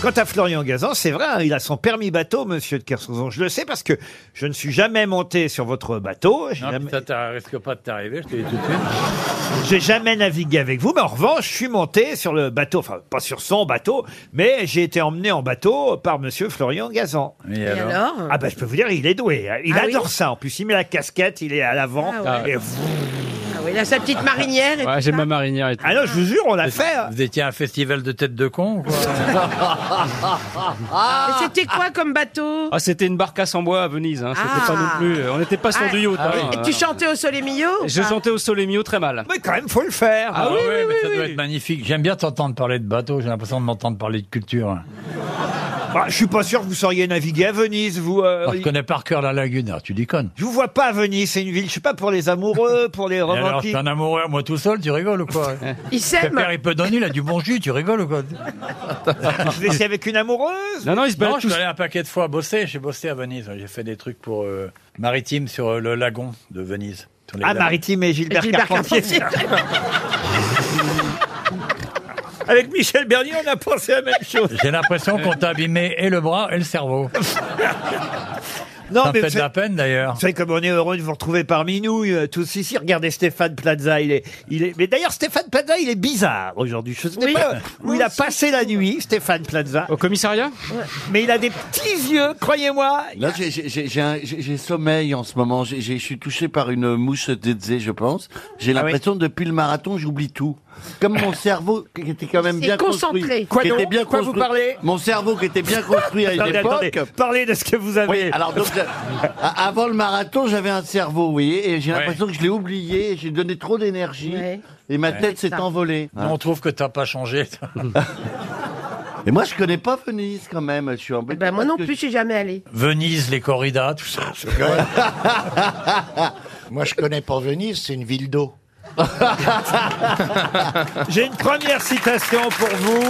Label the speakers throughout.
Speaker 1: Quant à Florian Gazan, c'est vrai, hein, il a son permis bateau, monsieur de Kersauzon. Je le sais parce que je ne suis jamais monté sur votre bateau. J'ai
Speaker 2: Non,
Speaker 1: jamais,
Speaker 2: ça t'arri- risque pas de t'arriver, je te dis tout de suite.
Speaker 1: j'ai jamais navigué avec vous, mais en revanche, je suis monté sur le bateau, enfin, pas sur son bateau, mais j'ai été emmené en bateau par monsieur Florian Gazan.
Speaker 2: Mais
Speaker 3: Et alors
Speaker 1: Ah ben, je peux vous dire, il est doué. hein. Il
Speaker 3: Ah oui
Speaker 1: adore ça, en plus. Il met la casquette, il est à l'avant.
Speaker 3: Ah
Speaker 1: et vous-
Speaker 3: Ah oui, il a sa petite marinière. Et tout
Speaker 4: Ouais, j'ai
Speaker 3: ça.
Speaker 4: ma marinière et tout.
Speaker 1: Ah non, je vous jure, on l'a fait. hein.
Speaker 2: Vous étiez à un festival de tête de con, quoi.
Speaker 3: Et C'était quoi comme bateau
Speaker 4: Ah, c'était une barcasse en bois à Venise. Hein. C'était
Speaker 3: Ah.
Speaker 4: pas non plus. euh, On n'était pas sur
Speaker 3: Ah.
Speaker 4: du yacht.
Speaker 2: Ah
Speaker 4: hein.
Speaker 3: Et tu chantais au soleil mio ou
Speaker 4: Je
Speaker 3: pas
Speaker 4: chantais au soleil mio très mal.
Speaker 1: Mais quand même, faut le faire.
Speaker 4: Ah oui,
Speaker 2: ouais,
Speaker 4: oui,
Speaker 2: mais
Speaker 4: oui,
Speaker 2: ça doit
Speaker 4: oui.
Speaker 2: être magnifique. J'aime bien t'entendre parler de bateau, j'ai l'impression de m'entendre parler de culture.
Speaker 1: Bah, je suis pas sûr que vous sauriez naviguer à Venise, vous. euh,
Speaker 2: Alors, Ah, je connais par cœur la lagune, alors tu déconnes.
Speaker 1: Je vous vois pas à Venise, c'est une ville, je sais pas, pour les amoureux, pour les
Speaker 2: Et alors, je
Speaker 1: romantiques.
Speaker 2: suis un amoureux, moi tout seul, tu rigoles ou quoi
Speaker 3: Il
Speaker 2: Ton
Speaker 3: s'aime.
Speaker 2: père, il peut donner, il a du bon jus, tu rigoles ou quoi
Speaker 1: Je vais essayer avec une amoureuse.
Speaker 4: Non, non, ils se
Speaker 2: Non,
Speaker 4: baladent
Speaker 2: je
Speaker 4: tous.
Speaker 2: suis allé un paquet de fois bosser, j'ai bossé à Venise. J'ai fait des trucs pour euh, maritime sur euh, le lagon de Venise. Sur les
Speaker 1: Ah,
Speaker 2: lacs.
Speaker 1: Maritime et Gilbert,
Speaker 3: Gilbert
Speaker 1: Carpentier. Avec Michel Bernier, on a pensé la même chose.
Speaker 2: J'ai l'impression qu'on t'a abîmé et le bras et le cerveau.
Speaker 1: Non,
Speaker 2: Ça me
Speaker 1: mais
Speaker 2: fait
Speaker 1: vous
Speaker 2: de
Speaker 1: savez,
Speaker 2: la peine d'ailleurs.
Speaker 1: vous savez comme on est heureux de vous retrouver parmi nous euh, tous ici. Regardez Stéphane Plaza, il est, il est. Mais d'ailleurs, Stéphane Plaza, il est bizarre aujourd'hui. Je sais
Speaker 3: Oui.
Speaker 1: pas où il a passé la nuit, Stéphane Plaza.
Speaker 4: Au commissariat
Speaker 1: Mais il a des petits yeux, croyez-moi.
Speaker 5: Là, j'ai- j'ai- j'ai j'ai un- j'ai- j'ai sommeil en ce moment. J'ai- j'ai- Je suis touché par une mouche tsetse, je pense. J'ai
Speaker 1: oui.
Speaker 5: l'impression que depuis le marathon, j'oublie tout. Comme mon cerveau qui était quand même
Speaker 3: C'est
Speaker 5: bien
Speaker 3: concentré.
Speaker 5: construit,
Speaker 1: Quoi
Speaker 5: qui était
Speaker 1: donc
Speaker 5: bien
Speaker 1: Quoi vous
Speaker 5: construit-
Speaker 1: parlez
Speaker 5: Mon cerveau qui était bien construit à une
Speaker 1: Attendez, attendez.
Speaker 5: époque.
Speaker 1: Parlez de ce que vous avez.
Speaker 5: Oui, alors donc, je- a- avant le marathon, j'avais un cerveau, vous voyez, et j'ai
Speaker 2: Ouais.
Speaker 5: l'impression que je l'ai oublié, et j'ai donné trop d'énergie,
Speaker 3: Ouais.
Speaker 5: et ma tête s'est
Speaker 3: Ça.
Speaker 5: envolée.
Speaker 2: Non, on trouve que t'as pas changé.
Speaker 5: Et moi, je connais pas Venise quand même, je suis embêté.
Speaker 3: Ben, moi
Speaker 5: parce
Speaker 3: non
Speaker 5: que
Speaker 3: plus, je suis jamais allée.
Speaker 2: Venise, les corridas, tout ça.
Speaker 6: Moi, je connais pour Venise, c'est une ville d'eau.
Speaker 1: J'ai une première citation pour vous.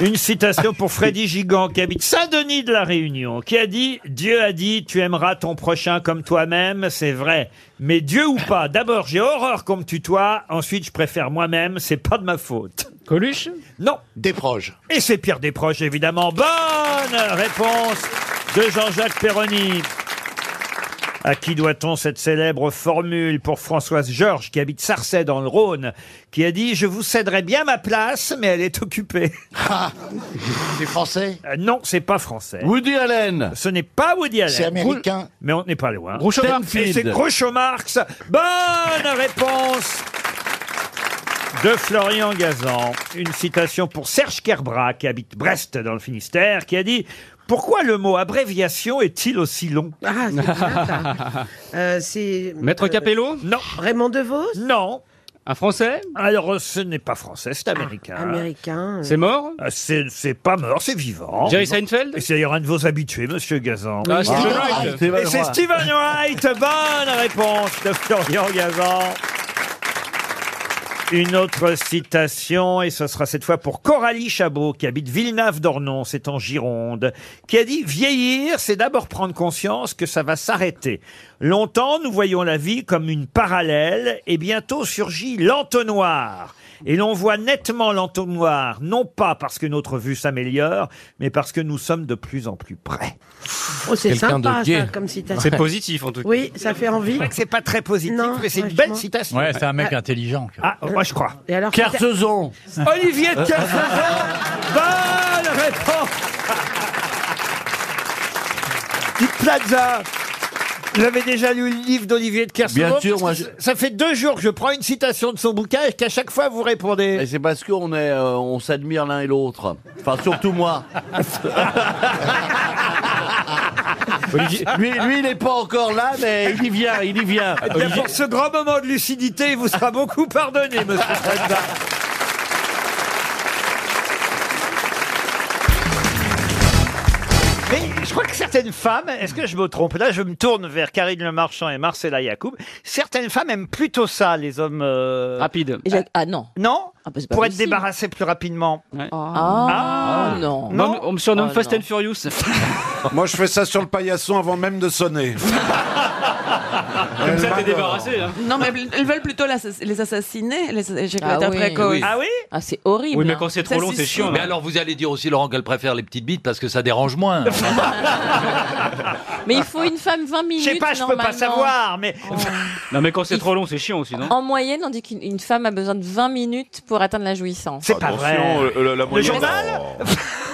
Speaker 1: Une citation pour Freddy Gigant qui habite Saint-Denis de la Réunion, qui a dit Dieu a dit tu aimeras ton prochain comme toi-même, c'est vrai. Mais Dieu ou pas, d'abord j'ai horreur qu'on me tutoie, ensuite je préfère moi-même, c'est pas de ma faute.
Speaker 4: Coluche
Speaker 1: Non.
Speaker 6: Des proches.
Speaker 1: Et c'est Pierre Desproges évidemment. Bonne réponse de Jean-Jacques Perroni. À qui doit-on cette célèbre formule pour Françoise Georges, qui habite Sarcey dans le Rhône, qui a dit Je vous céderai bien ma place, mais elle est occupée.
Speaker 6: Du français.
Speaker 1: Euh, non, c'est pas français.
Speaker 5: Woody Allen
Speaker 1: Ce n'est pas Woody Allen.
Speaker 6: C'est américain.
Speaker 1: Mais on n'est pas loin.
Speaker 4: Groucho Marx.
Speaker 1: Et c'est
Speaker 5: Stenfield.
Speaker 1: Groucho Marx. Bonne réponse de Florian Gazan. Une citation pour Serge Kerbra, qui habite Brest dans le Finistère, qui a dit Pourquoi le mot abréviation est-il aussi long
Speaker 3: Ah, c'est bien ça. Euh, c'est.
Speaker 4: Maître
Speaker 3: euh,
Speaker 4: Capello
Speaker 1: Non,
Speaker 3: Raymond DeVos
Speaker 1: non.
Speaker 4: Un français
Speaker 1: Alors, euh, ce n'est pas français, c'est américain.
Speaker 3: Ah, Américain. euh.
Speaker 4: C'est mort
Speaker 1: Ah, C'est c'est pas mort, c'est vivant.
Speaker 4: Jerry Seinfeld
Speaker 1: Et c'est d'ailleurs un de vos habitués, monsieur Gazan.
Speaker 4: Ah, Stephen
Speaker 6: Ah.
Speaker 4: Wright.
Speaker 1: Et c'est Steven Wright. Bonne réponse de Florian Gazan. Une autre citation, et ce sera cette fois pour Coralie Chabot, qui habite Villeneuve-d'Ornon, c'est en Gironde, qui a dit « Vieillir, c'est d'abord prendre conscience que ça va s'arrêter. Longtemps, nous voyons la vie comme une parallèle, et bientôt surgit l'entonnoir. Et l'on voit nettement l'entonnoir, non pas parce que notre vue s'améliore, mais parce que nous sommes de plus en plus près. »
Speaker 3: Oh, c'est
Speaker 6: Quelqu'un
Speaker 3: sympa,
Speaker 6: de gay.
Speaker 3: ça, comme citation.
Speaker 4: C'est positif en tout cas.
Speaker 3: Oui, ça fait envie.
Speaker 1: C'est pas très positif,
Speaker 3: Non,
Speaker 1: mais c'est une
Speaker 3: franchement.
Speaker 1: belle citation.
Speaker 2: Ouais, c'est un mec intelligent. quoi.
Speaker 1: Ah, moi je crois.
Speaker 3: Et alors,
Speaker 5: Kersezon
Speaker 1: Olivier de Kersauzon, bonne réponse Dites Plaza vous avez déjà lu le livre d'Olivier de Kersauzon
Speaker 5: Bien sûr,
Speaker 1: parce
Speaker 5: moi,
Speaker 1: que
Speaker 5: je-
Speaker 1: Ça fait deux jours que je prends une citation de son bouquin et qu'à chaque fois vous
Speaker 5: Et
Speaker 1: répondez.
Speaker 5: c'est parce qu'on est, euh, on s'admire l'un et l'autre. Enfin, surtout moi.
Speaker 4: Olivier- Ah,
Speaker 5: Lui, lui, il n'est pas encore là, mais il y vient, il y vient.
Speaker 1: Eh bien, pour ce grand moment de lucidité, il vous sera beaucoup pardonné, monsieur Plaza. Mais je crois que certaines femmes, est-ce que je me trompe Là, je me tourne vers Karine Le Marchand et Marcella Yacoub. Certaines femmes aiment plutôt ça, les hommes. euh,
Speaker 4: Rapide.
Speaker 7: Éjac- Ah non.
Speaker 1: Non
Speaker 8: bah, c'est pas
Speaker 1: Pour être
Speaker 8: possible.
Speaker 1: débarrassé plus rapidement.
Speaker 8: Ah, non.
Speaker 4: Non, on me
Speaker 9: Ah,
Speaker 4: surnomme
Speaker 8: Oh,
Speaker 4: Fast
Speaker 8: non.
Speaker 4: and Furious.
Speaker 10: Moi, je fais ça sur le paillasson avant même de sonner.
Speaker 4: Comme ça, t'es débarrassé. hein.
Speaker 11: Non, mais elles veulent plutôt l'ass- les assassiner, les éjaculations
Speaker 8: Ah oui.
Speaker 11: précoces.
Speaker 1: Ah oui
Speaker 8: Ah, c'est horrible.
Speaker 4: Oui, mais quand c'est trop
Speaker 11: Ça,
Speaker 4: long,
Speaker 11: c'est
Speaker 4: c'est
Speaker 11: sûr.
Speaker 4: chiant.
Speaker 12: Mais
Speaker 4: hein.
Speaker 12: alors, vous allez dire aussi, Laurent, qu'elle préfère les petites bites parce que ça dérange moins.
Speaker 8: Mais il faut une femme 20
Speaker 1: Je
Speaker 8: minutes.
Speaker 1: sais pas, je peux pas
Speaker 8: normalement.
Speaker 1: savoir, mais
Speaker 4: Non, mais quand c'est trop long, c'est chiant aussi, non
Speaker 8: En moyenne, on dit qu'une une femme a besoin de 20 minutes pour atteindre la jouissance.
Speaker 1: c'est pas
Speaker 9: euh,
Speaker 1: vrai. Le journal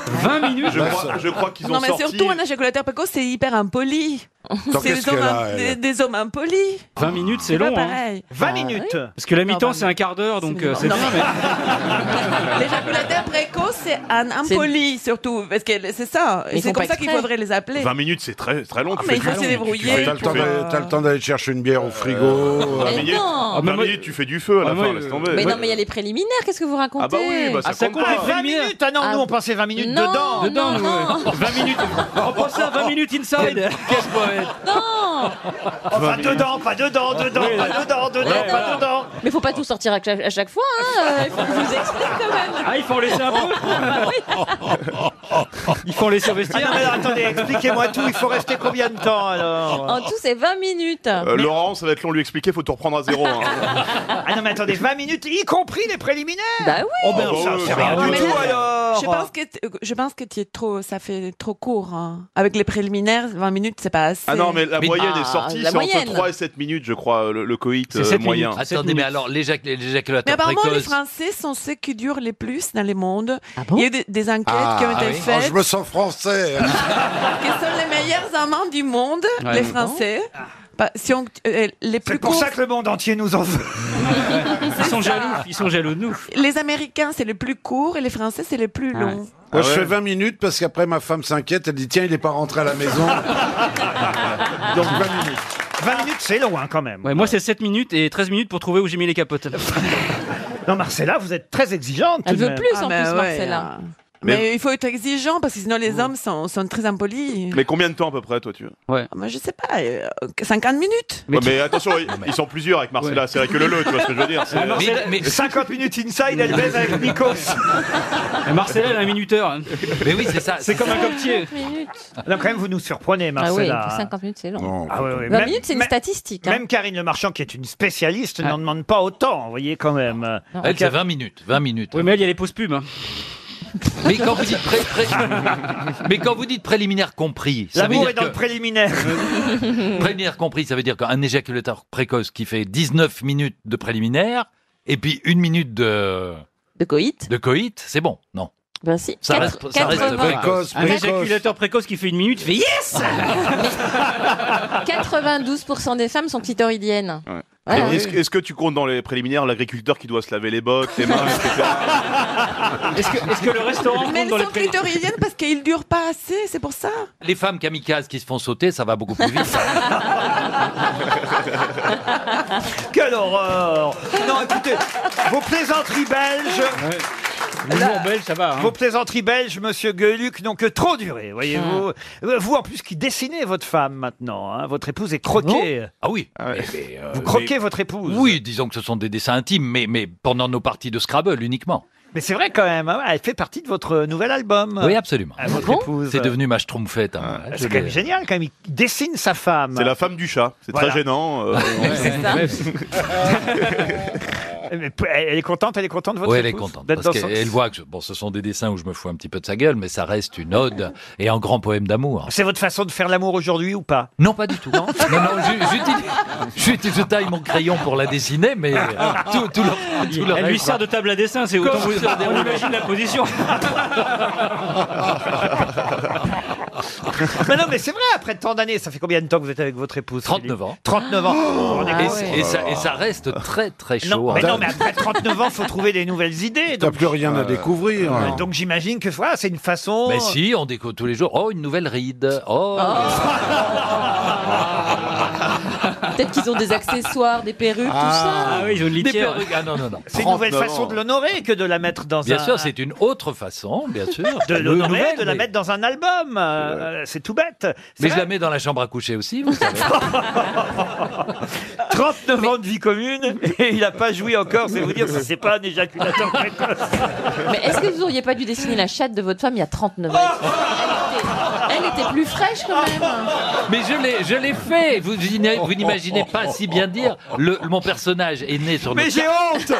Speaker 4: 20 minutes
Speaker 9: Oh. je crois, je crois qu'ils ont
Speaker 11: Non, mais
Speaker 9: sorti.
Speaker 11: surtout, un éjaculateur précoce, c'est hyper impoli. C'est
Speaker 10: qu'est-ce
Speaker 11: des, hommes
Speaker 10: qu'elle
Speaker 11: im-
Speaker 10: a, elle
Speaker 11: des, des hommes impolis.
Speaker 4: 20 minutes, c'est
Speaker 11: C'est pas
Speaker 4: long. hein.
Speaker 11: pareil.
Speaker 1: 20
Speaker 8: Ah,
Speaker 1: minutes.
Speaker 4: Parce que la
Speaker 11: Non,
Speaker 4: mi-temps,
Speaker 11: vingt
Speaker 4: c'est un quart d'heure, donc euh, c'est
Speaker 11: Non,
Speaker 4: bien. mais-
Speaker 11: L'éjaculateur précoce, c'est un impoli, surtout. Parce que c'est ça.
Speaker 8: Mais ils
Speaker 11: C'est
Speaker 8: font
Speaker 11: comme
Speaker 8: pas
Speaker 11: ça qu'il
Speaker 8: exprès.
Speaker 11: faudrait les appeler.
Speaker 9: 20 minutes, c'est très, très long.
Speaker 11: Ah,
Speaker 9: tu
Speaker 11: mais
Speaker 9: fais
Speaker 11: il faut
Speaker 9: du-
Speaker 11: se
Speaker 9: tu-
Speaker 11: débrouiller.
Speaker 9: tu
Speaker 10: T'as
Speaker 9: fais-
Speaker 10: le temps d'aller- t'as le temps d'aller te chercher une bière au frigo. euh,
Speaker 8: Mais
Speaker 9: minutes.
Speaker 8: non
Speaker 4: Ah, mais
Speaker 9: 20
Speaker 4: moi-
Speaker 9: minutes, tu fais du feu à la
Speaker 4: Ah, moi,
Speaker 9: fin,
Speaker 4: euh,
Speaker 9: laisse tomber.
Speaker 8: Mais
Speaker 9: Ouais.
Speaker 8: non, mais il y a les préliminaires, qu'est-ce que vous racontez
Speaker 9: Ah bah oui, bah, ça,
Speaker 4: Ah, ça
Speaker 9: compte
Speaker 4: compte
Speaker 9: pas.
Speaker 4: les
Speaker 1: 20
Speaker 4: premières.
Speaker 1: minutes Ah non,
Speaker 8: Ah.
Speaker 1: nous on pensait 20 minutes
Speaker 8: Non,
Speaker 1: dedans.
Speaker 11: Oh,
Speaker 4: Dedans,
Speaker 8: non,
Speaker 4: nous,
Speaker 8: non.
Speaker 4: ouais. 20 minutes. On pense à 20 minutes inside. Qu'est-ce que
Speaker 8: Non
Speaker 1: Enfin, dedans, pas dedans, dedans, pas dedans, dedans,
Speaker 4: Ouais,
Speaker 1: pas
Speaker 4: voilà.
Speaker 1: dedans.
Speaker 8: Mais faut pas tout sortir à chaque, à chaque fois, hein euh, Il faut que je vous explique quand même
Speaker 4: Ah, il faut en laisser un peu Il faut en laisser au
Speaker 1: Ah non,
Speaker 4: vestiaire
Speaker 1: mais alors, attendez, expliquez-moi tout. Il faut rester combien de temps alors
Speaker 8: En tout, c'est 20 minutes
Speaker 11: Oh,
Speaker 9: Euh, Laurent, ça va être long de lui expliquer, faut tout reprendre à zéro. hein.
Speaker 1: Ah non, mais attendez, 20 minutes, y compris les préliminaires.
Speaker 8: Bah oui
Speaker 1: Oh ben
Speaker 9: Ah bah
Speaker 1: ça,
Speaker 9: oui,
Speaker 1: c'est
Speaker 9: bah
Speaker 1: rien
Speaker 11: oui.
Speaker 1: du
Speaker 11: Mais
Speaker 1: tout
Speaker 11: là,
Speaker 1: alors.
Speaker 11: Je pense que t- je pense que tu es trop, ça fait trop court. hein. Avec les préliminaires, 20 minutes, c'est pas assez.
Speaker 9: Ah non, mais la
Speaker 12: Mais-
Speaker 9: moyenne est
Speaker 8: Ah,
Speaker 9: sortie,
Speaker 8: la
Speaker 9: c'est entre
Speaker 8: moyenne.
Speaker 9: 3 et 7 minutes, je crois, le, le coït
Speaker 4: C'est
Speaker 9: euh,
Speaker 4: sept
Speaker 9: moyen.
Speaker 4: minutes. Sept
Speaker 12: Attendez, mais
Speaker 4: minutes.
Speaker 12: alors, l'éjac-
Speaker 11: Mais
Speaker 12: l'éjaculateur
Speaker 11: apparemment, les
Speaker 12: précoce.
Speaker 11: Français sont ceux qui durent les plus dans le monde.
Speaker 8: Ah bon
Speaker 11: Il y a eu des, des enquêtes qui ont été
Speaker 12: oui.
Speaker 10: Oh, je
Speaker 11: faites,
Speaker 10: me sens français.
Speaker 11: qui sont les meilleurs amants du monde,
Speaker 4: Ouais,
Speaker 11: les
Speaker 4: bon.
Speaker 11: Français. Bah, si on- euh, les
Speaker 1: C'est
Speaker 11: plus
Speaker 1: pour
Speaker 11: courts,
Speaker 1: ça que le monde entier nous en veut.
Speaker 4: Ils sont jaloux, ils sont jaloux de nous.
Speaker 11: les Américains, c'est le plus court et les Français, c'est le plus
Speaker 4: Ah
Speaker 11: long.
Speaker 10: Moi,
Speaker 9: Ah
Speaker 10: je
Speaker 9: ouais.
Speaker 10: fais 20 minutes parce qu'après, ma femme s'inquiète. Elle dit Tiens, il n'est pas rentré à la maison. Donc 20 minutes.
Speaker 1: 20 minutes, c'est long hein, quand même.
Speaker 4: Ouais, moi, c'est 7 minutes et 13 minutes pour trouver où j'ai mis les capotes.
Speaker 1: Non, Marcella, vous êtes très exigeante. tout
Speaker 8: Elle
Speaker 1: de
Speaker 8: veut
Speaker 1: même.
Speaker 8: plus
Speaker 11: Ah,
Speaker 8: en
Speaker 11: mais
Speaker 8: plus,
Speaker 11: ouais,
Speaker 8: Marcella
Speaker 11: hein. Mais, il faut être exigeant parce que sinon les hommes sont, sont très impolis.
Speaker 9: Mais combien de temps à peu près, toi, tu veux
Speaker 11: euh. Ah, Moi, je sais pas, euh, 50 minutes.
Speaker 4: Mais
Speaker 9: Ouais, mais attention, ils, ils sont plusieurs avec Marcella, c'est vrai que le tu vois ce que je veux dire. c'est-
Speaker 12: Mais, mais-
Speaker 1: 50 minutes inside, elle baise avec
Speaker 8: Ah
Speaker 1: Nikos.
Speaker 4: Et Marcella, elle a un minuteur.
Speaker 12: mais oui, c'est ça.
Speaker 4: C'est comme un coquetier.
Speaker 8: 50 minutes
Speaker 1: Non, quand même, vous nous surprenez,
Speaker 8: Ah oui,
Speaker 1: Marcella.
Speaker 8: 50 minutes, c'est long
Speaker 1: Ah ouais, ouais.
Speaker 8: 20
Speaker 1: Même-
Speaker 8: minutes, c'est une
Speaker 1: même-
Speaker 8: statistique hein.
Speaker 1: Même Karine Le Marchand, qui est une spécialiste,
Speaker 4: Ah.
Speaker 1: n'en demande pas autant, vous voyez, quand même.
Speaker 12: Elle, c'est 20 minutes. 20 minutes.
Speaker 4: Oui, mais elle, il y a les pauses pubs. hein.
Speaker 12: Mais quand vous dites, pré- pré- mais quand vous dites préliminaire compris, ça veut
Speaker 1: L'amour est dans
Speaker 12: dire
Speaker 1: le
Speaker 12: que Hmm.
Speaker 1: préliminaire.
Speaker 12: préliminaire compris, ça veut dire qu'un éjaculateur précoce qui fait 19 minutes de préliminaire et puis une minute de,
Speaker 8: De coït
Speaker 12: de coït, c'est bon. Non.
Speaker 8: Ben si
Speaker 12: Ça reste-
Speaker 8: Quatre-
Speaker 12: ça reste
Speaker 8: 80
Speaker 13: Précoce,
Speaker 4: Un
Speaker 13: précoce.
Speaker 4: éjaculateur précoce qui fait une minute, il fait yes
Speaker 8: 92% des femmes sont clitoridiennes
Speaker 9: Ouais.
Speaker 8: Voilà.
Speaker 5: Ah
Speaker 9: Est-ce que- est-ce que tu comptes dans les préliminaires l'agriculteur qui doit se laver les bottes, les mains, etc.
Speaker 1: Ah.
Speaker 4: Est-ce que, est-ce que le restaurant
Speaker 11: Mais
Speaker 4: compte
Speaker 11: elles
Speaker 4: dans les
Speaker 11: sont
Speaker 4: prix
Speaker 11: clitoridiennes parce qu'ils durent pas assez, c'est pour ça.
Speaker 12: Les femmes kamikazes qui se font sauter, ça va beaucoup plus vite. ça.
Speaker 1: Quelle horreur Non, écoutez, vos plaisanteries belges,
Speaker 4: L'humour belge, ça va. hein.
Speaker 1: vos plaisanteries belges, monsieur Gueuluc, n'ont que trop duré, voyez-vous.
Speaker 12: Ah.
Speaker 1: Euh, Vous, en plus, qui dessinez votre femme maintenant, hein, votre épouse est croquée.
Speaker 12: Ah oui.
Speaker 1: Vous croquez votre épouse.
Speaker 12: Oui, disons que ce sont des dessins intimes, mais, mais pendant nos parties de Scrabble uniquement.
Speaker 1: Mais c'est vrai quand même, hein, elle fait partie de votre nouvel album.
Speaker 12: Oui, absolument.
Speaker 1: Ah, votre
Speaker 8: bon
Speaker 1: épouse. Ah,
Speaker 12: C'est devenu ma schtroumpfette. hein. Je
Speaker 1: C'est quand même
Speaker 12: l'ai-
Speaker 1: génial quand même, il dessine sa femme.
Speaker 9: C'est la femme du chat, c'est
Speaker 1: Voilà.
Speaker 9: très gênant. euh,
Speaker 1: Mais p- Elle est contente, elle est contente de votre
Speaker 12: Oui, elle
Speaker 1: épouse
Speaker 12: est contente.
Speaker 1: d'être
Speaker 12: Parce
Speaker 1: dans
Speaker 12: qu'elle
Speaker 1: son-
Speaker 12: elle voit que je- bon, ce sont des dessins où je me fous un petit peu de sa gueule, mais ça reste une ode et un grand poème d'amour.
Speaker 1: C'est votre façon de faire l'amour aujourd'hui ou pas
Speaker 12: Non, pas du tout. Non, non, ju- j'utilise- j'utilise- je taille mon crayon pour la dessiner, mais euh, tout, tout le, tout le
Speaker 4: Elle lui
Speaker 12: reste-
Speaker 4: sert de table à dessin, c'est autant vous On imagine la position.
Speaker 1: Mais non, mais c'est vrai, après tant d'années, ça fait combien de temps que vous êtes avec votre épouse
Speaker 12: 39
Speaker 1: Philippe
Speaker 12: ans.
Speaker 1: 39 ans. Vous vous rendez
Speaker 12: Oh, Et,
Speaker 1: compte
Speaker 12: et ça, et ça reste très très chaud.
Speaker 1: non, mais
Speaker 12: hein.
Speaker 1: non, mais après 39 ans, faut trouver des nouvelles idées.
Speaker 10: T'as
Speaker 1: Donc,
Speaker 10: plus rien à découvrir.
Speaker 1: euh, donc j'imagine que voilà, c'est une façon.
Speaker 12: Mais si, on découvre tous les jours. Oh, une nouvelle ride. Oh,
Speaker 8: Ah,
Speaker 1: euh,
Speaker 8: Peut-être qu'ils ont des accessoires, des perruques,
Speaker 4: Ah oui, ils ont une
Speaker 12: des
Speaker 4: litière.
Speaker 12: perruques. Ah non, non, non.
Speaker 1: C'est une nouvelle
Speaker 9: 39
Speaker 1: façon de
Speaker 9: ans.
Speaker 1: l'honorer que de la mettre dans
Speaker 12: Bien
Speaker 1: un.
Speaker 12: sûr, c'est une autre façon, bien sûr. Ah,
Speaker 1: De l'honorer,
Speaker 12: Nouvelle,
Speaker 1: de la
Speaker 12: mais-
Speaker 1: mettre dans un album. Euh, euh, c'est tout bête. C'est
Speaker 12: Mais je
Speaker 1: vrai.
Speaker 12: la mets dans la chambre à coucher aussi, vous savez.
Speaker 1: 39 ans de vie commune et il n'a pas joui encore, c'est vous dire, ça c'est pas un éjaculateur précoce.
Speaker 8: Mais est-ce que vous auriez pas dû dessiner la chatte de votre femme il y a 39
Speaker 1: Oh
Speaker 8: ans Elle était- Elle était plus fraîche quand même.
Speaker 12: Mais je l'ai, je l'ai fait. Vous, n'ina- vous n'imaginez pas si bien dire. Le, mon personnage est né sur.
Speaker 1: Mais
Speaker 12: notre-
Speaker 1: j'ai honte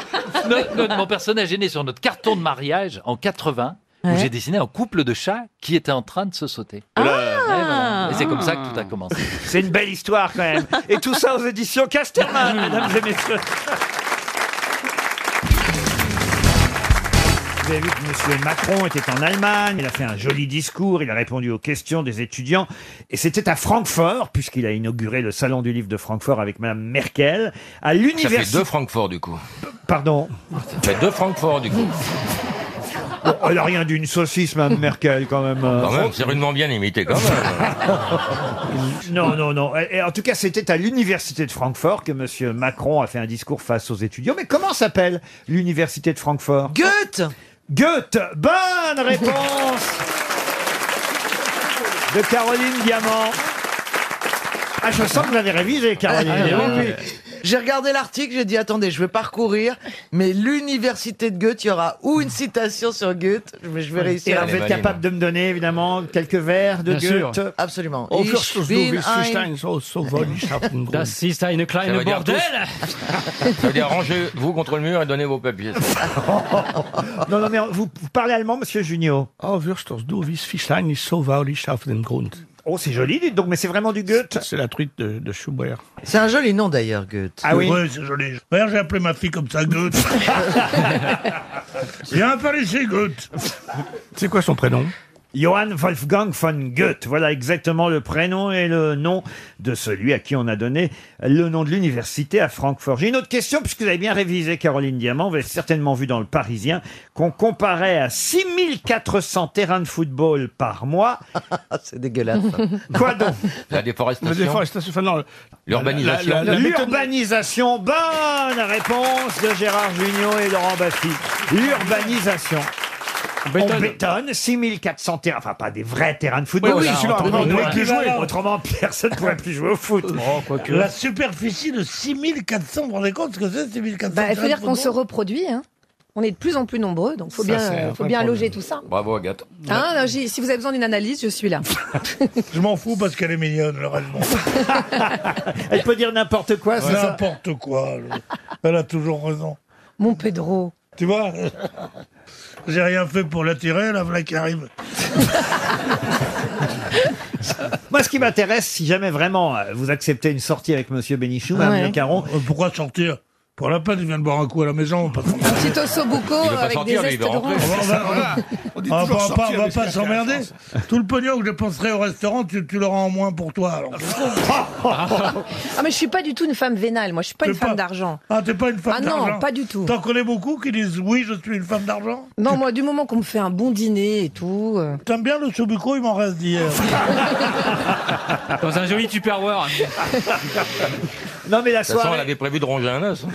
Speaker 12: No- no- Mon personnage est né sur notre carton de mariage en 80 où
Speaker 8: Ouais.
Speaker 12: j'ai dessiné un couple de chats qui était en train de se sauter.
Speaker 1: Ah.
Speaker 12: Ouais, voilà. Et c'est comme ça que tout a commencé.
Speaker 1: C'est une belle histoire quand même. Et tout ça aux éditions Casterman, mesdames et messieurs. Vous avez vu que Monsieur Macron était en Allemagne, il a fait un joli discours, il a répondu aux questions des étudiants, et c'était à Francfort, puisqu'il a inauguré le Salon du Livre de Francfort avec Madame Merkel, à
Speaker 2: Ça fait
Speaker 1: l'université...
Speaker 2: deux Francfort du coup.
Speaker 1: Pardon
Speaker 2: Ça fait deux Francfort du coup.
Speaker 1: Bon, Elle a rien d'une saucisse, Madame Merkel, quand même. euh.
Speaker 2: Quand même, c'est rudement bien imité quand même.
Speaker 1: Non, non, non. Et- et en tout cas, c'était à l'université de Francfort que Monsieur Macron a fait un discours face aux étudiants. Mais comment s'appelle l'université de Francfort Goethe. Goethe. Bonne réponse de Caroline Diamant. Ah, je sens que vous avez révisé, Caroline.
Speaker 14: J'ai regardé l'article, j'ai dit attendez, je vais parcourir, mais l'université de Goethe, il y aura ou une citation sur Goethe, mais je vais
Speaker 1: Et
Speaker 14: réussir
Speaker 1: alors, vous êtes capable de me donner, évidemment, quelques vers de
Speaker 14: Bien
Speaker 1: Goethe
Speaker 14: sûr. Absolument.
Speaker 15: Oh,
Speaker 14: Ich
Speaker 15: wirst du so,
Speaker 14: bin
Speaker 15: wie Fischstein,
Speaker 14: ein-
Speaker 15: so, so wollen ich haben.
Speaker 14: Das
Speaker 15: ist eine
Speaker 2: Ça veut dire tous- Ça veut dire rangez-vous contre le mur et donnez vos papiers.
Speaker 15: Ah,
Speaker 1: Non, non, mais vous, vous parlez allemand, monsieur Junio
Speaker 15: Oh, wirst du wie Fischstein, ist so wollen ich auf den Grund.
Speaker 1: Oh, c'est joli, dites donc, mais c'est vraiment du Goethe
Speaker 15: C'est la truite de, de Schubert.
Speaker 14: C'est un joli nom d'ailleurs, Goethe.
Speaker 15: Ah oui Ouais, c'est joli. D'ailleurs, j'ai appelé ma fille comme ça, Goethe. Viens par ici, Goethe.
Speaker 1: C'est quoi son prénom Johann Wolfgang von Goethe. Voilà exactement le prénom et le nom de celui à qui on a donné le nom de l'université à Francfort. J'ai une autre question, puisque vous avez bien révisé, Caroline Diamant. Vous avez certainement vu dans le Parisien qu'on comparait à 6400 terrains de football par mois.
Speaker 14: C'est dégueulasse.
Speaker 1: Quoi donc
Speaker 2: La déforestation.
Speaker 15: La déforestation, enfin, non,
Speaker 2: L'urbanisation.
Speaker 15: La- la- la- la-
Speaker 1: L'urbanisation. Bonne réponse de Gérard Junior et Laurent Baffy. L'urbanisation. On bétonne 6400 terrains, enfin pas des vrais terrains de football.
Speaker 15: Oui, oui,
Speaker 1: là,
Speaker 15: celui-là,
Speaker 1: autrement,
Speaker 15: on
Speaker 1: on pourrait
Speaker 15: peut
Speaker 1: plus
Speaker 15: jouer.
Speaker 1: jouer. Autrement, personne ne pourrait plus jouer au foot.
Speaker 15: La superficie de 6400, vous vous rendez compte ce que c'est 6400
Speaker 16: Bah, il faut dire qu'on se reproduit. hein. On est de plus en plus nombreux, donc faut
Speaker 2: Ça,
Speaker 16: bien,
Speaker 2: c'est un
Speaker 16: euh, faut
Speaker 2: vrai
Speaker 16: bien
Speaker 2: problème.
Speaker 16: loger tout ça.
Speaker 2: Bravo Agathe.
Speaker 16: Hein, non, j'ai- si vous avez besoin d'une analyse, je suis là.
Speaker 15: Je m'en fous parce qu'elle est mignonne, le reste.
Speaker 1: Elle peut dire n'importe quoi,
Speaker 16: c'est ça
Speaker 15: N'importe quoi. je- Elle a toujours raison.
Speaker 16: Mon Pedro.
Speaker 15: Tu vois J'ai rien fait pour l'attirer, la voilà qui arrive.
Speaker 1: Moi, ce qui m'intéresse, si jamais vraiment euh, vous acceptez une sortie avec Monsieur Bénichou, Madame Le Caron,
Speaker 15: Euh, Pourquoi sortir Pour la peine, il vient de boire un coup à la maison. parce qu'on-
Speaker 16: Un petit osso buco
Speaker 15: Il veut pas
Speaker 16: avec
Speaker 15: sortir,
Speaker 16: des
Speaker 15: lui, il
Speaker 16: zestes
Speaker 15: veut
Speaker 16: de
Speaker 15: rentrer.
Speaker 16: rhum.
Speaker 15: On va- on va pas, on va pas s'emmerder. Tout le pognon que je dépenserai au restaurant, tu, tu l'auras en moins pour toi. alors.
Speaker 16: Ah, mais je suis pas du tout une femme vénale, moi, je suis pas une femme d'argent.
Speaker 15: Ah, t'es pas une femme
Speaker 16: Ah non,
Speaker 15: d'argent
Speaker 16: pas du tout.
Speaker 15: T'en connais beaucoup qui disent oui, je suis une femme d'argent
Speaker 16: Non, moi, du moment qu'on me fait un bon dîner et tout. euh,
Speaker 15: T'aimes bien le sobuco, il m'en reste d'hier.
Speaker 4: Ah, Dans un joli Tupperware.
Speaker 1: Non, mais la
Speaker 2: De toute façon,
Speaker 1: soirée-
Speaker 2: elle avait prévu de ronger un os.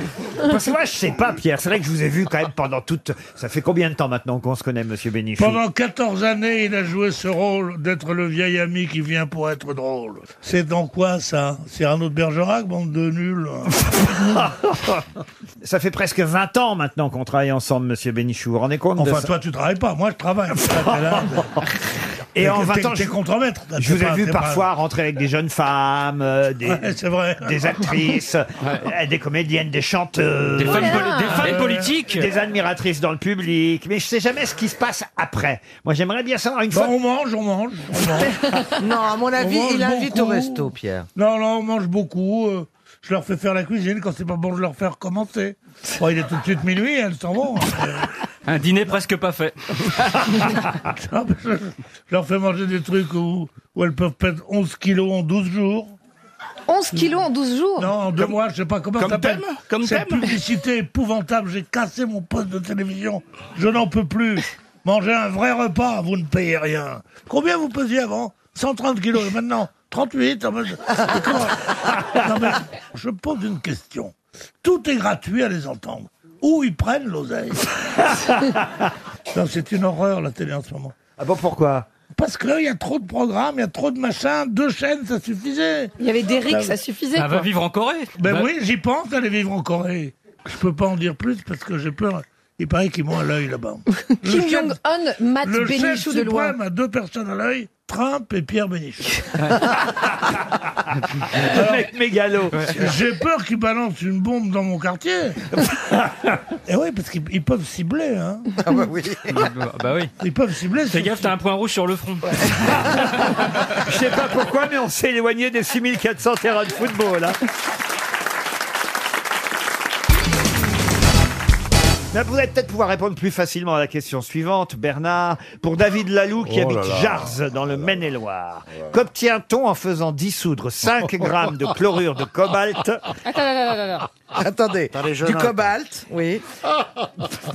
Speaker 1: Parce que moi, je sais pas, Pierre. C'est vrai que je vous ai vu quand même pendant toute. Ça fait combien de temps maintenant qu'on se connaît, Monsieur Bénichou
Speaker 15: Pendant 14 années, il a joué ce rôle d'être le vieil ami qui vient pour être drôle. C'est dans quoi ça C'est Arnaud de Bergerac, bande de nuls hein
Speaker 1: Ça fait presque 20 ans maintenant qu'on travaille ensemble, Monsieur Bénichou. Vous vous rendez compte de
Speaker 15: Enfin,
Speaker 1: ça
Speaker 15: toi, tu travailles pas, moi, je travaille.
Speaker 1: Et en 20
Speaker 15: vingt
Speaker 1: ans,
Speaker 15: t'es
Speaker 1: je-
Speaker 15: contremaître. là,
Speaker 1: Je
Speaker 15: t'es
Speaker 1: vous ai
Speaker 15: pas-
Speaker 1: vu
Speaker 15: t'es pas-
Speaker 1: parfois rentrer avec des jeunes femmes, euh, des,
Speaker 15: Ouais, c'est vrai.
Speaker 1: des actrices, euh, des comédiennes, des chanteuses,
Speaker 4: Des femmes poli- des femmes
Speaker 1: Euh,
Speaker 4: politiques.
Speaker 1: des admiratrices dans le public. Mais je sais jamais ce qui se passe après. Moi, j'aimerais bien savoir une fois.
Speaker 15: on mange, on mange.
Speaker 14: non, à
Speaker 1: Ah,
Speaker 14: mon avis,
Speaker 15: On mange
Speaker 14: il invite
Speaker 15: beaucoup.
Speaker 14: au resto, Pierre.
Speaker 15: Non, non, on mange beaucoup. euh, je leur fais faire la cuisine. Quand c'est pas bon, je leur fais recommencer. Bon, il est tout de suite minuit, elles s'en vont.
Speaker 4: Un dîner presque pas fait. Ah,
Speaker 15: Non, mais je, je leur fais manger des trucs où, où elles peuvent perdre 11 kilos en 12 jours.
Speaker 16: 11 kilos en 12 jours
Speaker 15: Non, en deux mois, je sais pas comment
Speaker 16: comme
Speaker 15: ça s'appelle.
Speaker 16: thème Comme
Speaker 15: Cette
Speaker 16: thème
Speaker 15: publicité épouvantable, j'ai cassé mon poste de télévision. Je n'en peux plus. Mangez un vrai repas, vous ne payez rien. Combien vous pesiez avant 130 kilos, et maintenant 38. Ah ben, je- comment- Non, mais je pose une question. Tout est gratuit à les entendre. Où ils prennent l'oseille Non, C'est une horreur la télé en ce moment.
Speaker 1: Ah bon, pourquoi
Speaker 15: Parce qu'il y a trop de programmes, il y a trop de machins, deux chaînes, ça suffisait.
Speaker 3: Il y avait Derrick, ça suffisait, Ah, quoi. va vivre en Corée.
Speaker 15: Ben
Speaker 3: Va-
Speaker 15: oui, j'y pense d'aller vivre en Corée. Je peux pas en dire plus parce que j'ai peur. Il paraît qu'ils m'ont à l'œil là-bas. Le
Speaker 3: Kim
Speaker 15: chef-
Speaker 3: Jong-un mate
Speaker 15: le
Speaker 3: Bénichou
Speaker 15: chef
Speaker 3: de loin.
Speaker 15: suprême a deux personnes à l'œil, Trump et Pierre Bénichou.
Speaker 1: mec mégalo.
Speaker 15: J'ai peur qu'ils balancent une bombe dans mon quartier. et oui, parce qu'ils ils peuvent cibler. Hein. Ah bah oui.
Speaker 17: bah oui.
Speaker 15: Ils peuvent cibler.
Speaker 17: Fais gaffe, t'as un point rouge sur le front.
Speaker 1: Je sais pas pourquoi, mais on s'est éloigné des 6400 terrains de football. hein. Là, vous allez peut-être pouvoir répondre plus facilement à la question suivante, Bernard. Pour David Lalou, qui
Speaker 10: Oh là
Speaker 1: habite
Speaker 10: là.
Speaker 1: Jars, dans le Maine-et-Loire, qu'obtient-on en faisant dissoudre 5 grammes de chlorure de cobalt
Speaker 12: Ah.
Speaker 14: Attends, Attendez, du
Speaker 1: jeunes,
Speaker 14: cobalt, oui.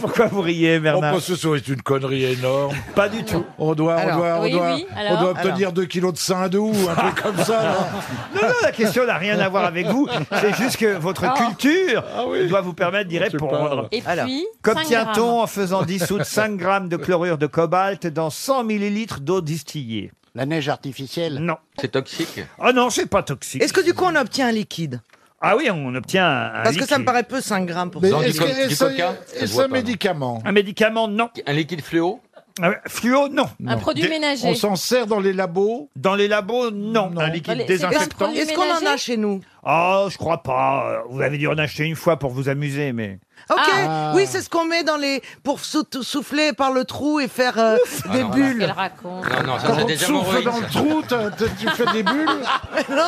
Speaker 1: Pourquoi vous riez, Bernard
Speaker 10: Oh, parce que c'est une connerie énorme.
Speaker 1: Pas du tout.
Speaker 10: On doit,
Speaker 1: Alors,
Speaker 10: on doit,
Speaker 1: oui,
Speaker 10: on doit,
Speaker 1: oui,
Speaker 10: on
Speaker 1: alors
Speaker 10: doit obtenir
Speaker 1: Alors.
Speaker 10: 2 kilos de Saint-Doux ou un truc comme ça. là.
Speaker 1: Non, non, la question n'a rien à voir avec vous. C'est juste que votre
Speaker 10: Ah.
Speaker 1: culture doit vous permettre d'y répondre.
Speaker 10: Et puis,
Speaker 1: Alors,
Speaker 10: 5
Speaker 1: Qu'obtient-on
Speaker 10: grammes.
Speaker 1: en faisant dissoudre 5 grammes de chlorure de cobalt dans 100 millilitres d'eau distillée La neige artificielle Non.
Speaker 4: C'est toxique.
Speaker 1: Ah non, c'est pas toxique.
Speaker 14: Est-ce que du coup on obtient un liquide
Speaker 1: Ah oui, on obtient un
Speaker 14: Parce que ça
Speaker 1: liquide.
Speaker 14: me paraît peu 5 grammes pour
Speaker 1: Mais
Speaker 14: ça.
Speaker 1: est-ce que-
Speaker 14: liquide.
Speaker 1: est-ce- est-ce un
Speaker 10: médicament
Speaker 1: Un médicament, non. Ah
Speaker 4: Un liquide fluo
Speaker 1: Fluo, non.
Speaker 8: Un produit
Speaker 10: Des-
Speaker 8: ménager.
Speaker 10: On s'en sert dans les labos
Speaker 1: Dans les labos, non. Un liquide
Speaker 8: Allez, c'est quoi,
Speaker 1: désinfectant.
Speaker 8: produit Est-ce qu'on en a ménager
Speaker 14: chez nous
Speaker 1: Oh, je crois pas. Vous avez dû en acheter une fois pour vous amuser, mais...
Speaker 14: Ok,
Speaker 10: Ah.
Speaker 14: oui, c'est ce qu'on met dans les pour sou- souffler par le trou et faire euh,
Speaker 8: Ah
Speaker 14: des
Speaker 4: non, là.
Speaker 14: bulles.
Speaker 4: Qu'elle
Speaker 8: raconte
Speaker 4: Non, non, ça,
Speaker 10: Quand
Speaker 4: c'est
Speaker 10: on
Speaker 4: des
Speaker 10: te souffle
Speaker 4: hémorroïdes,
Speaker 10: dans le
Speaker 4: ça.
Speaker 10: trou, t'as- t'as- tu fais des bulles
Speaker 14: Non.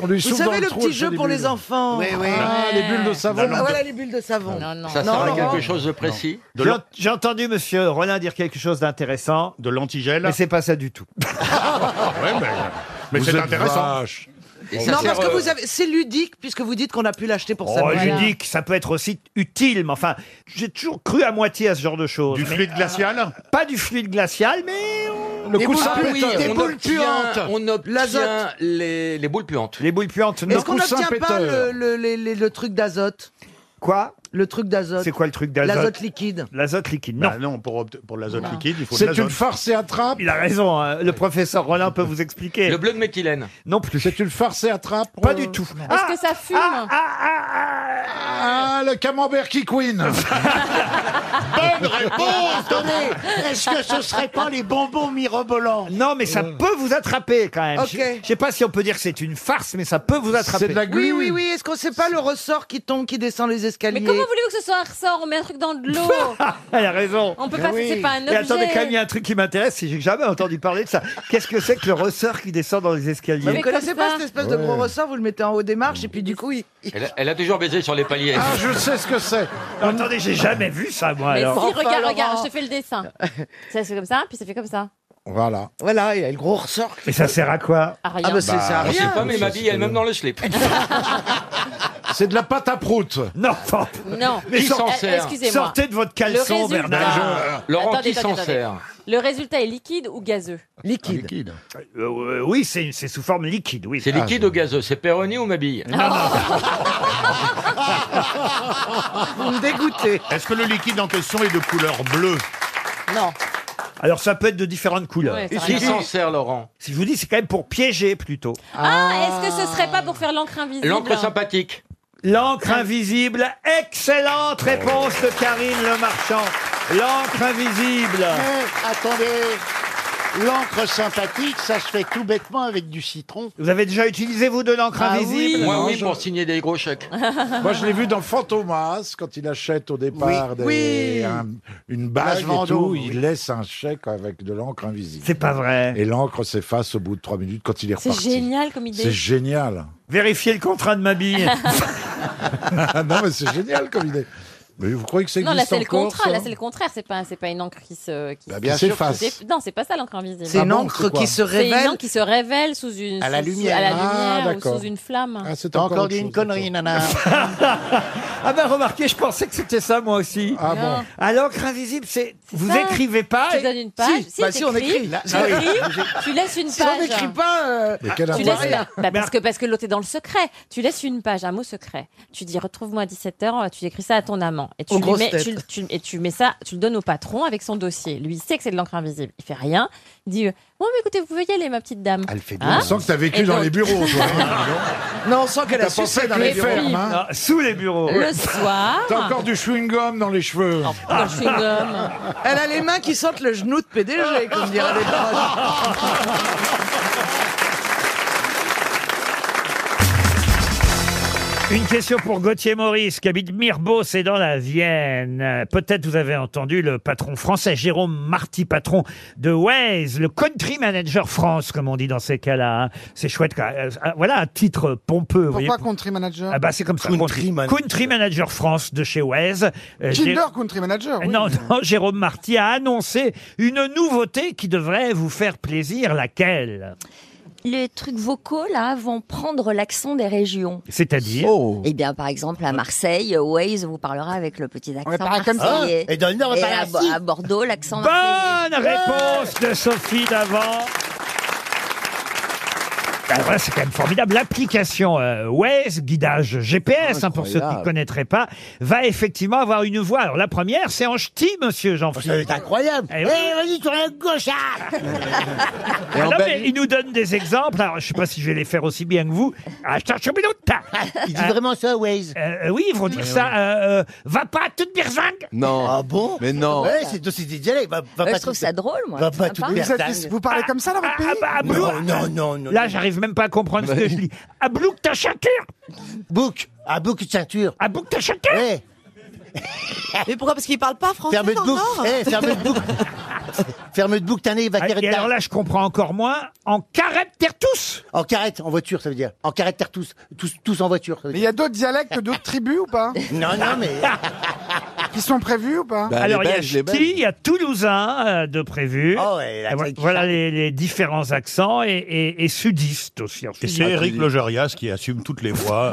Speaker 10: On lui
Speaker 14: Vous
Speaker 10: souffle dans
Speaker 14: savez
Speaker 10: le
Speaker 14: le
Speaker 10: trou,
Speaker 14: petit
Speaker 10: elle fait
Speaker 14: jeu
Speaker 10: des
Speaker 14: pour les
Speaker 10: bulles.
Speaker 14: enfants.
Speaker 10: Oui, oui. Ah,
Speaker 14: Ouais.
Speaker 10: les bulles de savon.
Speaker 14: Ah, Voilà les bulles de savon. Non, non.
Speaker 4: Ça sert à quelque chose de précis
Speaker 1: J'ai en- J'ai entendu Monsieur Rollin dire quelque chose d'intéressant. De l'antigel Mais c'est pas ça du tout.
Speaker 10: Ah Ouais, mais, mais
Speaker 1: Vous
Speaker 10: c'est
Speaker 1: êtes
Speaker 10: intéressant.
Speaker 1: vache. Et ça
Speaker 14: Non,
Speaker 1: sert,
Speaker 14: parce que
Speaker 1: euh,
Speaker 14: vous avez, c'est ludique puisque vous dites qu'on a pu l'acheter pour
Speaker 1: Oh,
Speaker 14: ça.
Speaker 1: ludique, ça peut être aussi utile, mais enfin, j'ai toujours cru à moitié à ce genre de choses. Du fluide glacial Pas du fluide glacial, mais... on-
Speaker 10: Le coup de
Speaker 1: Ah oui,
Speaker 10: Saint-Péteur.
Speaker 1: des
Speaker 10: On
Speaker 1: boules
Speaker 10: obtient-
Speaker 1: puantes.
Speaker 4: On obtient
Speaker 14: L'azote.
Speaker 4: les, les boules puantes.
Speaker 1: Les boules puantes, non.
Speaker 14: Est-ce qu'on n'obtient pas le, le- le- le- le truc d'azote
Speaker 1: Quoi
Speaker 14: Le truc d'azote.
Speaker 1: C'est quoi le truc d'azote
Speaker 14: L'azote liquide.
Speaker 1: L'azote liquide, non.
Speaker 5: Bah non, pour, obt- pour l'azote
Speaker 14: Non.
Speaker 4: Ah.
Speaker 5: liquide, il faut de
Speaker 1: C'est
Speaker 5: l'azote.
Speaker 1: une farce et attrape. Il a raison, hein. le professeur Rollin peut vous expliquer.
Speaker 4: Le bleu de méthylène.
Speaker 1: Non plus. C'est une farce et attrape Pas du tout.
Speaker 8: Est-ce que ça fume
Speaker 1: ah,
Speaker 10: Ah, le camembert qui queen
Speaker 12: Ah.
Speaker 14: Ah.
Speaker 5: Bonne réponse, Tony Est-ce que ce serait pas les bonbons mirobolants
Speaker 1: Non, mais ça peut vous attraper quand même.
Speaker 14: Ok.
Speaker 1: Je- Je sais pas si on peut dire que c'est une farce, mais ça peut vous attraper.
Speaker 14: Oui, oui, oui. Est-ce qu'on sait pas le ressort qui tombe, qui descend les escaliers
Speaker 8: Mais comment voulez-vous que ce soit un ressort On met un truc dans de l'eau.
Speaker 1: Elle Ah, a raison.
Speaker 8: On peut pas- Mais c'est oui. pas un
Speaker 1: Et attendez,
Speaker 8: objet.
Speaker 1: quand même, il y a un truc qui m'intéresse, c'est que j'ai jamais entendu parler de ça. Qu'est-ce que c'est que le ressort qui descend dans les escaliers
Speaker 14: Vous ne connaissez pas cette espèce de gros
Speaker 1: Ouais.
Speaker 14: ressort Vous le mettez en haut des marches et puis du coup, il...
Speaker 4: Elle, a- elle a toujours baisé sur les paliers.
Speaker 10: Ah, je sais ce que c'est.
Speaker 1: Attendez, j'ai jamais vu ça, moi.
Speaker 8: Mais si,
Speaker 1: alors.
Speaker 8: regarde, regarde, je te fais le dessin. Ça, c'est comme ça, puis ça fait comme ça.
Speaker 10: Voilà.
Speaker 14: Voilà, il y a le gros ressort.
Speaker 1: Mais ça sert à quoi
Speaker 8: À rien.
Speaker 14: Ah bah c'est ça.
Speaker 4: Je sais pas, mais ma bille, elle même dans le slip.
Speaker 10: C'est de la pâte à prout.
Speaker 1: Non,
Speaker 8: Non. Eh,
Speaker 1: Mais
Speaker 4: Qui
Speaker 1: sort-
Speaker 4: s'en sert
Speaker 8: Excusez-moi. le résultat...
Speaker 4: Je- Laurent,
Speaker 8: Attendez,
Speaker 4: qui s'en
Speaker 8: attendez, attendez.
Speaker 4: sert
Speaker 8: Le résultat est liquide ou gazeux
Speaker 14: Liquide.
Speaker 1: Euh, euh, oui, c'est c'est sous forme liquide, oui.
Speaker 4: C'est
Speaker 18: Ah,
Speaker 4: liquide ou gazeux C'est Peroni ou ma bille
Speaker 12: Ah.
Speaker 1: Ah.
Speaker 14: Vous me dégoûtez.
Speaker 5: Est-ce que le liquide en question est de couleur bleue
Speaker 8: Non.
Speaker 1: Alors ça peut être de différentes couleurs.
Speaker 8: Ouais, ça
Speaker 1: Et
Speaker 8: va
Speaker 1: si
Speaker 4: Qui
Speaker 1: je
Speaker 4: s'en
Speaker 1: dis-
Speaker 4: sert, Laurent
Speaker 1: Si je vous dis, c'est quand même pour piéger plutôt.
Speaker 8: Ah, est-ce que ce serait pas pour faire l'encre invisible
Speaker 4: L'encre sympathique.
Speaker 1: L'encre invisible, excellente réponse de Karine Le Marchand. L'encre invisible.
Speaker 5: Mais, Euh, Attendez, l'encre sympathique, ça se fait tout bêtement avec du citron.
Speaker 1: Vous avez déjà utilisé, vous, de l'encre
Speaker 5: Ah
Speaker 1: invisible
Speaker 5: oui.
Speaker 4: Moi,
Speaker 5: Non,
Speaker 4: oui,
Speaker 5: je-
Speaker 4: pour signer des gros chèques.
Speaker 10: Moi, je l'ai vu dans Fantomas, quand il achète au départ
Speaker 4: Oui.
Speaker 10: des-
Speaker 4: Oui.
Speaker 10: un- une bague et
Speaker 5: Vendôme,
Speaker 10: tout,
Speaker 5: oui.
Speaker 10: il laisse un chèque avec de l'encre invisible.
Speaker 1: C'est pas vrai.
Speaker 10: Et l'encre s'efface au bout de trois minutes quand il est
Speaker 8: C'est
Speaker 10: reparti.
Speaker 8: génial comme idée.
Speaker 10: C'est génial.
Speaker 1: Vérifiez le contrat de ma bille.
Speaker 10: non, mais c'est génial comme idée. Mais vous croyez que c'est
Speaker 8: Non, là c'est le contrat, là c'est le contraire, c'est pas, c'est pas une encre qui se. Qui
Speaker 10: Bah,
Speaker 8: se-
Speaker 10: bien
Speaker 8: qui
Speaker 10: sûr
Speaker 8: se-
Speaker 10: que
Speaker 8: qui se-
Speaker 10: c'est.
Speaker 8: Non, c'est pas ça l'encre invisible.
Speaker 10: C'est Ah une bon, encre c'est quoi qui se
Speaker 8: C'est
Speaker 10: révèle-
Speaker 8: une encre qui se révèle sous une.
Speaker 5: À la
Speaker 8: sous-
Speaker 5: lumière.
Speaker 8: À la
Speaker 5: Ah,
Speaker 8: lumière ou
Speaker 5: d'accord.
Speaker 8: sous une flamme.
Speaker 10: Ah, c'est
Speaker 5: T'as encore dit une connerie, nana.
Speaker 1: Ah ben remarquez, je pensais que c'était ça moi aussi. Ah
Speaker 8: Non. bon.
Speaker 1: À l'encre invisible, c'est vous
Speaker 8: ça.
Speaker 1: écrivez pas.
Speaker 8: Tu
Speaker 1: et-
Speaker 8: donnes une page.
Speaker 14: bah, si, on
Speaker 8: t'écris.
Speaker 14: écrit. Là,
Speaker 8: Tu
Speaker 14: ah oui.
Speaker 8: écris, tu laisses une
Speaker 14: Si on
Speaker 8: page. hein.
Speaker 14: n'écrit pas, euh,
Speaker 10: Mais quel
Speaker 8: tu
Speaker 10: intérêt
Speaker 8: laisses- bah, parce que parce que l'autre est dans le secret. euh, Tu laisses une page, un mot secret. Tu dis retrouve-moi à 17h, tu écris ça à ton amant. non. Et tu,
Speaker 19: Aux
Speaker 8: lui
Speaker 19: grosses
Speaker 8: mets,
Speaker 19: têtes.
Speaker 8: tu, tu- et tu mets ça, tu le donnes au patron avec son dossier. Lui, il sait que c'est de l'encre invisible. Il fait rien. Il dit euh, Bon, mais écoutez, vous pouvez y aller, ma petite dame. Hein Elle fait
Speaker 9: On sent que t'as vécu dans les bureaux,
Speaker 8: hein,
Speaker 9: toi. hein.
Speaker 14: Non, on sent
Speaker 8: qu'elle a
Speaker 9: pas
Speaker 8: sucé
Speaker 9: fait dans
Speaker 8: les
Speaker 9: les
Speaker 8: fruits.
Speaker 9: fermes.
Speaker 1: Ah, sous les bureaux.
Speaker 8: Le soir-
Speaker 9: T'as encore du chewing-gum dans les cheveux.
Speaker 1: Ah.
Speaker 8: dans le chewing-gum.
Speaker 14: Elle a les mains qui sentent le genou de PDG, comme diraient les proches.
Speaker 1: Une question pour Gauthier Maurice, qui habite Mirbeau, c'est dans la Vienne. Euh, Peut-être vous avez entendu le patron français, Jérôme Marty, patron de Waze, le country manager France, comme on dit dans ces cas-là. hein. C'est chouette. quand- euh, euh, Voilà un titre pompeux. vous voyez.
Speaker 5: Pourquoi Country Manager
Speaker 1: Ah bah c'est comme ça.
Speaker 5: Country
Speaker 1: Country,
Speaker 5: Manager.
Speaker 1: Country Manager France de chez Waze. Euh, Jé-
Speaker 5: Kinder Country Manager.
Speaker 4: Ah
Speaker 5: oui.
Speaker 1: Non, non, Jérôme Marty a annoncé une nouveauté qui devrait vous faire plaisir. Laquelle
Speaker 20: Les trucs vocaux, là, vont prendre l'accent des régions.
Speaker 1: C'est-à-dire
Speaker 5: Oh.
Speaker 20: Eh bien, par exemple, à Marseille, euh, Waze vous parlera avec le petit accent
Speaker 5: parler comme ça.
Speaker 20: marseillais.
Speaker 5: Et dans le Nord, on
Speaker 20: Et
Speaker 5: parle
Speaker 20: à,
Speaker 5: ainsi.
Speaker 20: à Bordeaux, l'accent
Speaker 1: Bonne
Speaker 20: marseillais. Ah,
Speaker 1: réponse de Sophie d'avant. Alors là, c'est quand même formidable. L'application euh, Waze, guidage GPS, hein, pour ceux qui ne
Speaker 5: Incroyable.
Speaker 1: connaîtraient pas, va effectivement avoir une voix. Alors la première, c'est en ch'ti, monsieur Jean-Philippe.
Speaker 5: C'est incroyable. Eh,
Speaker 1: Eh oui.
Speaker 5: vas-y, tu es gauche. ah
Speaker 1: Ah non, mais il nous donne des exemples. Alors, je ne sais pas si je vais les faire aussi bien que vous. Ah, je cherche une minute.
Speaker 5: Il dit vraiment ça, Waze
Speaker 1: Euh, oui, ils vont dire ça. euh, euh, va pas toute birzingue.
Speaker 5: Non. Ah bon
Speaker 1: Mais non.
Speaker 5: Ouais, c'est aussi des dialectes. Va, va
Speaker 20: Ouais,
Speaker 5: pas
Speaker 20: je trouve
Speaker 5: tout-
Speaker 20: ça drôle, moi.
Speaker 5: Va
Speaker 20: C'est
Speaker 5: pas
Speaker 20: sympa.
Speaker 5: tout Ah,
Speaker 20: Vous êtes- vous
Speaker 5: parlez comme ça dans votre pays Non, non, non, non.
Speaker 1: Là, j'arrive même pas à comprendre ce que je lis. À blouk ta ceinture
Speaker 5: Bouc À bouc de ceinture
Speaker 1: À bouc ta ceinture
Speaker 5: Ouais
Speaker 19: Mais pourquoi Parce qu'il parle pas français
Speaker 5: Ferme de
Speaker 19: dans le
Speaker 5: bouc
Speaker 19: Nord
Speaker 5: Eh, ferme de bouc Ferme de bouc, t'as né, va
Speaker 1: Ah, et alors là, je comprends encore moins. En carrette, terre tous
Speaker 5: En carrette, en voiture, ça veut dire. En carrette, terre tous. Tous, tous en voiture. Mais
Speaker 18: Il y a d'autres dialectes, d'autres tribus ou pas
Speaker 5: Non, non, mais.
Speaker 18: Qui sont prévus ou
Speaker 20: Hein
Speaker 18: pas
Speaker 5: Bah,
Speaker 1: Alors, il y a Ch'ti, il y a Toulousain euh, de prévu.
Speaker 5: Ah ouais, l'accent
Speaker 1: Et voilà-
Speaker 5: qui
Speaker 1: voilà les, les différents accents et, et, et sudistes aussi. en
Speaker 21: Et
Speaker 1: Suisse.
Speaker 21: c'est Eric Logérias qui assume toutes les voix.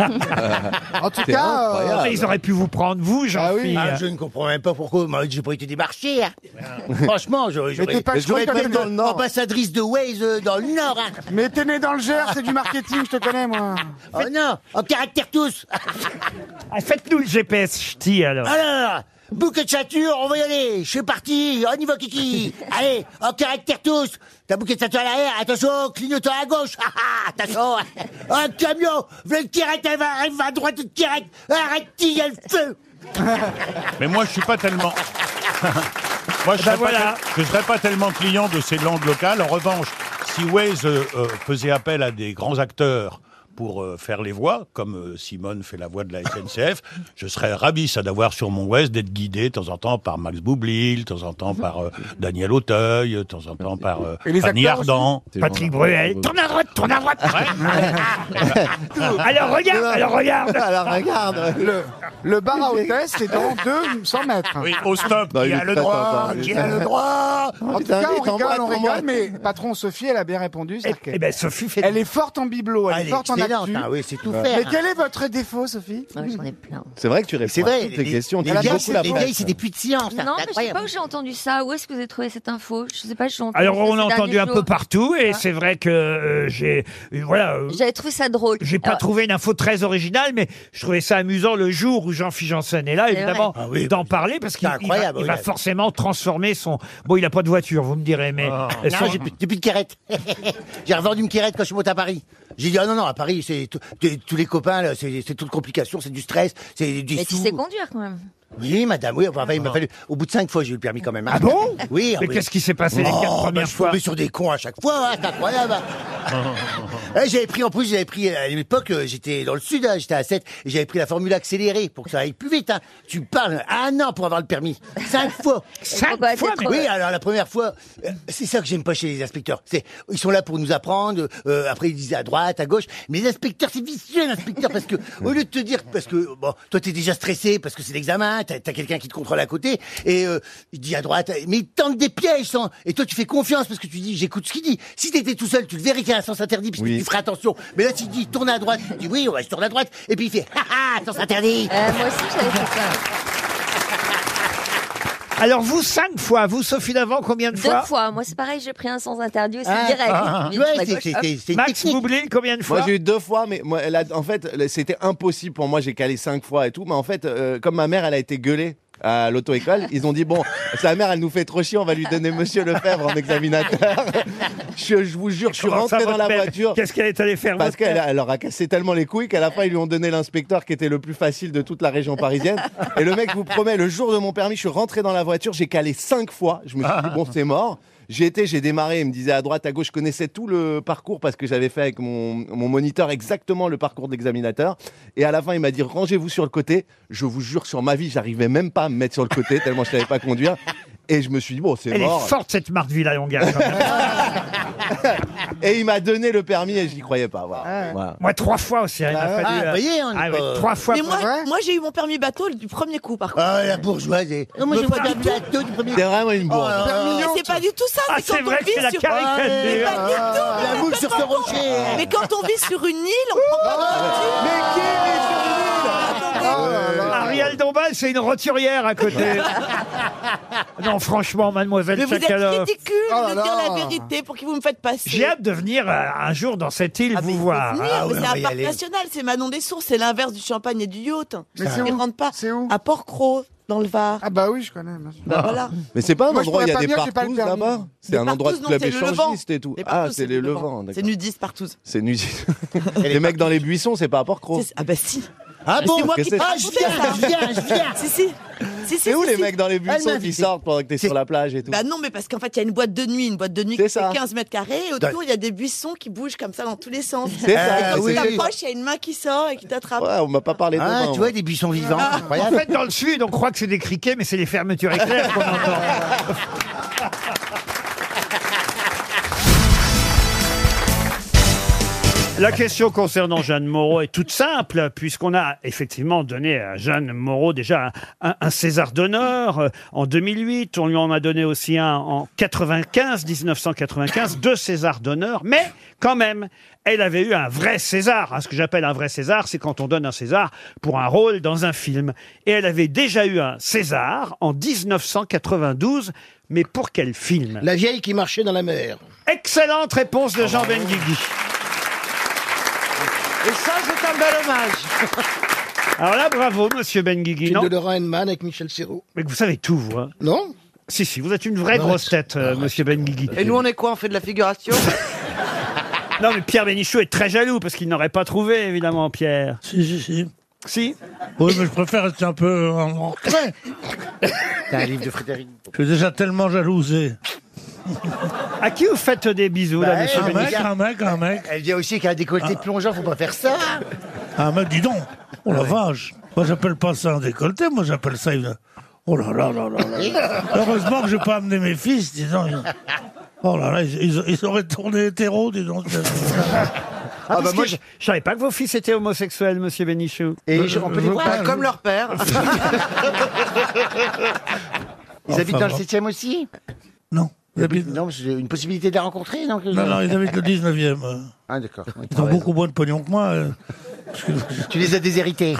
Speaker 5: En tout
Speaker 1: C'est cas, euh, incroyable. mais ils auraient pu vous prendre, vous,
Speaker 5: Ah
Speaker 1: Jean-Philippe.
Speaker 5: je ne comprends même pas pourquoi. moi, J'ai pas été démarché. hein. Franchement, j'aurais.
Speaker 18: Mais t'es pas Mais je crois que t'es né dans le Nord.
Speaker 5: Ambassadrice de Waze euh, dans le Nord. hein.
Speaker 18: Mais t'es né dans le Gers, c'est du marketing, je te connais, moi.
Speaker 5: Oh non, en caractère tous.
Speaker 1: Ah, Faites-nous le GPS Ch'ti alors.
Speaker 5: Ah là là là. Bouquet de ceinture, on va y aller. Je suis parti. On y va, Kiki. Allez, en caractère tous. T'as bouquet de ceinture à l'arrière. Attention, clignotant à gauche. Ah, ah, attention. Un camion. V'là une tirette, elle va, elle va à droite, une tirette. Arrête, il y a le feu.
Speaker 21: Mais moi, je suis pas tellement. moi, je
Speaker 1: Ben
Speaker 21: serais pas
Speaker 1: voilà.
Speaker 21: tel- je serais pas tellement client de ces langues locales. En revanche, si Waze euh, euh, faisait appel à des grands acteurs pour euh, faire les voix, comme euh, Simone fait la voix de la SNCF, je serais ravi ça d'avoir sur mon Waze d'être guidé de temps en temps par Max Boublil, de temps en temps par euh, Daniel Auteuil, de temps en temps par euh, Fanny Ardant,
Speaker 1: Patrick Bruel. Tourne à droite, tourne à droite. alors regarde, alors regarde.
Speaker 18: Le, le bar à hôtesse, c'est dans 200 mètres.
Speaker 21: Oui, au stop,
Speaker 18: Non,
Speaker 21: qui
Speaker 18: il
Speaker 21: a
Speaker 18: est
Speaker 21: le
Speaker 18: très
Speaker 21: droit,
Speaker 18: sympa.
Speaker 21: qui a le droit.
Speaker 18: En tout
Speaker 21: Putain,
Speaker 18: cas, on
Speaker 21: il t'embrasse,
Speaker 18: rigole, on
Speaker 21: t'embrasse.
Speaker 18: rigole, mais patron Sophie, elle a bien répondu. c'est arcade.
Speaker 1: eh ben, Sophie fait-
Speaker 18: Elle est forte en bibelot, elle,
Speaker 5: Ah,
Speaker 18: est
Speaker 5: elle est
Speaker 18: forte en
Speaker 5: excellente,
Speaker 18: actu.
Speaker 5: hein, oui, c'est tout
Speaker 18: Mais
Speaker 5: faire, hein.
Speaker 18: quel est votre défaut, Sophie
Speaker 20: J'en ai plein.
Speaker 22: C'est vrai que tu réponds
Speaker 5: C'est vrai,
Speaker 22: à toutes
Speaker 5: les-
Speaker 22: les, questions.
Speaker 5: les
Speaker 22: tu aimes
Speaker 5: gars,
Speaker 22: beaucoup
Speaker 5: c'est-
Speaker 22: la
Speaker 5: les
Speaker 22: presse.
Speaker 5: gars, c'est des puits de science.
Speaker 20: Non, mais je sais
Speaker 5: incroyable.
Speaker 20: pas où j'ai entendu ça. Où est-ce que vous avez trouvé cette info Je sais pas, j'ai entendu
Speaker 1: Alors
Speaker 20: ça
Speaker 1: on a
Speaker 20: ces
Speaker 1: entendu
Speaker 20: derniers
Speaker 1: un peu
Speaker 20: jours.
Speaker 1: partout et c'est vrai que euh, j'ai euh, voilà. euh,
Speaker 20: J'avais trouvé ça drôle.
Speaker 1: j'ai pas
Speaker 20: Alors,
Speaker 1: trouvé une info très originale, mais je trouvais ça amusant le jour où Jean-Philippe Janssen est là,
Speaker 20: C'est
Speaker 1: évidemment,
Speaker 20: vrai. Ah
Speaker 1: d'en parler parce qu'il il va,
Speaker 5: incroyable,
Speaker 1: il va
Speaker 5: oui.
Speaker 1: forcément transformer son. Bon, il a pas de voiture, vous me direz, mais euh, son-
Speaker 5: Non, j'ai plus, j'ai plus de quérette. j'ai revendu une quérette quand je suis monté à Paris. J'ai dit, ah non, non, à Paris, c'est tout- t- tous les copains, là, c'est c'est toute complication, c'est du stress, c'est du
Speaker 20: Mais tu
Speaker 5: sous.
Speaker 20: sais conduire quand même.
Speaker 5: Oui, madame, oui, enfin, il m'a fallu. Au bout de cinq fois, j'ai eu le permis quand même. hein.
Speaker 1: Ah bon
Speaker 5: Oui.
Speaker 1: Mais qu'est-ce qui s'est passé les quatre premières
Speaker 5: fois Je suis tombé sur des cons à chaque fois, hein, c'est incroyable. Là, j'avais pris, en plus, j'avais pris, à l'époque, euh, j'étais dans le sud, hein, j'étais à 7, et j'avais pris la formule accélérée pour que ça aille plus vite. hein. Tu parles un an pour avoir le permis. Cinq fois.
Speaker 20: Cinq Pourquoi fois, t'es trop-
Speaker 5: Oui, alors la première fois, euh, c'est ça que j'aime pas chez les inspecteurs. C'est, ils sont là pour nous apprendre, euh, après ils disent à droite, à gauche, mais les inspecteurs, c'est vicieux, l'inspecteur, parce que, au lieu de te dire, parce que, bon, toi t'es déjà stressé, parce que c'est l'examen, t'as, t'as quelqu'un qui te contrôle à côté, et euh, il dit à droite, mais il tente des pièges, sans, et toi tu fais confiance, parce que tu dis, j'écoute ce qu'il dit. Si t'étais tout seul, tu le verrais qu'il y a un sens interdit, puisque tu ferais attention. Mais là, s'il dit, tourne à droite, tu dis, oui, ouais, je tourne à droite, et puis il fait, ah ah, sens interdit.
Speaker 20: Euh, moi aussi, j'avais fait ça.
Speaker 1: Alors vous, cinq fois, vous, Sophie Davant, combien de
Speaker 20: Deux
Speaker 1: fois
Speaker 20: fois. Moi, c'est pareil, j'ai pris un sans interdit aussi
Speaker 1: Ah,
Speaker 20: direct.
Speaker 1: ah, ah.
Speaker 20: Vite,
Speaker 1: Ouais,
Speaker 20: la
Speaker 1: c'est-
Speaker 20: gauche,
Speaker 1: c'est-
Speaker 20: hop.
Speaker 1: c'est- c'est une Max technique. Boublil, combien de fois
Speaker 22: Moi, j'ai eu deux fois, mais moi, elle a- en fait, le- c'était impossible pour moi. J'ai calé cinq fois et tout. Mais en fait, euh, comme ma mère, elle a été gueulée à l'auto-école, ils ont dit Bon, sa mère, elle nous fait trop chier, on va lui donner Monsieur Lefebvre en examinateur. je, je vous jure, je suis
Speaker 1: Comment Oh, ça,
Speaker 22: rentré dans
Speaker 1: votre
Speaker 22: la
Speaker 1: mère
Speaker 22: voiture.
Speaker 1: Qu'est-ce qu'elle est allée faire
Speaker 22: Parce
Speaker 1: votre
Speaker 22: qu'elle
Speaker 1: mère
Speaker 22: elle leur a cassé tellement les couilles qu'à la fin, ils lui ont donné l'inspecteur qui était le plus facile de toute la région parisienne. Et le mec, je vous promets, le jour de mon permis, je suis rentré dans la voiture, j'ai calé cinq fois. Je me suis dit, bon, c'est mort. J'ai été, j'ai démarré, il me disait à droite, à gauche, je connaissais tout le parcours parce que j'avais fait avec mon, mon moniteur exactement le parcours de l'examinateur. Et à la fin, il m'a dit, rangez-vous sur le côté. Je vous jure, sur ma vie, j'arrivais même pas à me mettre sur le côté tellement je savais pas conduire. Et je me suis dit, bon, c'est
Speaker 1: Elle
Speaker 22: mort.
Speaker 1: est forte cette Marthe Villalonga. quand même.
Speaker 22: Et il m'a donné le permis et j'y croyais pas. Voilà. Voilà.
Speaker 1: Ah. Moi, trois fois aussi. hein, il m'a
Speaker 22: Ah,
Speaker 1: fallu,
Speaker 22: vous
Speaker 1: euh,
Speaker 22: voyez, on est
Speaker 1: ah ouais,
Speaker 22: pas-
Speaker 1: trois fois.
Speaker 14: Mais
Speaker 1: pour-
Speaker 14: moi, moi j'ai eu mon permis bateau du premier coup, par contre.
Speaker 5: Ah, la bourgeoisie.
Speaker 14: Non, moi,
Speaker 5: Me
Speaker 14: j'ai mon
Speaker 5: pas
Speaker 14: permis
Speaker 5: du
Speaker 14: bateau
Speaker 5: du Oh,
Speaker 14: premier
Speaker 22: C'est vraiment une
Speaker 5: bourre.
Speaker 14: Mais c'est pas du tout ça,
Speaker 5: Ah,
Speaker 14: c'est
Speaker 5: c'est
Speaker 14: quand
Speaker 5: vrai
Speaker 14: on
Speaker 5: que
Speaker 14: vit
Speaker 5: c'est la
Speaker 14: sur
Speaker 5: caricature.
Speaker 14: Mais pas du
Speaker 5: Ah,
Speaker 14: tout,
Speaker 5: la
Speaker 14: mais
Speaker 5: mouche sur ce
Speaker 14: complètement.
Speaker 5: rocher.
Speaker 14: Mais quand on vit sur une île, on prend pas de voiture. Ah, Mais qui vit sur une île
Speaker 22: Oh
Speaker 1: Ah, Ariel Dombal, c'est une roturière à côté. non, franchement, mademoiselle
Speaker 14: Mais vous êtes
Speaker 1: Tchakaloff,
Speaker 14: ridicule de dire la vérité pour que vous me faites passer.
Speaker 1: J'ai hâte de venir euh, un jour dans cette île vous
Speaker 22: Ah,
Speaker 1: voir. Ah,
Speaker 14: Venir, Ah, mais c'est un parc national, c'est Manon des Sources, c'est l'inverse du champagne et du yacht.
Speaker 1: Mais
Speaker 14: Ça
Speaker 1: c'est
Speaker 14: ne
Speaker 1: où
Speaker 14: rentre pas. C'est où À Port-Cros, dans le Var. Ah bah oui, je connais. Bah voilà.
Speaker 22: Ah, Mais c'est pas un
Speaker 14: Moi, je
Speaker 22: endroit où il y a
Speaker 14: pourrais
Speaker 22: des
Speaker 14: pas venir, j'ai pas le
Speaker 22: partous
Speaker 14: permis.
Speaker 22: là-bas C'est un endroit de
Speaker 14: partous, non,
Speaker 22: club
Speaker 14: c'est le Levant.
Speaker 22: échangiste et tout.
Speaker 14: Les
Speaker 22: Ah,
Speaker 14: partous,
Speaker 22: c'est les Levant, d'accord.
Speaker 14: C'est nudiste partout.
Speaker 22: C'est nudiste. les mecs dans les buissons, c'est pas à Port-Cros.
Speaker 14: Ah bah si.
Speaker 22: Ah bon
Speaker 14: C'est moi qui
Speaker 22: Qu'est-ce que
Speaker 14: parle,
Speaker 22: c'est
Speaker 14: je viens, je viens. Si, si. Si, si,
Speaker 22: C'est où
Speaker 14: si,
Speaker 22: les
Speaker 14: si.
Speaker 22: mecs dans les
Speaker 14: Elle m'a
Speaker 22: buissons qui
Speaker 14: invité.
Speaker 22: sortent pendant que t'es sur la plage et tout
Speaker 14: Bah non, mais parce qu'en fait, il y a une boîte de nuit, une boîte de nuit qui fait 15 mètres carrés, et autour, il y a des buissons qui bougent comme ça dans tous les sens.
Speaker 22: C'est ça,
Speaker 14: Et quand
Speaker 22: oui.
Speaker 14: tu t'approches, il y a une main qui sort et qui t'attrape.
Speaker 22: Ouais, on m'a pas parlé de
Speaker 5: Ah,
Speaker 22: demain,
Speaker 5: tu
Speaker 22: moi.
Speaker 5: vois, des buissons vivants.
Speaker 14: Ah.
Speaker 5: Incroyable.
Speaker 1: En fait, dans le sud, on croit que c'est des criquets, mais c'est les fermetures éclairs qu'on entend. La question concernant Jeanne Moreau est toute simple, puisqu'on a effectivement donné à Jeanne Moreau déjà un, un César d'honneur euh, en 2008. On lui en a donné aussi un en 95, 1995, deux Césars d'honneur. Mais quand même, elle avait eu un vrai César. hein. Ce que j'appelle un vrai César, c'est quand on donne un César pour un rôle dans un film. Et elle avait déjà eu un César en 1992. Mais pour quel film La vieille qui marchait dans la mer. Excellente réponse de Jean Benguigui.
Speaker 18: Et ça, c'est un bel hommage.
Speaker 1: Alors là, bravo, monsieur Benguigui.
Speaker 23: Film
Speaker 1: Non,
Speaker 23: de Laurent Henman avec Michel Serrault.
Speaker 1: mais que vous savez tout, vous. hein.
Speaker 23: Non
Speaker 1: Si, si, vous êtes une vraie
Speaker 23: Non,
Speaker 1: grosse tête, euh, monsieur Benguigui.
Speaker 14: Et nous, on est quoi On fait de la figuration
Speaker 1: Non, mais Pierre Bénichou est très jaloux parce qu'il n'aurait pas trouvé, évidemment, Pierre.
Speaker 15: Si, si, si.
Speaker 1: Si
Speaker 15: Oui, mais je préfère rester un peu en en retrait.
Speaker 23: T'as un livre de Frédéric.
Speaker 15: Je suis déjà tellement jalousé.
Speaker 1: À qui vous faites des bisous,
Speaker 15: là, monsieur Un mec, un mec, un mec.
Speaker 23: Elle dit aussi qu'un décolleté plongeant, faut pas faire ça.
Speaker 15: Ah, mais dis donc Oh la vache Moi, j'appelle pas ça un décolleté, moi, j'appelle ça une... Oh là là là là là Heureusement que j'ai pas amené mes fils, dis donc. Oh là là, ils, ils- ils auraient tourné hétéro, dis donc.
Speaker 1: Ah, bah moi, je je savais pas que vos fils étaient homosexuels, monsieur Bénichou.
Speaker 15: Et je- on peut les Je voir parle.
Speaker 14: Comme leur père.
Speaker 5: Ils
Speaker 15: Enfin,
Speaker 5: habitent dans le
Speaker 15: bon.
Speaker 5: 7 e aussi
Speaker 15: Non.
Speaker 5: Ils habitent- Non, parce que j'ai une possibilité de les rencontrer. Donc... euh,
Speaker 15: Non, non, ils habitent le 19e. euh.
Speaker 5: Ah, d'accord. Oui,
Speaker 15: Ils ont
Speaker 5: t'as
Speaker 15: beaucoup moins de pognon que moi. euh, parce que-
Speaker 5: raison. Tu les as déshérités.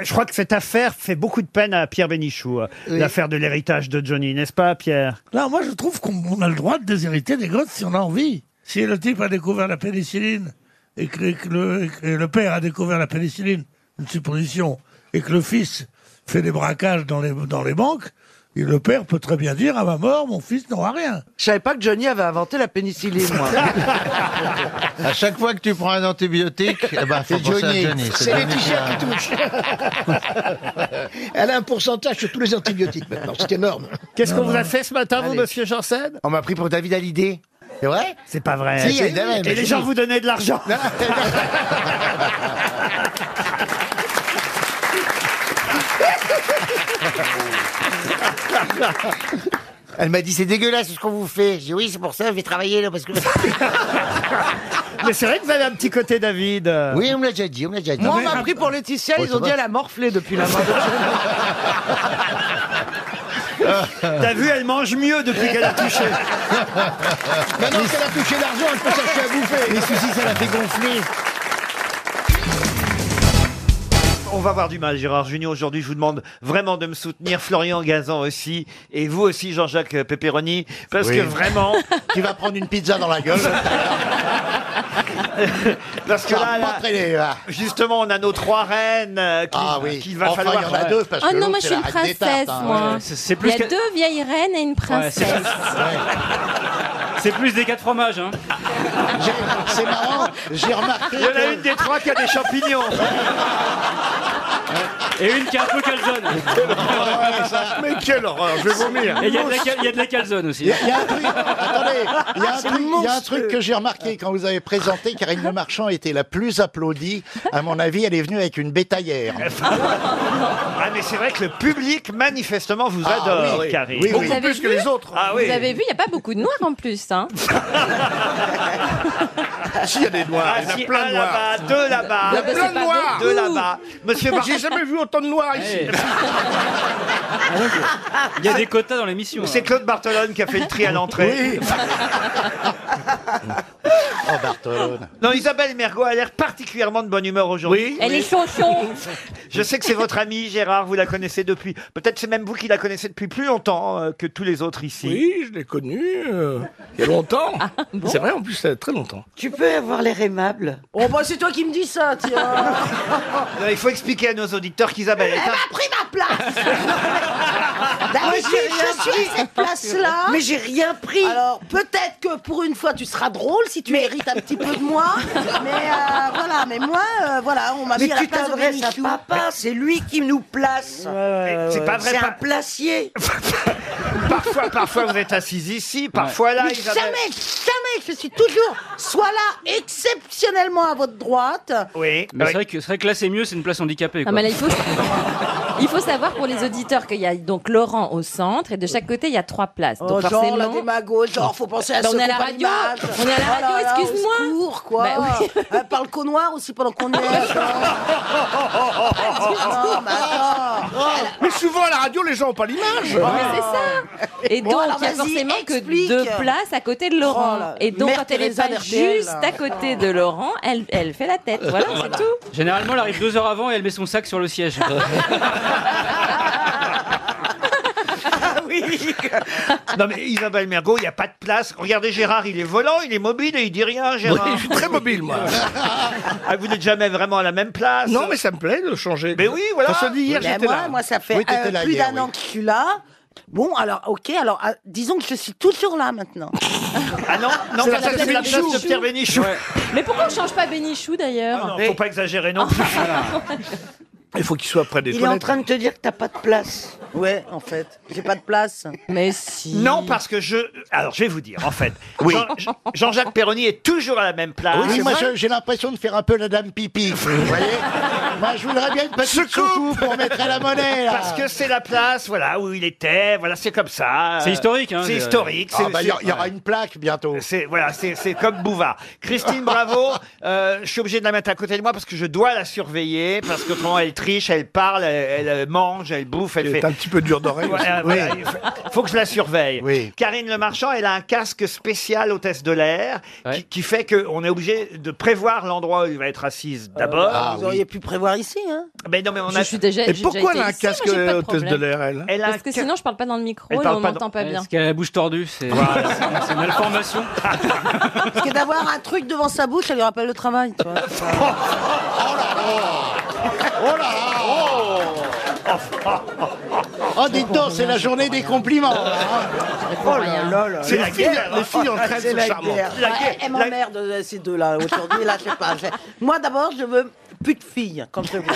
Speaker 1: Je crois que cette affaire fait beaucoup de peine à Pierre Bénichou, euh,
Speaker 15: Oui.
Speaker 1: l'affaire de l'héritage de Johnny, n'est-ce pas, Pierre
Speaker 15: Là, moi, je trouve qu'on on a le droit de déshériter des gosses si on a envie. Si le type a découvert la pénicilline et que, et que le, et que le père a découvert la pénicilline, une supposition, et que le fils fait des braquages dans les, dans les banques, et le père peut très bien dire à ma mort, mon fils n'aura rien.
Speaker 14: Je savais pas que Johnny avait inventé la pénicilline, moi.
Speaker 10: À chaque fois que tu prends un antibiotique, eh ben, faut
Speaker 14: C'est
Speaker 10: penser
Speaker 14: Johnny.
Speaker 10: à Johnny.
Speaker 23: C'est les
Speaker 10: Johnny
Speaker 23: t-shirts
Speaker 10: a-
Speaker 23: qui touchent. Elle a un pourcentage sur tous les antibiotiques maintenant, c'est énorme.
Speaker 1: Qu'est-ce qu'on vous a fait ce matin, vous, monsieur Janssen
Speaker 5: On m'a pris pour David Hallyday. C'est vrai
Speaker 1: C'est pas vrai.
Speaker 5: Si,
Speaker 1: Et
Speaker 5: évidemment, mais
Speaker 1: les
Speaker 5: si.
Speaker 1: gens vous donnaient de l'argent.
Speaker 5: Elle m'a dit c'est dégueulasse ce qu'on vous fait. J'ai dit oui c'est pour ça je vais travailler là parce que.
Speaker 1: Mais c'est vrai que vous avez un petit côté David.
Speaker 5: Oui on me l'a déjà dit, on me l'a déjà dit.
Speaker 14: Moi, on m'a pris pour Laetitia,
Speaker 5: Bon,
Speaker 14: ils
Speaker 5: ça
Speaker 14: ont dit
Speaker 5: va.
Speaker 14: elle a morflé depuis la mort de Johnny.
Speaker 1: T'as vu, elle mange mieux depuis qu'elle a touché.
Speaker 23: Maintenant qu'elle a touché l'argent, elle peut chercher à bouffer.
Speaker 5: Les soucis ça l'a fait gonfler.
Speaker 1: on va avoir du mal, Gérard Junior. Aujourd'hui, je vous demande vraiment de me soutenir. Florian Gazan aussi. Et vous aussi, Jean-Jacques Pepperoni. Parce
Speaker 23: Oui.
Speaker 1: que vraiment.
Speaker 23: Tu vas prendre une pizza dans la gueule.
Speaker 1: Parce que
Speaker 23: Ça va
Speaker 1: là,
Speaker 23: pas
Speaker 1: là,
Speaker 23: traîner, là.
Speaker 1: justement, on a nos trois reines euh, qui,
Speaker 23: Ah oui.
Speaker 1: qu'il va
Speaker 23: Enfin,
Speaker 1: falloir.
Speaker 23: il y en a deux, parce
Speaker 8: Ah non, moi je suis une princesse,
Speaker 23: hein.
Speaker 1: hein.
Speaker 8: moi.
Speaker 4: C'est- c'est plus
Speaker 8: Il y a
Speaker 4: que-
Speaker 8: deux vieilles reines et une princesse.
Speaker 4: C'est plus des quatre fromages. Hein.
Speaker 23: C'est marrant, j'ai remarqué.
Speaker 4: Il y en a
Speaker 23: que-
Speaker 4: une
Speaker 1: des trois qui a des champignons.
Speaker 4: Et une qui a un peu calzone.
Speaker 23: Mais quelle horreur, je vais vomir.
Speaker 4: Et il y a de la cal- il y a de la calzone aussi.
Speaker 23: Il y a- il y a un truc- attendez, il y a un
Speaker 4: C'est
Speaker 23: truc- il y a un
Speaker 4: monstrueux.
Speaker 23: truc que j'ai remarqué quand vous avez présenté, Karine Le Marchand était la plus applaudie. À mon avis, elle est venue avec une bétaillère.
Speaker 1: Ah, mais c'est vrai que le public, manifestement, vous
Speaker 23: Ah
Speaker 1: adore,
Speaker 23: oui.
Speaker 1: Karine.
Speaker 23: Oui, oui.
Speaker 8: Vous avez vu
Speaker 1: Ah oui.
Speaker 8: Vous avez vu, il n'y a pas beaucoup de noirs en plus. Hein.
Speaker 1: S'il y a des noirs,
Speaker 23: Ah, il y en a
Speaker 1: Ah, si,
Speaker 23: plein
Speaker 1: un
Speaker 23: de
Speaker 1: là-bas, deux là-bas.
Speaker 4: Ah,
Speaker 23: Il y a plein de noirs.
Speaker 1: Deux là-bas. Monsieur Bar-
Speaker 23: J'ai jamais vu autant de noirs ici.
Speaker 4: Ah, Il y a des quotas dans l'émission. hein.
Speaker 1: C'est Claude Bartolone qui a fait le tri à l'entrée.
Speaker 23: Oh, Bartolone.
Speaker 1: Non, Isabelle Mergot a l'air particulièrement de bonne humeur aujourd'hui.
Speaker 8: Elle est chonchon.
Speaker 1: Je sais que c'est votre amie, Gérard, vous la connaissez depuis. Peut-être c'est même vous qui la connaissez depuis plus longtemps euh, que tous les autres ici.
Speaker 24: Oui, je l'ai connue euh, il y a longtemps.
Speaker 1: Ah,
Speaker 24: C'est vrai, en plus, ça a très longtemps.
Speaker 3: Tu peux avoir l'air aimable. Oh, bah, c'est toi qui me dis ça, tiens.
Speaker 1: Alors, il faut expliquer à nos auditeurs qu'Isabelle est un-
Speaker 3: pris ma place.
Speaker 1: Moi,
Speaker 3: mais
Speaker 1: j'ai
Speaker 3: si,
Speaker 1: rien
Speaker 3: je suis
Speaker 1: pris.
Speaker 3: à cette place-là.
Speaker 1: Mais j'ai
Speaker 3: rien pris. Alors, peut-être que pour une fois, tu seras drôle si tu hérites un petit peu de moi. Mais euh, voilà, mais moi, euh, voilà, on m'a Mais mis à la tu place de t'adresses à Bénichou. papa, c'est lui qui nous place.
Speaker 1: C'est pas vrai,
Speaker 3: C'est
Speaker 1: pas-
Speaker 3: un placier.
Speaker 1: Parfois, parfois vous êtes assise ici, parfois là,
Speaker 3: Mais
Speaker 1: Isabelle.
Speaker 3: jamais, jamais, je suis toujours soit là exceptionnellement à votre droite.
Speaker 1: Oui.
Speaker 4: Mais c'est vrai, que- c'est vrai que là, c'est mieux, c'est une place handicapée.
Speaker 8: Ah,
Speaker 4: Quoi.
Speaker 8: mais là, il, faut... il faut savoir pour les auditeurs qu'il y a donc Laurent au centre et de chaque côté, il y a trois places.
Speaker 3: Oh,
Speaker 8: Donc
Speaker 3: genre,
Speaker 8: forcément.
Speaker 3: la démago, genre, faut penser à
Speaker 8: Bah,
Speaker 3: ceux
Speaker 8: on est à
Speaker 3: qui
Speaker 8: la
Speaker 3: ont pas
Speaker 8: radio.
Speaker 3: d'image.
Speaker 8: On est à la
Speaker 3: Oh là
Speaker 8: radio,
Speaker 3: là, au
Speaker 8: excuse-moi.
Speaker 3: secours, quoi.
Speaker 8: Bah oui.
Speaker 3: Euh, parle qu'au noir aussi pendant qu'on y est. Oh, genre. Non, mais attends.
Speaker 23: Ah, Mais souvent à la radio, les gens n'ont pas l'image.
Speaker 8: Oh, Mais Ah, c'est ça Et
Speaker 3: Bon,
Speaker 8: donc,
Speaker 3: alors,
Speaker 8: il y a
Speaker 3: vas-y,
Speaker 8: forcément que
Speaker 3: explique.
Speaker 8: deux places à côté de Laurent.
Speaker 3: Oh là,
Speaker 8: et donc,
Speaker 3: Mère
Speaker 8: quand elle est
Speaker 3: Teresa
Speaker 8: pas
Speaker 3: d'RTL.
Speaker 8: juste à côté de Laurent, elle, elle fait la tête. Voilà, c'est tout.
Speaker 4: Généralement, elle arrive deux heures avant et elle met son sac sur le siège.
Speaker 1: Ah oui Non mais Isabelle Mergot, il n'y a pas de place. Regardez Gérard, il est volant, il est mobile et il dit rien, Gérard.
Speaker 24: Oui, je suis très mobile, moi.
Speaker 1: Ah, vous n'êtes jamais vraiment à la même place.
Speaker 24: Non, mais ça me plaît de changer.
Speaker 1: Mais oui, voilà.
Speaker 24: On se dit hier,
Speaker 3: Mais
Speaker 24: j'étais
Speaker 3: moi,
Speaker 24: là.
Speaker 3: Moi, ça fait
Speaker 24: Oui, t'étais
Speaker 3: euh,
Speaker 24: là
Speaker 3: plus
Speaker 24: hier,
Speaker 3: d'un
Speaker 24: oui.
Speaker 3: an que je suis là. Bon, alors, ok, alors, ah, disons que je suis toujours là maintenant.
Speaker 1: Ah non, non,
Speaker 3: C'est
Speaker 1: parce
Speaker 3: la
Speaker 1: que
Speaker 3: place
Speaker 1: c'est la
Speaker 3: Bénichou.
Speaker 1: place de Pierre Bénichou.
Speaker 8: Mais pourquoi on change pas Bénichou
Speaker 3: Ah,
Speaker 8: d'ailleurs
Speaker 1: Non, faut pas exagérer non plus.
Speaker 23: Ah.
Speaker 24: Il faut qu'il soit près des
Speaker 3: Il est en
Speaker 24: toilettes.
Speaker 3: train de te dire que t'as pas de place. Ouais, en fait. J'ai pas de place.
Speaker 8: Mais si.
Speaker 1: Non, parce que je. Alors, je vais vous dire, en fait. Jean- Jean-Jacques Perroni est toujours à la même place.
Speaker 23: Ah oui, moi je- j'ai l'impression de faire un peu la dame pipi. Vous voyez Moi je voudrais bien une petite soucoupe pour mettre à la monnaie. là.
Speaker 1: Parce que c'est la place, voilà, où il était, voilà, c'est comme ça.
Speaker 4: Euh,
Speaker 24: C'est historique, hein,
Speaker 1: C'est
Speaker 24: le-
Speaker 1: historique.
Speaker 23: Ah, bah, il y a- il y aura une plaque bientôt.
Speaker 1: C'est voilà, c'est c'est comme Bouvard. Christine Bravo, euh, je suis obligé de la mettre à côté de moi parce que je dois la surveiller parce que quand elle triche, elle parle, elle, elle mange, elle bouffe, elle
Speaker 24: Il
Speaker 1: fait.
Speaker 24: est un petit peu dur d'oreille.
Speaker 1: Ouais,
Speaker 24: aussi.
Speaker 1: voilà, il faut- faut que je la surveille. Karine Le Marchand, elle a un casque spécial hôtesse de l'air qui, qui fait qu'on est obligé de prévoir l'endroit où il va être assise
Speaker 18: Euh,
Speaker 1: d'abord.
Speaker 18: ah
Speaker 3: vous auriez pu prévoir ici, hein
Speaker 1: Mais non, mais on
Speaker 3: Je
Speaker 1: a.
Speaker 3: suis déjà- Et j'ai déjà pourquoi été elle a un ici, moi, casque, j'ai
Speaker 1: euh,
Speaker 3: pas de
Speaker 24: hôtesse de l'air, elle
Speaker 1: a
Speaker 8: Parce
Speaker 1: un
Speaker 8: que
Speaker 1: ca-
Speaker 8: sinon, je parle pas dans Oh, le micro
Speaker 1: Elle
Speaker 8: et
Speaker 1: parle
Speaker 8: on
Speaker 1: pas dans-
Speaker 8: m'entend pas
Speaker 1: Ouais,
Speaker 8: bien.
Speaker 4: Parce qu'elle a la bouche tordue, c'est c'est une malformation.
Speaker 3: Parce que d'avoir un truc devant sa bouche, ça lui rappelle le travail, tu vois.
Speaker 23: Oh là là Oh, dites donc, c'est la journée des compliments. hein.
Speaker 3: Oh là là là.
Speaker 23: C'est la guerre.
Speaker 24: les filles en train de
Speaker 3: C'est
Speaker 24: se
Speaker 3: la
Speaker 24: charmantes.
Speaker 3: guerre.
Speaker 24: La
Speaker 3: Ouais,
Speaker 24: guerre,
Speaker 3: Elles
Speaker 24: la-
Speaker 3: m'emmerdent, euh, ces deux-là, aujourd'hui, là, je sais pas. je- Moi, d'abord, je veux plus de filles, quand je vois.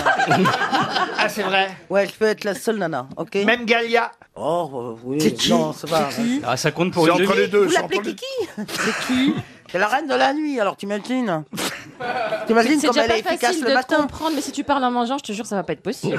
Speaker 1: Ah, c'est vrai.
Speaker 3: Ouais, je peux être la seule nana, ok
Speaker 1: Même Galia.
Speaker 3: Oh, euh, oui. C'est qui Non, ça va. C'est qui
Speaker 4: Ah, ça compte pour
Speaker 24: C'est
Speaker 4: une
Speaker 24: entre
Speaker 4: demi.
Speaker 24: les deux,
Speaker 3: Vous l'appelez Kiki C'est qui C'est la reine de la nuit, alors t'imagines T'imagines
Speaker 8: C'est
Speaker 3: comme
Speaker 8: déjà
Speaker 3: elle est
Speaker 8: pas
Speaker 3: efficace
Speaker 8: facile
Speaker 3: le
Speaker 8: de te
Speaker 3: matin
Speaker 8: comprendre, mais si tu parles en mangeant, je te jure, ça va pas être possible.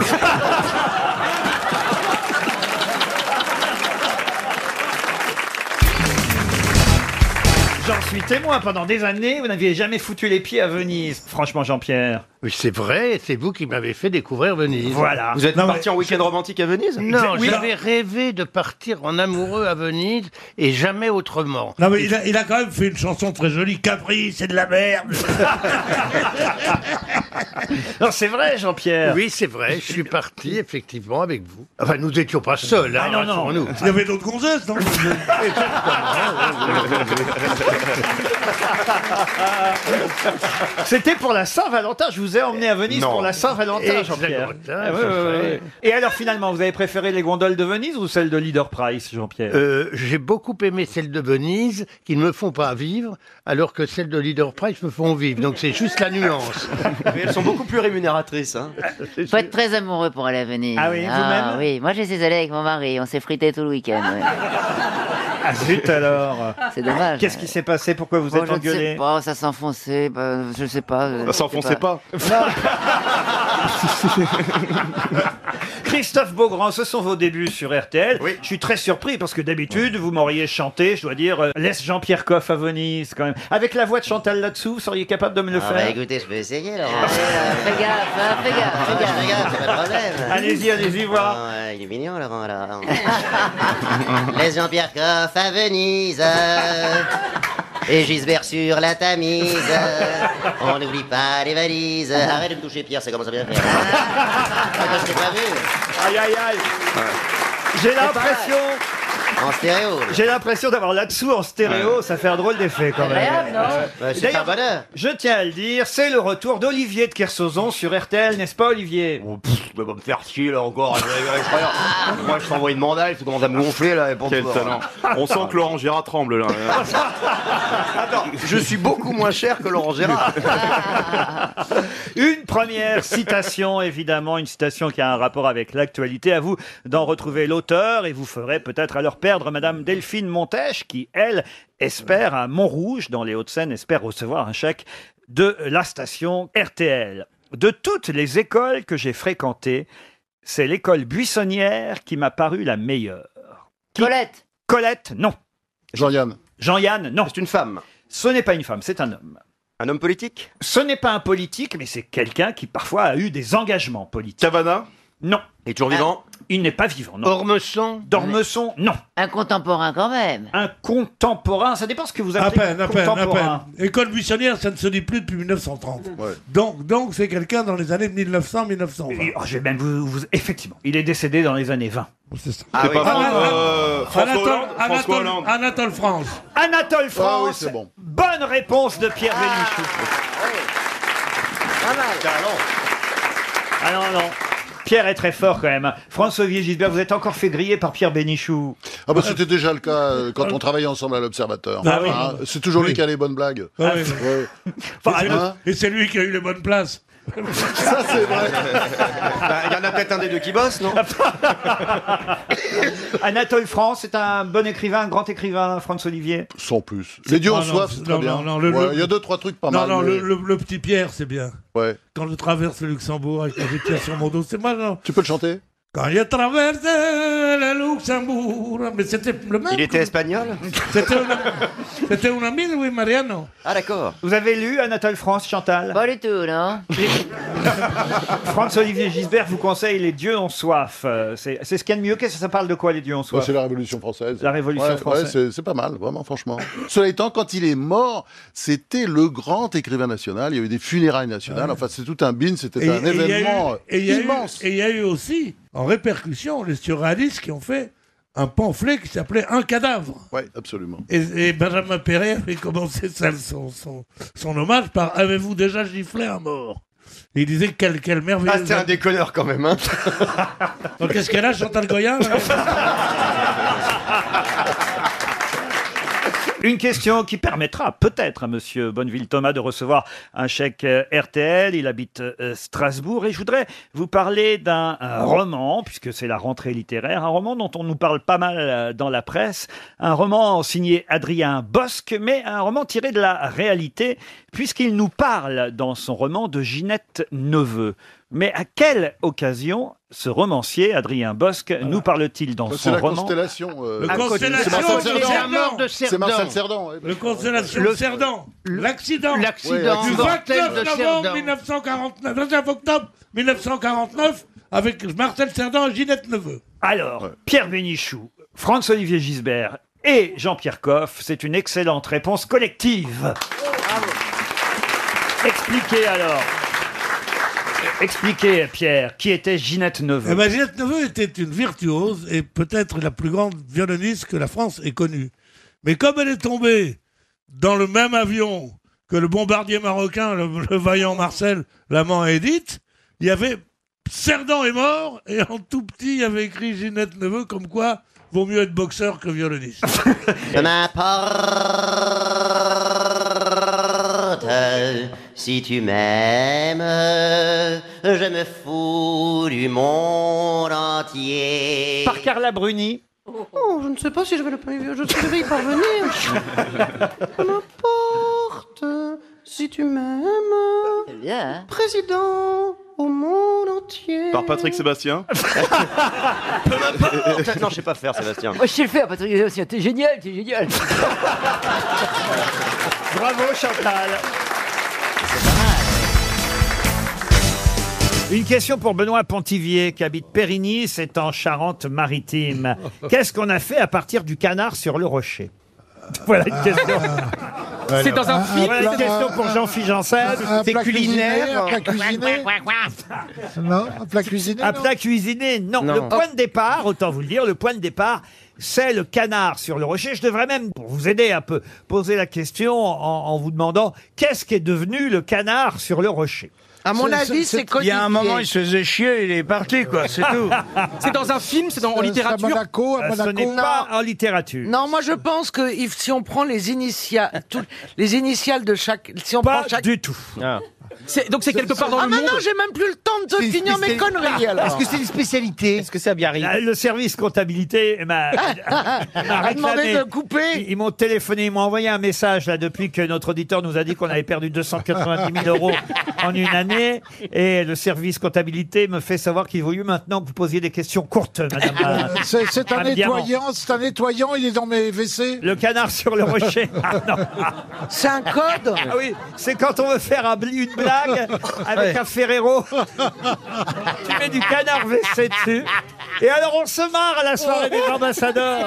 Speaker 1: J'en suis témoin. Pendant des années, vous n'aviez jamais foutu les pieds à Venise. Franchement, Jean-Pierre.
Speaker 18: Mais c'est vrai, c'est vous qui m'avez fait découvrir Venise.
Speaker 1: Voilà.
Speaker 18: Vous êtes
Speaker 1: Non,
Speaker 18: parti
Speaker 1: mais-
Speaker 18: en week-end romantique à Venise
Speaker 1: Non,
Speaker 18: Non,
Speaker 1: j'avais
Speaker 18: j'avais rêvé de partir en amoureux à Venise et jamais autrement.
Speaker 15: Non, mais il a, il a quand même fait une chanson très jolie. Capri, c'est de la merde.
Speaker 1: Non, c'est vrai, Jean-Pierre.
Speaker 18: Oui, c'est vrai, je suis parti effectivement avec vous. Enfin, nous n'étions pas seuls, hein,
Speaker 15: Ah, non, non.
Speaker 18: rassurons-nous.
Speaker 15: Il y avait d'autres gonzesses, non
Speaker 1: C'était pour la Saint-Valentin. Je vous ai emmené à Venise
Speaker 18: Non.
Speaker 1: pour la Saint-Valentin,
Speaker 18: Et
Speaker 1: Jean-Pierre.
Speaker 18: Saint-Valentin,
Speaker 1: Ah, ouais,
Speaker 18: ça
Speaker 1: ouais,
Speaker 18: fait-
Speaker 1: ouais. Et alors, finalement, vous avez préféré les gondoles de Venise ou celles de Leader Price, Jean-Pierre
Speaker 18: Euh, J'ai beaucoup aimé celles de Venise qui ne me font pas vivre, alors que celles de Leader Price me font vivre. Donc c'est juste la nuance.
Speaker 11: Mais elles sont beaucoup plus rémunératrices. Hein.
Speaker 25: Faut être très amoureux pour aller à Venise.
Speaker 11: Ah oui, vous-même
Speaker 25: Oui, moi je suis allé avec mon mari, on s'est frité tout le week-end. ouais.
Speaker 1: Ah zut alors
Speaker 25: Ah, C'est dommage.
Speaker 1: Qu'est-ce qui s'est passé Pourquoi vous
Speaker 25: Bon,
Speaker 1: êtes
Speaker 25: je ne sais
Speaker 1: engueulé
Speaker 25: pas, ça s'enfonçait, bah, je ne sais pas. je- je sais
Speaker 1: s'enfonçait Christophe Beaugrand, ce sont vos débuts sur RTL. Je suis très surpris parce que d'habitude, vous m'auriez chanté, je dois dire, euh, Laisse Jean-Pierre Coff à Venise quand même. Avec la voix de Chantal là-dessous, vous seriez capable de me le
Speaker 25: Ah,
Speaker 1: faire
Speaker 25: bah,
Speaker 1: écoutez, je vais essayer là.
Speaker 25: Fais gaffe, hein, fais gaffe, fais gaffe.
Speaker 1: Allez-y, allez-y, voir.
Speaker 25: Ah, il est mignon, Laurent, là. Les Jean-Pierre Coff à Venise. euh, Et Gisbert sur la Tamise. euh, On n'oublie pas les valises. Arrête de me toucher, Pierre, ça commence à bien faire. Ah, je t'ai pas vu.
Speaker 1: Aïe, aïe, aïe. J'ai l'impression.
Speaker 25: En stéréo. là.
Speaker 1: J'ai l'impression d'avoir là-dessous en stéréo, ça fait un drôle d'effet quand même.
Speaker 25: Agréable, non Ouais, c'est
Speaker 1: D'ailleurs,
Speaker 25: un bonheur.
Speaker 1: Je tiens à le dire, c'est le retour d'Olivier de Kersauzon sur RTL, n'est-ce pas Olivier
Speaker 4: Oh,
Speaker 11: Je vais pas me faire chier là encore. Je vais rigoler, je crois. Moi je t'envoie une mandale, tu commences à me gonfler là. et pour
Speaker 26: Quel
Speaker 11: toi.
Speaker 26: talent. On sent que Laurent Gérard tremble là.
Speaker 11: Attends, je suis beaucoup moins cher que Laurent Gérard.
Speaker 1: Une première citation, évidemment, une citation qui a un rapport avec l'actualité. À vous d'en retrouver l'auteur et vous ferez peut-être alors perdre Madame Delphine Montèche qui, elle, espère à Montrouge, dans les Hauts-de-Seine, espère recevoir un chèque de la station RTL. De toutes les écoles que j'ai fréquentées, c'est l'école buissonnière qui m'a paru la meilleure. Colette Colette, non. Jean-Yann Jean-Yann, non. C'est une femme Ce n'est pas une femme, c'est un homme. Un homme politique Ce n'est pas un politique, mais c'est quelqu'un qui parfois a eu des engagements politiques. Cavana Non. Il est toujours vivant Il n'est pas vivant, non. Ormesson D'Ormesson, non.
Speaker 25: Un contemporain quand même.
Speaker 1: Un contemporain, ça dépend ce que vous
Speaker 15: À
Speaker 1: appelez
Speaker 15: peine, à peine, à
Speaker 1: contemporain.
Speaker 15: peine. École buissonnière, ça ne se dit plus depuis 1930. Donc, donc c'est quelqu'un dans les années 1900, 1920.
Speaker 1: Oh, je vais même vous, vous- Effectivement, il est décédé dans les années 20.
Speaker 15: C'est ça.
Speaker 1: Ah oui.
Speaker 15: Anatole-
Speaker 1: Euh, François
Speaker 15: ah. Anatole-
Speaker 1: Hollande, François
Speaker 15: Anatole-
Speaker 1: Hollande.
Speaker 15: Anatole France.
Speaker 1: Anatole France.
Speaker 15: Ah oui, c'est bon.
Speaker 1: Bonne réponse de Pierre Bénichou. Ah non, non. Pierre est très fort quand même. François-Olivier Gisbert, vous êtes encore fait griller par Pierre Bénichou.
Speaker 9: Ah bah c'était déjà le cas euh, quand on travaillait ensemble à l'Observateur.
Speaker 15: Ah oui.
Speaker 9: Hein, c'est toujours lui qui a les bonnes blagues.
Speaker 15: Ah oui.
Speaker 9: Ouais.
Speaker 15: Enfin,
Speaker 9: Hein
Speaker 15: alors- et c'est lui qui a eu les bonnes places.
Speaker 9: Ça c'est vrai.
Speaker 11: Bah, Il y en a peut-être un des deux qui bosse, non
Speaker 1: Euh, Anatole France est un bon écrivain, un grand écrivain, François-Olivier.
Speaker 9: Sans plus. Les dieux
Speaker 15: Non,
Speaker 9: en
Speaker 15: non,
Speaker 9: soif, c'est
Speaker 15: non,
Speaker 9: très
Speaker 15: non,
Speaker 9: bien.
Speaker 15: non, le-
Speaker 9: Ouais,
Speaker 15: le-
Speaker 9: Il y a deux, trois trucs pas
Speaker 15: non,
Speaker 9: mal.
Speaker 15: non,
Speaker 9: mais-
Speaker 15: le, le- le petit Pierre, c'est bien.
Speaker 9: Ouais.
Speaker 15: Quand je traverse le Luxembourg avec la Pierre sur mon dos, c'est moi, non
Speaker 9: Tu peux le chanter
Speaker 15: Quand je traverse le Luxembourg. Mais c'était le même.
Speaker 11: Il était espagnol
Speaker 15: C'était un, c'était un ami de Louis Mariano.
Speaker 1: Ah d'accord. Vous avez lu Anatole France, Chantal
Speaker 25: Pas du tout, non
Speaker 1: François-Olivier Gisbert vous conseille Les dieux ont soif. Euh, C'est c'est ce qu'il y a de mieux. Qu'est-ce que ça parle de quoi, Les dieux ont
Speaker 9: Bah,
Speaker 1: soif
Speaker 9: c'est la Révolution française.
Speaker 1: La Révolution
Speaker 9: Ouais,
Speaker 1: française.
Speaker 9: ouais, c'est- c'est pas mal, vraiment, franchement. Cela étant, quand il est mort, c'était le grand écrivain national. Il y a eu des funérailles
Speaker 15: Ah
Speaker 9: nationales. Enfin, c'est tout un bin. C'était un
Speaker 15: il y a eu-
Speaker 9: événement
Speaker 15: et il y a eu-
Speaker 9: immense.
Speaker 15: et il y a eu aussi, en répercussion, les surréalistes qui ont fait un pamphlet qui s'appelait Un cadavre.
Speaker 9: Oui, absolument.
Speaker 15: Et, et Benjamin Perret avait commencé sa- son, son- son hommage par Avez-vous déjà giflé un mort Et il disait Quel, quel merveilleux.
Speaker 11: Ah, c'était un déconneur quand même. Hein.
Speaker 15: Donc, qu'est-ce qu'elle a, Chantal Goya là
Speaker 1: Une question qui permettra peut-être à Monsieur Bonneville Thomas de recevoir un chèque euh, RTL. Il habite euh, Strasbourg et je voudrais vous parler d'un euh, roman, puisque c'est la rentrée littéraire, un roman dont on nous parle pas mal euh, dans la presse, un roman signé Adrien Bosque, mais un roman tiré de la réalité, puisqu'il nous parle dans son roman de Ginette Neveu. Mais à quelle occasion ce romancier, Adrien Bosque, nous parle-t-il dans
Speaker 9: C'est
Speaker 1: son
Speaker 9: la
Speaker 1: roman
Speaker 9: Constellation. euh,
Speaker 15: Le
Speaker 9: à côté.
Speaker 15: Constellation,
Speaker 9: C'est Marcel
Speaker 15: c'est la
Speaker 9: Cerdan.
Speaker 15: mort de
Speaker 9: C'est
Speaker 15: Cerdan.
Speaker 9: Marcel Cerdan. ouais.
Speaker 15: Le Constellation
Speaker 9: Le-
Speaker 15: Cerdan. L'accident.
Speaker 9: l'accident
Speaker 15: du
Speaker 9: mortel
Speaker 15: 29
Speaker 9: de
Speaker 15: novembre
Speaker 9: Cerdan.
Speaker 15: 1949. 29 octobre 1949 avec Marcel Cerdan et Ginette Neveu.
Speaker 1: Alors, Pierre Bénichou, Franz-Olivier Gisbert et Jean-Pierre Coff, c'est une excellente réponse collective. Expliquez alors. Expliquez, Pierre, qui était Ginette Neveu
Speaker 15: Eh ben, Ginette Neveu était une virtuose et peut-être la plus grande violoniste que la France ait connue. Mais comme elle est tombée dans le même avion que le bombardier marocain, le, le vaillant Marcel, l'amant à Edith, il y avait Cerdan est mort et en tout petit, il y avait écrit Ginette Neveu comme quoi vaut mieux être boxeur que violoniste.
Speaker 25: de ma porte. Si tu m'aimes, je me fous du monde entier.
Speaker 1: Par Carla Bruni.
Speaker 3: Oh, je ne sais pas si je vais, le, je sais que je vais y parvenir. Porte, si tu m'aimes. Président au monde entier.
Speaker 26: Par Patrick Sébastien
Speaker 11: Non, je sais pas faire, Sébastien.
Speaker 25: Oh,
Speaker 12: Moi, je sais le faire, Patrick Sébastien. T'es génial, t'es génial.
Speaker 1: Bravo, Chantal. Une question pour Benoît Pontivier qui habite Périgny, c'est en Charente-Maritime. Qu'est-ce qu'on a fait à partir du canard sur le rocher Voilà une question.
Speaker 27: C'est dans un film,
Speaker 1: Voilà une
Speaker 27: c'est-
Speaker 1: question pour Jean-Philippe Janssen.
Speaker 27: Un- un
Speaker 1: C'est
Speaker 27: plat culinaire,
Speaker 1: culinaire.
Speaker 27: un plat cuisiné.
Speaker 1: Non, un plat cuisiné. Un plat cuisiné, non.
Speaker 27: Non.
Speaker 1: Le point de départ, autant vous le dire, le point de départ, c'est le canard sur le rocher. Je devrais même, pour vous aider un peu, poser la question en, en vous demandant qu'est-ce qui est devenu le canard sur le rocher
Speaker 14: À mon avis, c'est
Speaker 1: connu.
Speaker 14: Il y a un moment, il se
Speaker 1: faisait chier, il est parti, quoi,
Speaker 14: c'est tout.
Speaker 27: C'est dans un film, c'est dans- en
Speaker 14: C'est- c'est à
Speaker 27: littérature
Speaker 14: Monaco, à
Speaker 1: Euh, Ce
Speaker 14: Monaco.
Speaker 1: n'est pas en littérature.
Speaker 14: Non, moi je pense que if- si on prend les initiales, tout- les initiales de chaque, si on prend chaque.
Speaker 1: du tout.
Speaker 27: Donc c'est quelque part dans
Speaker 14: ah,
Speaker 27: le
Speaker 14: mais
Speaker 27: monde.
Speaker 14: non, j'ai même plus le temps de te finir mes conneries alors.
Speaker 1: une spécialité Est-ce que c'est à Biarritz Ah, Le service comptabilité m'a m'a
Speaker 14: A demandé
Speaker 1: réclamé.
Speaker 14: de couper.
Speaker 1: Ils, ils m'ont téléphoné, ils m'ont envoyé un message là depuis que notre auditeur nous a dit qu'on avait perdu 290 000 euros en une année. Et le service comptabilité me fait savoir qu'il vaut mieux maintenant que vous posiez des questions courtes, madame. euh,
Speaker 27: C'est c'est un
Speaker 1: madame Diamant.
Speaker 27: nettoyant, c'est un nettoyant, il est dans mes WC.
Speaker 1: Le canard sur le rocher. Ah, non.
Speaker 14: C'est un code
Speaker 1: Ah oui, c'est quand on veut faire un bli- une blague
Speaker 27: Ouais.
Speaker 1: avec un Ferrero. tu mets du canard WC dessus. Et alors on se marre à la soirée des ambassadeurs.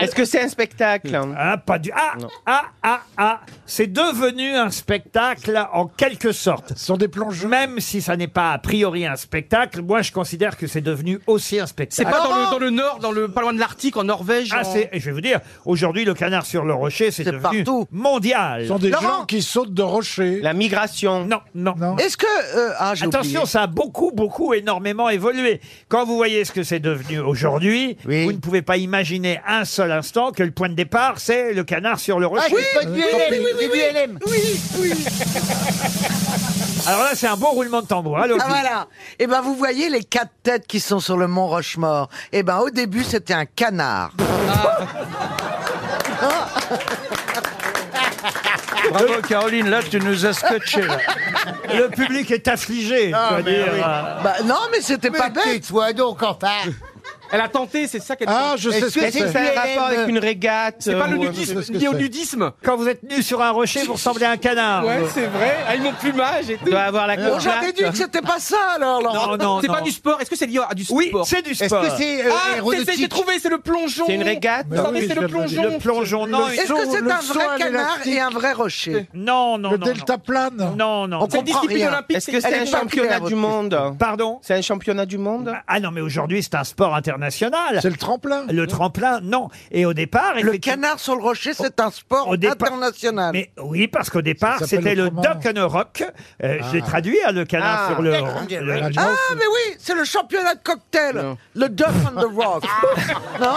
Speaker 16: Est-ce que c'est un spectacle
Speaker 1: Ah, pas du. Ah, ah, ah, ah. C'est devenu un spectacle en quelque sorte. Ce sont des plonges. Même si ça n'est pas a priori un spectacle, moi je considère que c'est devenu aussi un
Speaker 27: C'est
Speaker 1: spectacle.
Speaker 27: pas dans le, dans le nord, dans le pas loin de l'Arctique, en Norvège.
Speaker 1: Ah,
Speaker 27: en-
Speaker 1: c'est- je vais vous dire, aujourd'hui, le canard sur le rocher, c'est devenu mondial.
Speaker 27: Ce sont des Laurent gens
Speaker 1: qui sautent de rocher.
Speaker 27: La migration.
Speaker 1: Non, non.
Speaker 14: Est-ce que... euh, Ah,
Speaker 1: Attention, ça a beaucoup, beaucoup, énormément évolué. Quand vous voyez ce que c'est devenu aujourd'hui, vous ne pouvez pas imaginer un seul instant que le point de départ, c'est le canard sur le
Speaker 5: Ah,
Speaker 1: rocher.
Speaker 14: Oui, oui.
Speaker 1: Alors là, c'est un bon roulement de tambour. hein, l'autre.
Speaker 14: Ah voilà. Et ben vous voyez les quatre têtes qui sont sur le mont Rochemort. Et ben au début c'était un canard.
Speaker 27: Bravo Caroline, là tu nous as scotché.
Speaker 1: Le public est affligé.
Speaker 27: Ah,
Speaker 1: faut
Speaker 27: mais
Speaker 1: dire.
Speaker 27: oui.
Speaker 14: Bah non mais c'était pas
Speaker 27: Mais
Speaker 14: bête.
Speaker 27: tais-toi donc enfin. Elle a tenté, c'est ça qu'elle Ah, je sais ce que c'est. un rapport Est-ce que avec une régate C'est pas le euh, nudisme, je sais ce que lié au c'est. nudisme.
Speaker 1: Quand vous êtes nu sur un rocher, vous ressemblez à un canard.
Speaker 27: Ouais, c'est vrai. Avec mon plumage et tout. Doit avoir la
Speaker 14: Bon, J'avais dit que c'était pas ça alors.
Speaker 27: Non,
Speaker 14: Laurent.
Speaker 27: non, C'est pas du sport. Est-ce que c'est lié à du sport
Speaker 1: Oui, c'est du sport.
Speaker 4: euh,
Speaker 27: ah, c'est- J'ai trouvé, c'est le plongeon.
Speaker 1: C'est une régate
Speaker 27: Attendez,
Speaker 1: Bah oui,
Speaker 27: c'est le
Speaker 1: je viens de le
Speaker 27: plongeon.
Speaker 1: dire. Le plongeon, non, Le il-
Speaker 14: Est-ce
Speaker 1: saut-
Speaker 14: que c'est
Speaker 1: le
Speaker 14: un
Speaker 1: saut à
Speaker 14: vrai canard
Speaker 1: l'élastique.
Speaker 14: et un vrai rocher
Speaker 1: Non, non,
Speaker 27: Le
Speaker 1: non.
Speaker 27: deltaplane.
Speaker 1: Non, non.
Speaker 27: On C'est le comprend discipline rien. olympique,
Speaker 1: Est-ce
Speaker 27: c'est- elle est pas claire, votre
Speaker 1: Pardon C'est un championnat du monde Ah non, mais aujourd'hui, c'est un sport international. C'est le tremplin Le tremplin, non. Et au départ... Le
Speaker 14: canard sur le rocher, c'est un sport international.
Speaker 1: Mais oui, parce qu'au départ,
Speaker 14: Ça s'appelle
Speaker 1: c'était le
Speaker 14: autrement.
Speaker 1: duck and a rock. Euh,
Speaker 14: Ah.
Speaker 1: J'ai traduit hein, le canard sur le... le-
Speaker 14: Ah, mais oui, c'est le championnat de cocktail. Le Duck on the Rock. non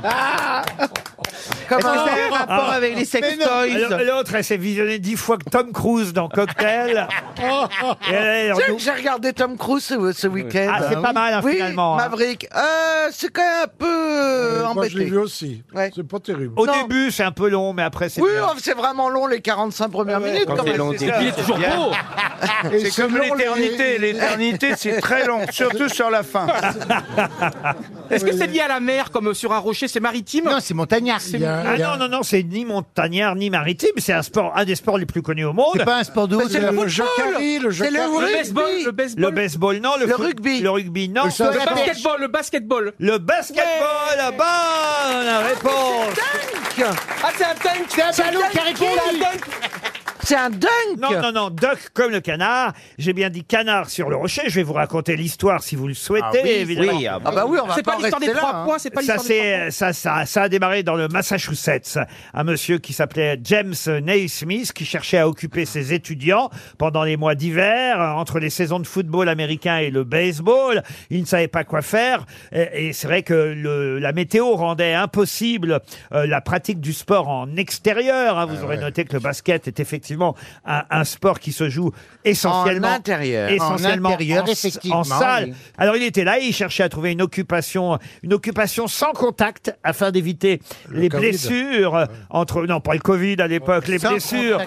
Speaker 1: Comment
Speaker 27: Ah. Est-ce que ça a un
Speaker 1: Ah.
Speaker 27: rapport avec les sex toys
Speaker 1: L'autre, elle s'est visionnée dix fois que Tom Cruise dans Cocktail. Et elle,
Speaker 14: Tu sais que J'ai regardé Tom Cruise ce, ce week-end.
Speaker 1: Ah, c'est pas mal, hein,
Speaker 14: oui,
Speaker 1: finalement, hein.
Speaker 14: Maverick. Euh, c'est quand même un peu euh,
Speaker 1: moi,
Speaker 14: embêté.
Speaker 1: je l'ai vu
Speaker 14: aussi. C'est pas terrible.
Speaker 1: Au début, c'est un peu long, mais après, c'est
Speaker 14: Oui,
Speaker 1: bien.
Speaker 14: oh, c'est vraiment long les 45 premières minutes.
Speaker 1: Quand
Speaker 14: quand
Speaker 1: c'est
Speaker 14: même.
Speaker 1: long,
Speaker 14: C'est
Speaker 1: t'es-
Speaker 14: ça.
Speaker 1: il est toujours
Speaker 14: Bien.
Speaker 1: beau.
Speaker 14: Et
Speaker 19: C'est comme
Speaker 14: selon les-
Speaker 19: l'éternité. L'éternité, c'est très long, surtout sur la fin.
Speaker 27: Est-ce que c'est lié à la mer, comme sur un rocher, c'est maritime Non,
Speaker 19: c'est montagnard.
Speaker 27: C'est
Speaker 1: Ah non, non, non, c'est ni montagnard, ni maritime. C'est un sport, un des sports les plus connus au monde.
Speaker 19: C'est pas un sport de
Speaker 1: Mais
Speaker 19: haut,
Speaker 1: c'est
Speaker 19: le
Speaker 1: football.
Speaker 19: jacari, le
Speaker 1: C'est
Speaker 19: jacari.
Speaker 1: rugby.
Speaker 19: Le baseball, le baseball.
Speaker 1: Le baseball, non. Le,
Speaker 19: Le
Speaker 1: foot-
Speaker 19: rugby.
Speaker 1: Le rugby, non.
Speaker 19: Le saut à Le la perche.
Speaker 1: basketball, le basketball. Le basketball, la bonne réponse.
Speaker 27: Ah, c'est un tank
Speaker 1: C'est un
Speaker 27: ballon
Speaker 1: dunk,
Speaker 27: C'est un dunk
Speaker 1: C'est un dunk Non, non, non, duck comme le canard. J'ai bien dit canard sur le rocher. Je vais vous raconter l'histoire si vous le souhaitez,
Speaker 27: Ah oui,
Speaker 1: évidemment.
Speaker 27: oui, ah bah Ah bah oui, on va
Speaker 1: C'est
Speaker 27: pas en rester là, hein.
Speaker 1: ça,
Speaker 27: Ça,
Speaker 1: c'est, euh, ça, ça, ça a démarré dans le Massachusetts. Un monsieur qui s'appelait James Naismith, qui cherchait à occuper ses étudiants pendant les mois d'hiver, euh, entre les saisons de football américain et le baseball. Il ne savait pas quoi faire. Et, et c'est vrai que le- la météo rendait impossible euh, la pratique du sport en extérieur. hein.
Speaker 14: Ah
Speaker 1: Vous aurez noté que le basket est effectivement un, un sport qui se joue essentiellement
Speaker 14: En intérieur.
Speaker 1: essentiellement
Speaker 14: En intérieur,
Speaker 1: s-
Speaker 14: effectivement,
Speaker 1: en salle.
Speaker 14: oui.
Speaker 1: Alors il était là, et il cherchait à trouver une occupation, une occupation sans contact afin d'éviter les
Speaker 19: Covid.
Speaker 1: blessures euh, entre non pas le Covid à l'époque, les
Speaker 19: Sans
Speaker 1: blessures.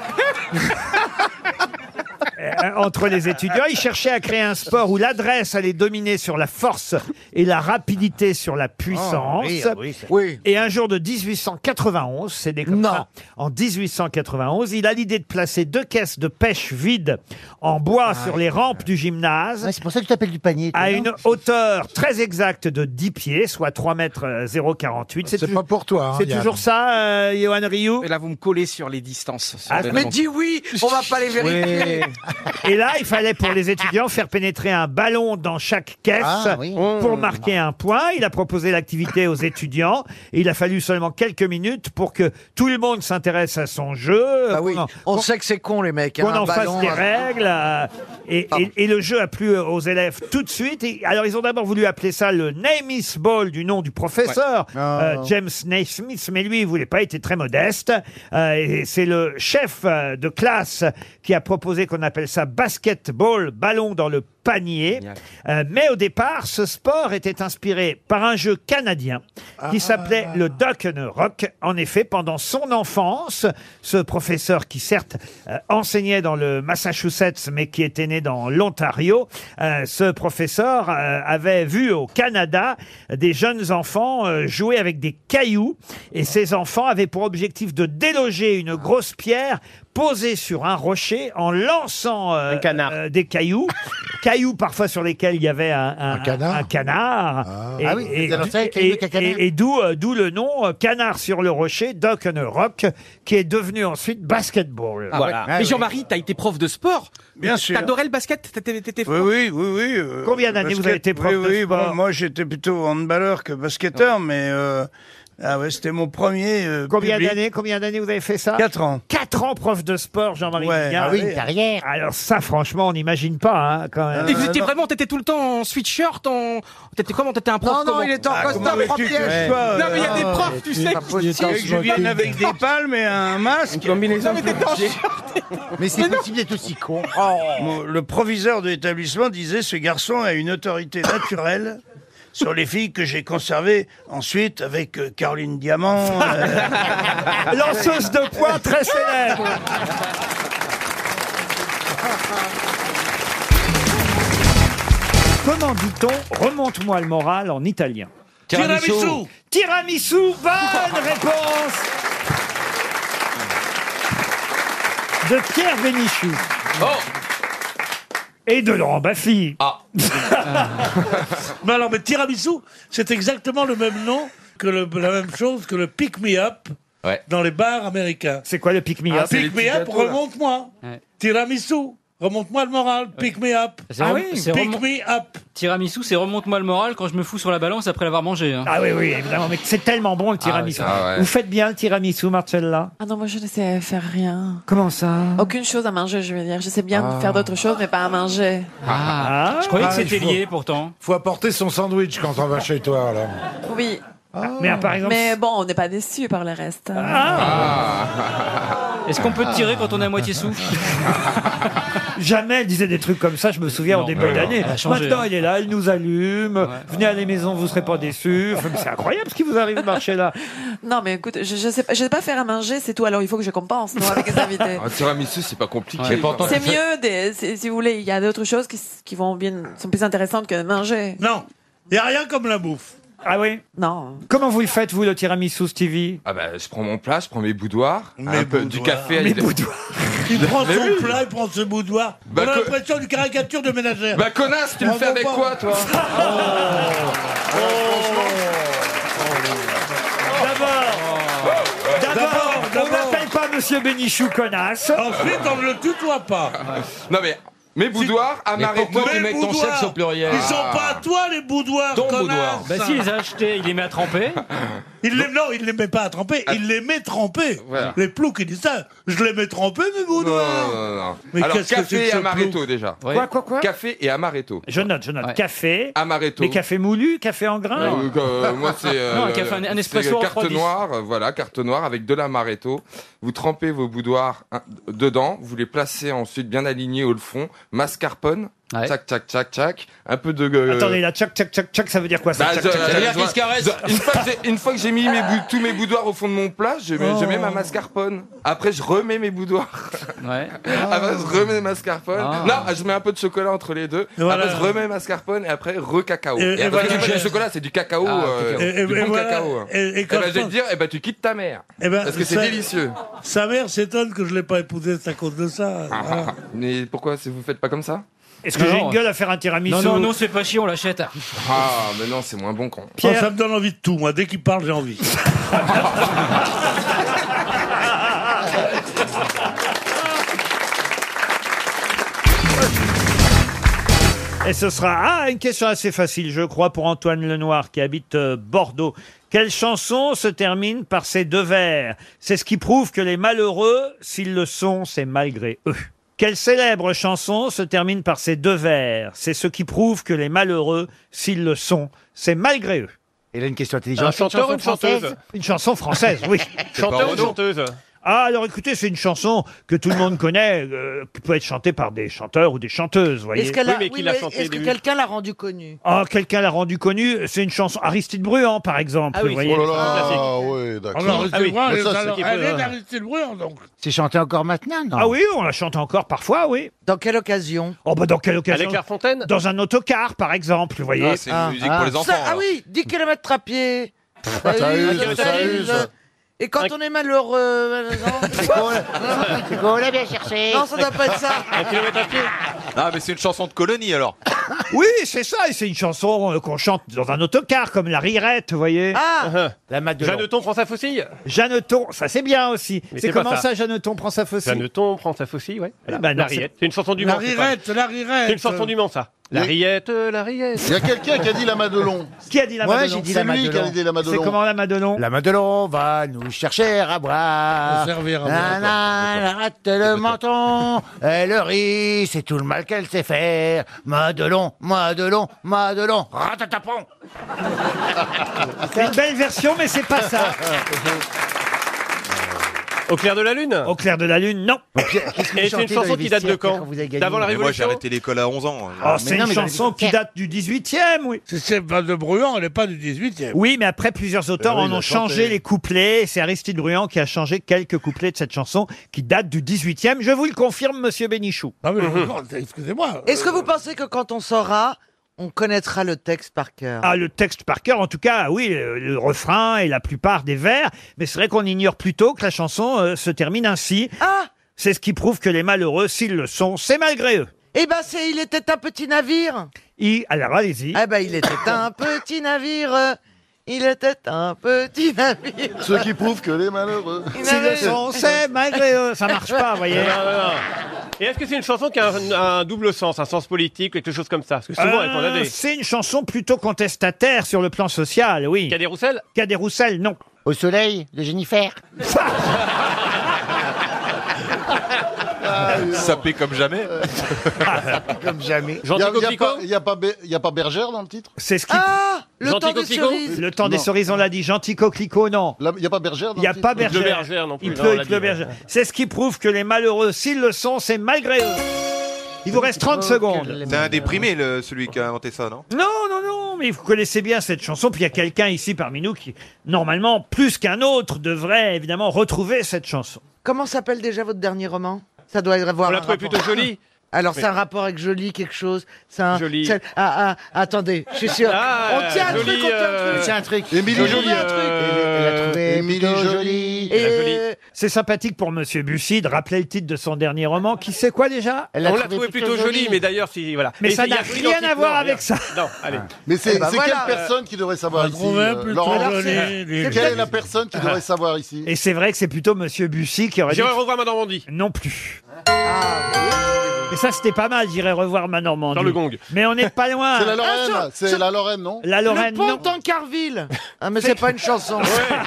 Speaker 1: Euh, Entre les étudiants, il cherchait à créer un sport où l'adresse allait dominer sur la force et la rapidité sur la puissance.
Speaker 19: Oh, oui, ah oui, ça-
Speaker 1: Oui. Et un jour de 1891, c'est des comme ça, En 1891, il a l'idée de placer deux caisses de pêche vides en bois
Speaker 19: Ah,
Speaker 1: sur les rampes du gymnase. c'est pour ça que tu t'appelles du panier. À une hauteur très exacte de 10 pieds, soit 3 mètres euh, 048. C'est pas pour toi.
Speaker 19: hein,
Speaker 1: c'est
Speaker 19: Yann.
Speaker 1: toujours ça, euh, Johan Rioux.
Speaker 27: Et là, vous me collez sur les distances. sur
Speaker 1: Ah,
Speaker 27: les
Speaker 1: mais
Speaker 27: longues.
Speaker 1: dis oui, on va pas les vérifier.
Speaker 27: Ouais.
Speaker 1: Et là, il fallait pour les étudiants faire pénétrer un ballon dans chaque caisse
Speaker 19: Ah, oui.
Speaker 1: pour marquer un point. Il a proposé l'activité aux étudiants. Et il a fallu seulement quelques minutes pour que tout le monde s'intéresse à son jeu. oui.
Speaker 14: Ah On sait que c'est con les mecs. hein,
Speaker 1: Qu'on
Speaker 14: un
Speaker 1: en fasse
Speaker 14: ballon,
Speaker 1: des
Speaker 14: un-
Speaker 1: règles. euh, et, et- et le jeu a plu euh, aux élèves tout de suite. Et alors, ils ont d'abord voulu appeler ça le Namis Ball du nom du professeur
Speaker 19: Ouais.
Speaker 1: euh,
Speaker 19: Ah.
Speaker 1: James Naismith, mais lui, il voulait pas, il était très modeste. Euh, et c'est le chef euh, de classe qui a proposé qu'on appelle ça basketball, ballon dans le panier. Euh, mais au départ, ce sport était inspiré par un jeu canadien
Speaker 19: Ah.
Speaker 1: qui s'appelait le Duck and Rock. En effet, pendant son enfance, ce professeur qui certes euh, enseignait dans le Massachusetts, mais qui était né dans l'Ontario, euh, ce professeur euh, avait vu au Canada des jeunes enfants euh, jouer avec des cailloux et ces enfants avaient pour objectif de déloger une grosse pierre posée sur un rocher en lançant euh, euh, des cailloux, cailloux parfois sur lesquels il y avait un, un- un canard. Et,
Speaker 19: Ah oui,
Speaker 1: et-
Speaker 19: c'est alors ça, les cailloux
Speaker 1: et-
Speaker 19: qu'un canard.
Speaker 1: et- et d'où euh, d'où le nom euh, canard sur le rocher, Doc and a Rock, qui est devenu ensuite basketball.
Speaker 27: Ah, voilà. Mais Jean-Marie, t'as été prof de sport.
Speaker 19: Bien sûr.
Speaker 27: T'adorais le basket t'étais- t'étais
Speaker 19: Oui,
Speaker 27: fort.
Speaker 19: oui, oui, oui. euh,
Speaker 27: Combien d'années
Speaker 19: basket-
Speaker 27: vous avez été prof
Speaker 19: oui,
Speaker 27: de
Speaker 19: oui,
Speaker 27: sport
Speaker 19: bon, Moi, j'étais plutôt handballeur que basketteur, mais euh, ah ouais, c'était mon premier. euh,
Speaker 1: Combien
Speaker 19: public.
Speaker 1: d'années Combien d'années vous avez fait ça
Speaker 19: Quatre ans.
Speaker 1: 4 ans prof de sport, Jean-Marie
Speaker 19: Ouais,
Speaker 1: Bigard.
Speaker 19: ah oui, une carrière.
Speaker 1: Alors ça, franchement, on n'imagine pas, hein, quand même.
Speaker 27: Et vous étiez vraiment, t'étais tout le temps en sweatshirt, en. T'étais comment T'étais un prof
Speaker 19: Non, non,
Speaker 27: comment
Speaker 19: il était en Ah, costard, comment veux-tu prof que je piège. sois,
Speaker 27: Non, mais il y a
Speaker 19: euh,
Speaker 27: des profs, tu
Speaker 19: il
Speaker 27: sais.
Speaker 19: est pas possible. Tu veux que je vienne avec des palmes et un masque Une combinaison
Speaker 27: Non, mais t'étais en short.
Speaker 19: Mais c'est possible d'être aussi con. Mon- Le proviseur de l'établissement disait ce garçon a une autorité naturelle sur les filles que j'ai conservées ensuite avec euh, Caroline Diamant. euh,
Speaker 1: Lanceuse de poids très célèbre. Comment dit-on remonte-moi le moral en italien
Speaker 19: Tiramisu.
Speaker 1: Tiramisu, bonne réponse de Pierre Bénichou. Et de Laurent Baffy.
Speaker 15: mais alors, mais tiramisu, c'est exactement le même nom que le- la même chose que le pick me up dans les bars américains.
Speaker 1: C'est quoi le pick me
Speaker 15: Ah,
Speaker 1: up
Speaker 15: pick me up, remonte-moi. Tiramisu, remonte-moi le moral. Pick me up.
Speaker 4: C'est rem- c'est
Speaker 15: Pick
Speaker 4: remon-
Speaker 15: me up.
Speaker 4: Tiramisu, c'est remonte-moi le moral quand je me fous sur la balance après l'avoir mangé. hein. Ah
Speaker 1: Ah oui, oui, évidemment, mais c'est tellement bon le
Speaker 27: Ah,
Speaker 1: tiramisu.
Speaker 4: oui, ça, ouais.
Speaker 1: Ah Vous faites bien le tiramisu, Marcella
Speaker 2: Ah non, moi je ne sais faire rien.
Speaker 1: Comment ça
Speaker 2: Aucune chose à manger, je veux dire. Je sais bien
Speaker 19: Ah.
Speaker 2: faire d'autres choses, mais pas à manger.
Speaker 4: Ah, je croyais
Speaker 19: Ah,
Speaker 4: que c'était
Speaker 19: il faut-
Speaker 4: lié pourtant.
Speaker 19: Faut apporter son sandwich quand on va chez toi, là.
Speaker 2: Oui.
Speaker 1: Mais ah, par exemple. Ah.
Speaker 2: Mais bon, on n'est pas déçus par le reste.
Speaker 10: Ah.
Speaker 4: Est-ce qu'on peut tirer quand on est à moitié souffle
Speaker 1: Jamais elle disait des trucs comme ça, je me souviens en début
Speaker 4: non,
Speaker 1: d'année.
Speaker 4: elle a changé,
Speaker 1: Maintenant,
Speaker 4: hein.
Speaker 1: elle est là, elle nous allume. Venez à la maison, vous serez pas déçus. Enfin, mais C'est incroyable ce qui vous arrive, Marcella.
Speaker 2: Non, mais écoute, je, je sais, pas- je sais pas faire à manger, c'est tout. Alors il faut que je compense non, avec les invités.
Speaker 20: Un tiramisu, c'est pas compliqué.
Speaker 2: C'est mieux, des- c'est- si vous voulez, il y a d'autres choses qui, s- qui vont bien, sont plus intéressantes que manger.
Speaker 15: Non, il n'y a rien comme la bouffe.
Speaker 1: Ah oui
Speaker 2: Non.
Speaker 1: Comment vous le faites, vous, le tiramisu, Stevie
Speaker 20: Ah bah, je prends mon plat, je prends mes boudoirs, un peu du café.
Speaker 15: Mes
Speaker 20: et de-
Speaker 15: boudoirs. Il prend
Speaker 20: Mais oui.
Speaker 15: son plat, il prend ce boudoir.
Speaker 20: Bah,
Speaker 15: On a
Speaker 20: co-
Speaker 15: l'impression d'une caricature de ménagère.
Speaker 20: Bah connasse, tu me
Speaker 15: On
Speaker 20: fais avec
Speaker 15: voit
Speaker 20: quoi,
Speaker 15: pas.
Speaker 20: toi Oh.
Speaker 15: Oh.
Speaker 1: D'abord, on n'appelle pas Monsieur Bénichou connasse.
Speaker 15: Ensuite, on ne le tutoie pas.
Speaker 20: Non mais, mes boudoirs, amarre-toi
Speaker 15: Mais
Speaker 20: tu mets ton
Speaker 15: boudoirs,
Speaker 20: sexe au pluriel. Ah.
Speaker 15: Ils sont pas à toi, les boudoirs,
Speaker 20: Ton
Speaker 15: Ah, connasse.
Speaker 20: boudoir.
Speaker 4: Bah si, il les a achetés, il les met à tremper.
Speaker 15: Il les, non, il les met pas à tremper, il les met trempés.
Speaker 20: Ah. Voilà.
Speaker 15: Les ploucs, ils disent ça. Je les mets trempés, mes
Speaker 20: Non,
Speaker 15: boudoirs.
Speaker 20: non, non, non.
Speaker 15: Mais
Speaker 20: Alors,
Speaker 15: qu'est-ce que c'est
Speaker 20: café
Speaker 15: que
Speaker 20: et
Speaker 15: ce
Speaker 20: amaretto
Speaker 15: plouc
Speaker 20: déjà.
Speaker 1: Ouais. Quoi, quoi, quoi
Speaker 20: Café et amaretto.
Speaker 1: Je note, je note.
Speaker 20: Ouais.
Speaker 1: Café.
Speaker 20: Amaretto.
Speaker 1: Mais café moulu, café en grain
Speaker 20: Euh, euh, moi, c'est euh,
Speaker 4: Non, un café- un- un
Speaker 20: c'est,
Speaker 4: espresso
Speaker 20: euh,
Speaker 4: en
Speaker 20: carte
Speaker 4: 3,10.
Speaker 20: noire, euh, voilà, carte noire avec de l'amaretto. Vous trempez vos boudoirs hein, dedans, vous les placez ensuite bien alignés au fond, mascarpone, tchac tchac tchac tchac, un peu de euh,
Speaker 1: Attendez, là, tchac, tchac, tchac, tchac, ça veut dire quoi ça
Speaker 20: bah,
Speaker 1: tchac,
Speaker 20: je-
Speaker 1: tchac, tchac,
Speaker 20: je-
Speaker 1: tchac
Speaker 20: je- je- Une fois que j'ai, une fois que j'ai mis mes bou- tous mes boudoirs au fond de mon plat, je mets, je mets
Speaker 1: Oh.
Speaker 20: ma mascarpone. Après, je remets mes boudoirs.
Speaker 4: Ouais.
Speaker 20: Après, je remets ma mascarpone.
Speaker 4: Ah.
Speaker 20: Non, je mets un peu de chocolat entre les deux.
Speaker 15: voilà.
Speaker 20: Après, je remets ma mascarpone et après, re-cacao.
Speaker 15: Et-
Speaker 20: Et,
Speaker 15: et
Speaker 20: après,
Speaker 15: voilà.
Speaker 20: c'est pas du chocolat, c'est du cacao.
Speaker 15: Ah,
Speaker 20: euh,
Speaker 15: cacao. Et- et-
Speaker 20: du
Speaker 15: et
Speaker 20: bon
Speaker 15: voilà.
Speaker 20: cacao. hein.
Speaker 15: Et- et
Speaker 20: Eh
Speaker 15: quand
Speaker 20: ben,
Speaker 15: je
Speaker 20: je vais te
Speaker 15: pense-
Speaker 20: dire, eh ben, tu quittes ta mère.
Speaker 15: Eh ben,
Speaker 20: Parce que c'est
Speaker 15: ça-
Speaker 20: délicieux. Ah,
Speaker 15: Sa mère s'étonne que je ne l'ai pas épousée, c'est à cause de ça. Voilà.
Speaker 20: Mais pourquoi si vous faites pas comme ça
Speaker 1: Est-ce que j'ai une gueule à faire un tiramisu Oh,
Speaker 4: Non, non, non, c'est pas chiant, on l'achète.
Speaker 20: Ah, mais non, c'est moins bon quand.
Speaker 15: Oh, ça me donne envie de tout, moi. Dès qu'il parle, j'ai envie.
Speaker 1: Et ce sera ah, une question assez facile, je crois, pour Antoine Lenoir qui habite euh, Bordeaux. Quelle chanson se termine par ces deux vers C'est ce qui prouve que les malheureux, s'ils le sont, c'est malgré eux. Quelle célèbre chanson se termine par ces deux vers C'est ce qui prouve que les malheureux, s'ils le sont, c'est malgré eux.
Speaker 23: Il a une question intelligente.
Speaker 1: Un chanteur ou une chanteuse Une chanson française, oui.
Speaker 23: Chanteur ou
Speaker 1: chanteuse ah, alors écoutez, c'est une chanson que tout le monde connaît, euh, qui peut être chantée par des chanteurs ou des chanteuses, voyez.
Speaker 14: Est-ce qu'elle a- oui, mais est-ce que quelqu'un l'a rendu connu
Speaker 1: Ah, quelqu'un l'a rendu connu, c'est une chanson Aristide Bruand, par exemple.
Speaker 14: Ah oui,
Speaker 1: vous voyez.
Speaker 9: Oh là là, ah ouais, d'accord.
Speaker 15: Alors,
Speaker 20: Ah
Speaker 15: Aristide Bruand,
Speaker 9: Mais
Speaker 15: elle,
Speaker 9: ça,
Speaker 15: est-
Speaker 9: c'est-
Speaker 15: alors, elle est d'Aristide Bruand, donc.
Speaker 23: C'est chanté encore maintenant, non
Speaker 1: Ah oui, on la chante encore parfois, oui.
Speaker 14: Dans quelle occasion
Speaker 1: Oh bah dans quelle occasion
Speaker 14: Avec Clairefontaine
Speaker 1: Dans un autocar, par exemple, vous voyez.
Speaker 20: Ah, c'est une musique pour les enfants,
Speaker 14: Ça- ah
Speaker 20: alors.
Speaker 14: oui, 10 km à pied. Ah
Speaker 20: ça
Speaker 14: eu,
Speaker 20: use, ça use.
Speaker 14: Et quand on est malheureux,
Speaker 23: C'est qu'on l'a bien cherché.
Speaker 14: Non, ça doit pas être ça.
Speaker 20: Un kilomètre à pied Ah, mais c'est une chanson de colonie alors.
Speaker 1: Oui, c'est ça, et c'est une chanson euh, qu'on chante dans un autocar, comme la rirette, vous voyez.
Speaker 14: Ah
Speaker 1: La
Speaker 27: Jeanneton prend sa faucille
Speaker 1: Jeanneton, ça c'est bien aussi.
Speaker 27: Mais
Speaker 1: C'est
Speaker 27: c'est pas
Speaker 1: comment
Speaker 27: ça.
Speaker 1: ça, Jeanneton prend sa faucille
Speaker 27: Jeanneton prend sa faucille, ouais.
Speaker 1: Eh ben non,
Speaker 27: la
Speaker 1: c'est-
Speaker 27: Riette. C'est une chanson du
Speaker 15: La
Speaker 27: Mans, c'est pas-
Speaker 15: rirette, la rirette.
Speaker 27: C'est une chanson du Mans, ça. La
Speaker 9: Mais-
Speaker 27: Riette, la Riette.
Speaker 9: Il y a quelqu'un qui a dit la Madelon.
Speaker 1: Qui a dit la
Speaker 9: Moi,
Speaker 1: Madelon
Speaker 9: j'ai dit la C'est lui qui a Madelon. dit la Madelon.
Speaker 1: C'est comment la Madelon
Speaker 23: La Madelon va nous chercher à boire.
Speaker 15: Nous servir à
Speaker 23: Nanana,
Speaker 15: boire,
Speaker 23: Elle arrête le menton, elle rit, c'est tout le mal qu'elle sait faire. Madelon, Madelon, Madelon, ratatapon.
Speaker 1: C'est une belle version, mais c'est pas ça.
Speaker 27: Au clair de la lune.
Speaker 1: Au clair de la lune, non.
Speaker 27: Et c'est une chanson qui date de quand D'avant la
Speaker 21: Mais moi, j'ai
Speaker 27: Révolution.
Speaker 21: arrêté l'école à 11 ans. hein.
Speaker 15: Ah,
Speaker 1: Oh, c'est une chanson qui date du 18e, oui.
Speaker 15: C'est- C'est pas de Bruand, elle n'est pas du 18e.
Speaker 1: Oui, mais après plusieurs auteurs
Speaker 15: Eh oui,
Speaker 1: en
Speaker 15: il
Speaker 1: ont
Speaker 15: a
Speaker 1: changé
Speaker 15: chanté.
Speaker 1: les couplets. C'est Aristide Bruand qui a changé quelques couplets de cette chanson qui date du 18e. Je vous le confirme, monsieur Bénichou.
Speaker 15: Ah, mais je vous demande, excusez-moi.
Speaker 14: Est-ce que vous pensez que quand on saura, on connaîtra le texte par cœur
Speaker 1: Ah, le texte par cœur, en tout cas, oui, euh, le refrain et la plupart des vers. Mais c'est vrai qu'on ignore plutôt que la chanson euh, se termine ainsi.
Speaker 14: Ah
Speaker 1: C'est ce qui prouve que les malheureux, s'ils le sont, c'est malgré eux.
Speaker 14: Eh ben, c'est il était un petit navire.
Speaker 1: Et, alors, allez-y.
Speaker 14: Eh ben, il était un petit navire. Il était un petit navire.
Speaker 9: Ce qui prouve que les malheureux.
Speaker 14: S'ils le
Speaker 1: sont, c'est malgré eux. Ça marche pas, vous voyez.
Speaker 27: Non, non, non. Et est-ce que c'est une chanson qui a un, un double sens, un sens politique, quelque chose comme ça Parce que souvent, elle en a
Speaker 1: Euh,
Speaker 27: des.
Speaker 1: c'est une chanson plutôt contestataire sur le plan social, oui.
Speaker 27: Cadet Roussel
Speaker 1: Cadet Roussel, non.
Speaker 23: Au soleil de Jennifer.
Speaker 26: Sapé comme jamais.
Speaker 9: Comme jamais. Il
Speaker 26: Gentil Coquelicot
Speaker 9: n'y a, pas Bé- y a pas Bergère dans le titre
Speaker 1: C'est ce qui.
Speaker 14: Ah
Speaker 9: Le temps des cerises
Speaker 1: Le temps des
Speaker 9: Non.
Speaker 1: cerises, on l'a dit. Gentil coquelicot, non.
Speaker 9: Il n'y a pas Bergère
Speaker 1: Il n'y a pas Bergère.
Speaker 9: Il pleut Bergère non plus.
Speaker 1: Il
Speaker 9: Non,
Speaker 1: pleut,
Speaker 9: on l'a
Speaker 1: il pleut
Speaker 9: dit, ouais.
Speaker 1: Bergère. C'est ce qui prouve que les malheureux, s'ils le sont, c'est malgré eux. Il vous reste
Speaker 20: Oh,
Speaker 1: 30 secondes.
Speaker 21: C'est un déprimé, le, celui qui a inventé ça, non
Speaker 1: Non, non, non, mais vous connaissez bien cette chanson. Puis il y a quelqu'un ici parmi nous qui, normalement, plus qu'un autre, devrait évidemment retrouver cette chanson.
Speaker 14: Comment s'appelle déjà votre dernier roman Ça doit avoir.
Speaker 1: On l'a
Speaker 14: un
Speaker 1: trouvé
Speaker 14: rapport.
Speaker 1: plutôt jolie.
Speaker 14: Alors,
Speaker 1: Mais-
Speaker 14: c'est un rapport avec joli, quelque chose. C'est un.
Speaker 1: Jolie.
Speaker 14: c'est- Ah, ah, attendez, je suis sûr.
Speaker 5: Ah,
Speaker 14: on tient un
Speaker 5: jolie,
Speaker 14: truc, on tient un truc.
Speaker 5: euh, C'est un truc.
Speaker 14: Émilie
Speaker 5: Jolie,
Speaker 14: Jolie,
Speaker 5: euh,
Speaker 14: un truc.
Speaker 5: Elle l'a trouvé plutôt jolie. Elle l'a jolie.
Speaker 1: C'est sympathique pour Monsieur Bussy de rappeler le titre de son dernier roman, qui c'est quoi déjà
Speaker 21: Elle l'a On l'a trouvé trouvé plutôt plutôt jolie, jolie. mais
Speaker 1: d'ailleurs,
Speaker 21: si-
Speaker 1: voilà.
Speaker 21: Et
Speaker 1: Mais ça
Speaker 21: il y a
Speaker 1: n'a
Speaker 21: plus
Speaker 1: rien à
Speaker 21: d'identité,
Speaker 1: voir
Speaker 21: non,
Speaker 1: avec ça.
Speaker 21: Non, allez.
Speaker 10: Ah.
Speaker 9: Mais c'est
Speaker 1: Eh ben
Speaker 9: c'est
Speaker 1: voilà.
Speaker 9: quelle personne qui devrait savoir
Speaker 1: On
Speaker 9: ici
Speaker 1: trouvait
Speaker 9: euh,
Speaker 1: plutôt
Speaker 9: Laurent
Speaker 1: joli.
Speaker 9: Quelle
Speaker 1: C'est-
Speaker 9: est la personne qui devrait savoir ici
Speaker 1: Et c'est vrai que c'est plutôt Monsieur Bussy qui aurait dit.
Speaker 21: J'irai revoir ma Normandie.
Speaker 1: Non plus. Mais ça, c'était pas mal. J'irai revoir ma Normandie.
Speaker 21: Dans le gong.
Speaker 1: Mais on n'est pas loin.
Speaker 9: C'est la
Speaker 1: Ah,
Speaker 9: Lorraine,
Speaker 1: sur-
Speaker 9: c'est
Speaker 1: sur-
Speaker 9: la Lorraine, non
Speaker 1: La Lorraine,
Speaker 14: Le pont
Speaker 1: non.
Speaker 14: Tancarville. Ah, mais c'est pas une chanson.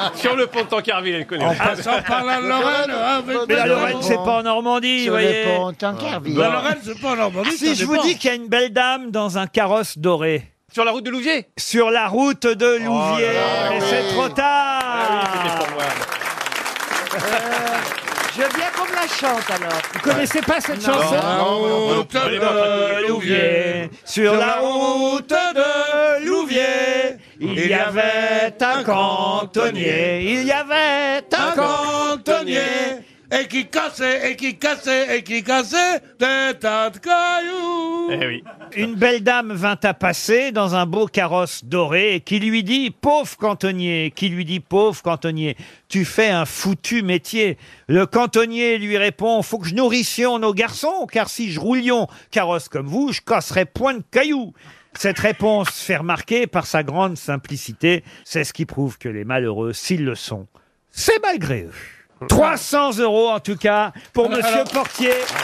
Speaker 21: Ah, Sur le pont de Tancarville, elle connaît.
Speaker 14: En passant par la Lorraine,
Speaker 15: avec
Speaker 1: Mais la Lorraine, c'est pas en Normandie, vous
Speaker 15: Sur le
Speaker 1: voyez.
Speaker 15: pont Tancarville. La Lorraine, c'est pas en Normandie, ça
Speaker 1: Si je vous
Speaker 15: dépend.
Speaker 1: dis qu'il y a une belle dame dans un carrosse doré. Sur la route de Louviers Sur la route de Louviers. mais c'est trop tard.
Speaker 14: Euh, Je veux bien qu'on me la chante alors.
Speaker 1: Vous connaissez pas cette
Speaker 14: Non.
Speaker 1: chanson
Speaker 14: Non, non, non. Allez,
Speaker 1: de Louviers, sur la route de Louviers, il y avait un cantonnier, il y avait un
Speaker 15: un
Speaker 1: cantonnier.
Speaker 15: cantonnier et qui cassait, et qui cassait, et qui cassait des tas de cailloux.
Speaker 25: Eh
Speaker 1: Une belle dame vint à passer dans un beau carrosse doré et qui lui dit Pauvre cantonnier, qui lui dit Pauvre cantonnier, tu fais un foutu métier. Le cantonnier lui répond Faut que je nourrissions nos garçons, car si je roulions carrosse comme vous, je casserais point de cailloux. Cette réponse fait remarquer par sa grande simplicité, c'est ce qui prouve que les malheureux, s'ils le sont, c'est malgré eux. 300 euros en tout cas pour
Speaker 15: Alors-
Speaker 1: Monsieur Portier.
Speaker 21: Ah.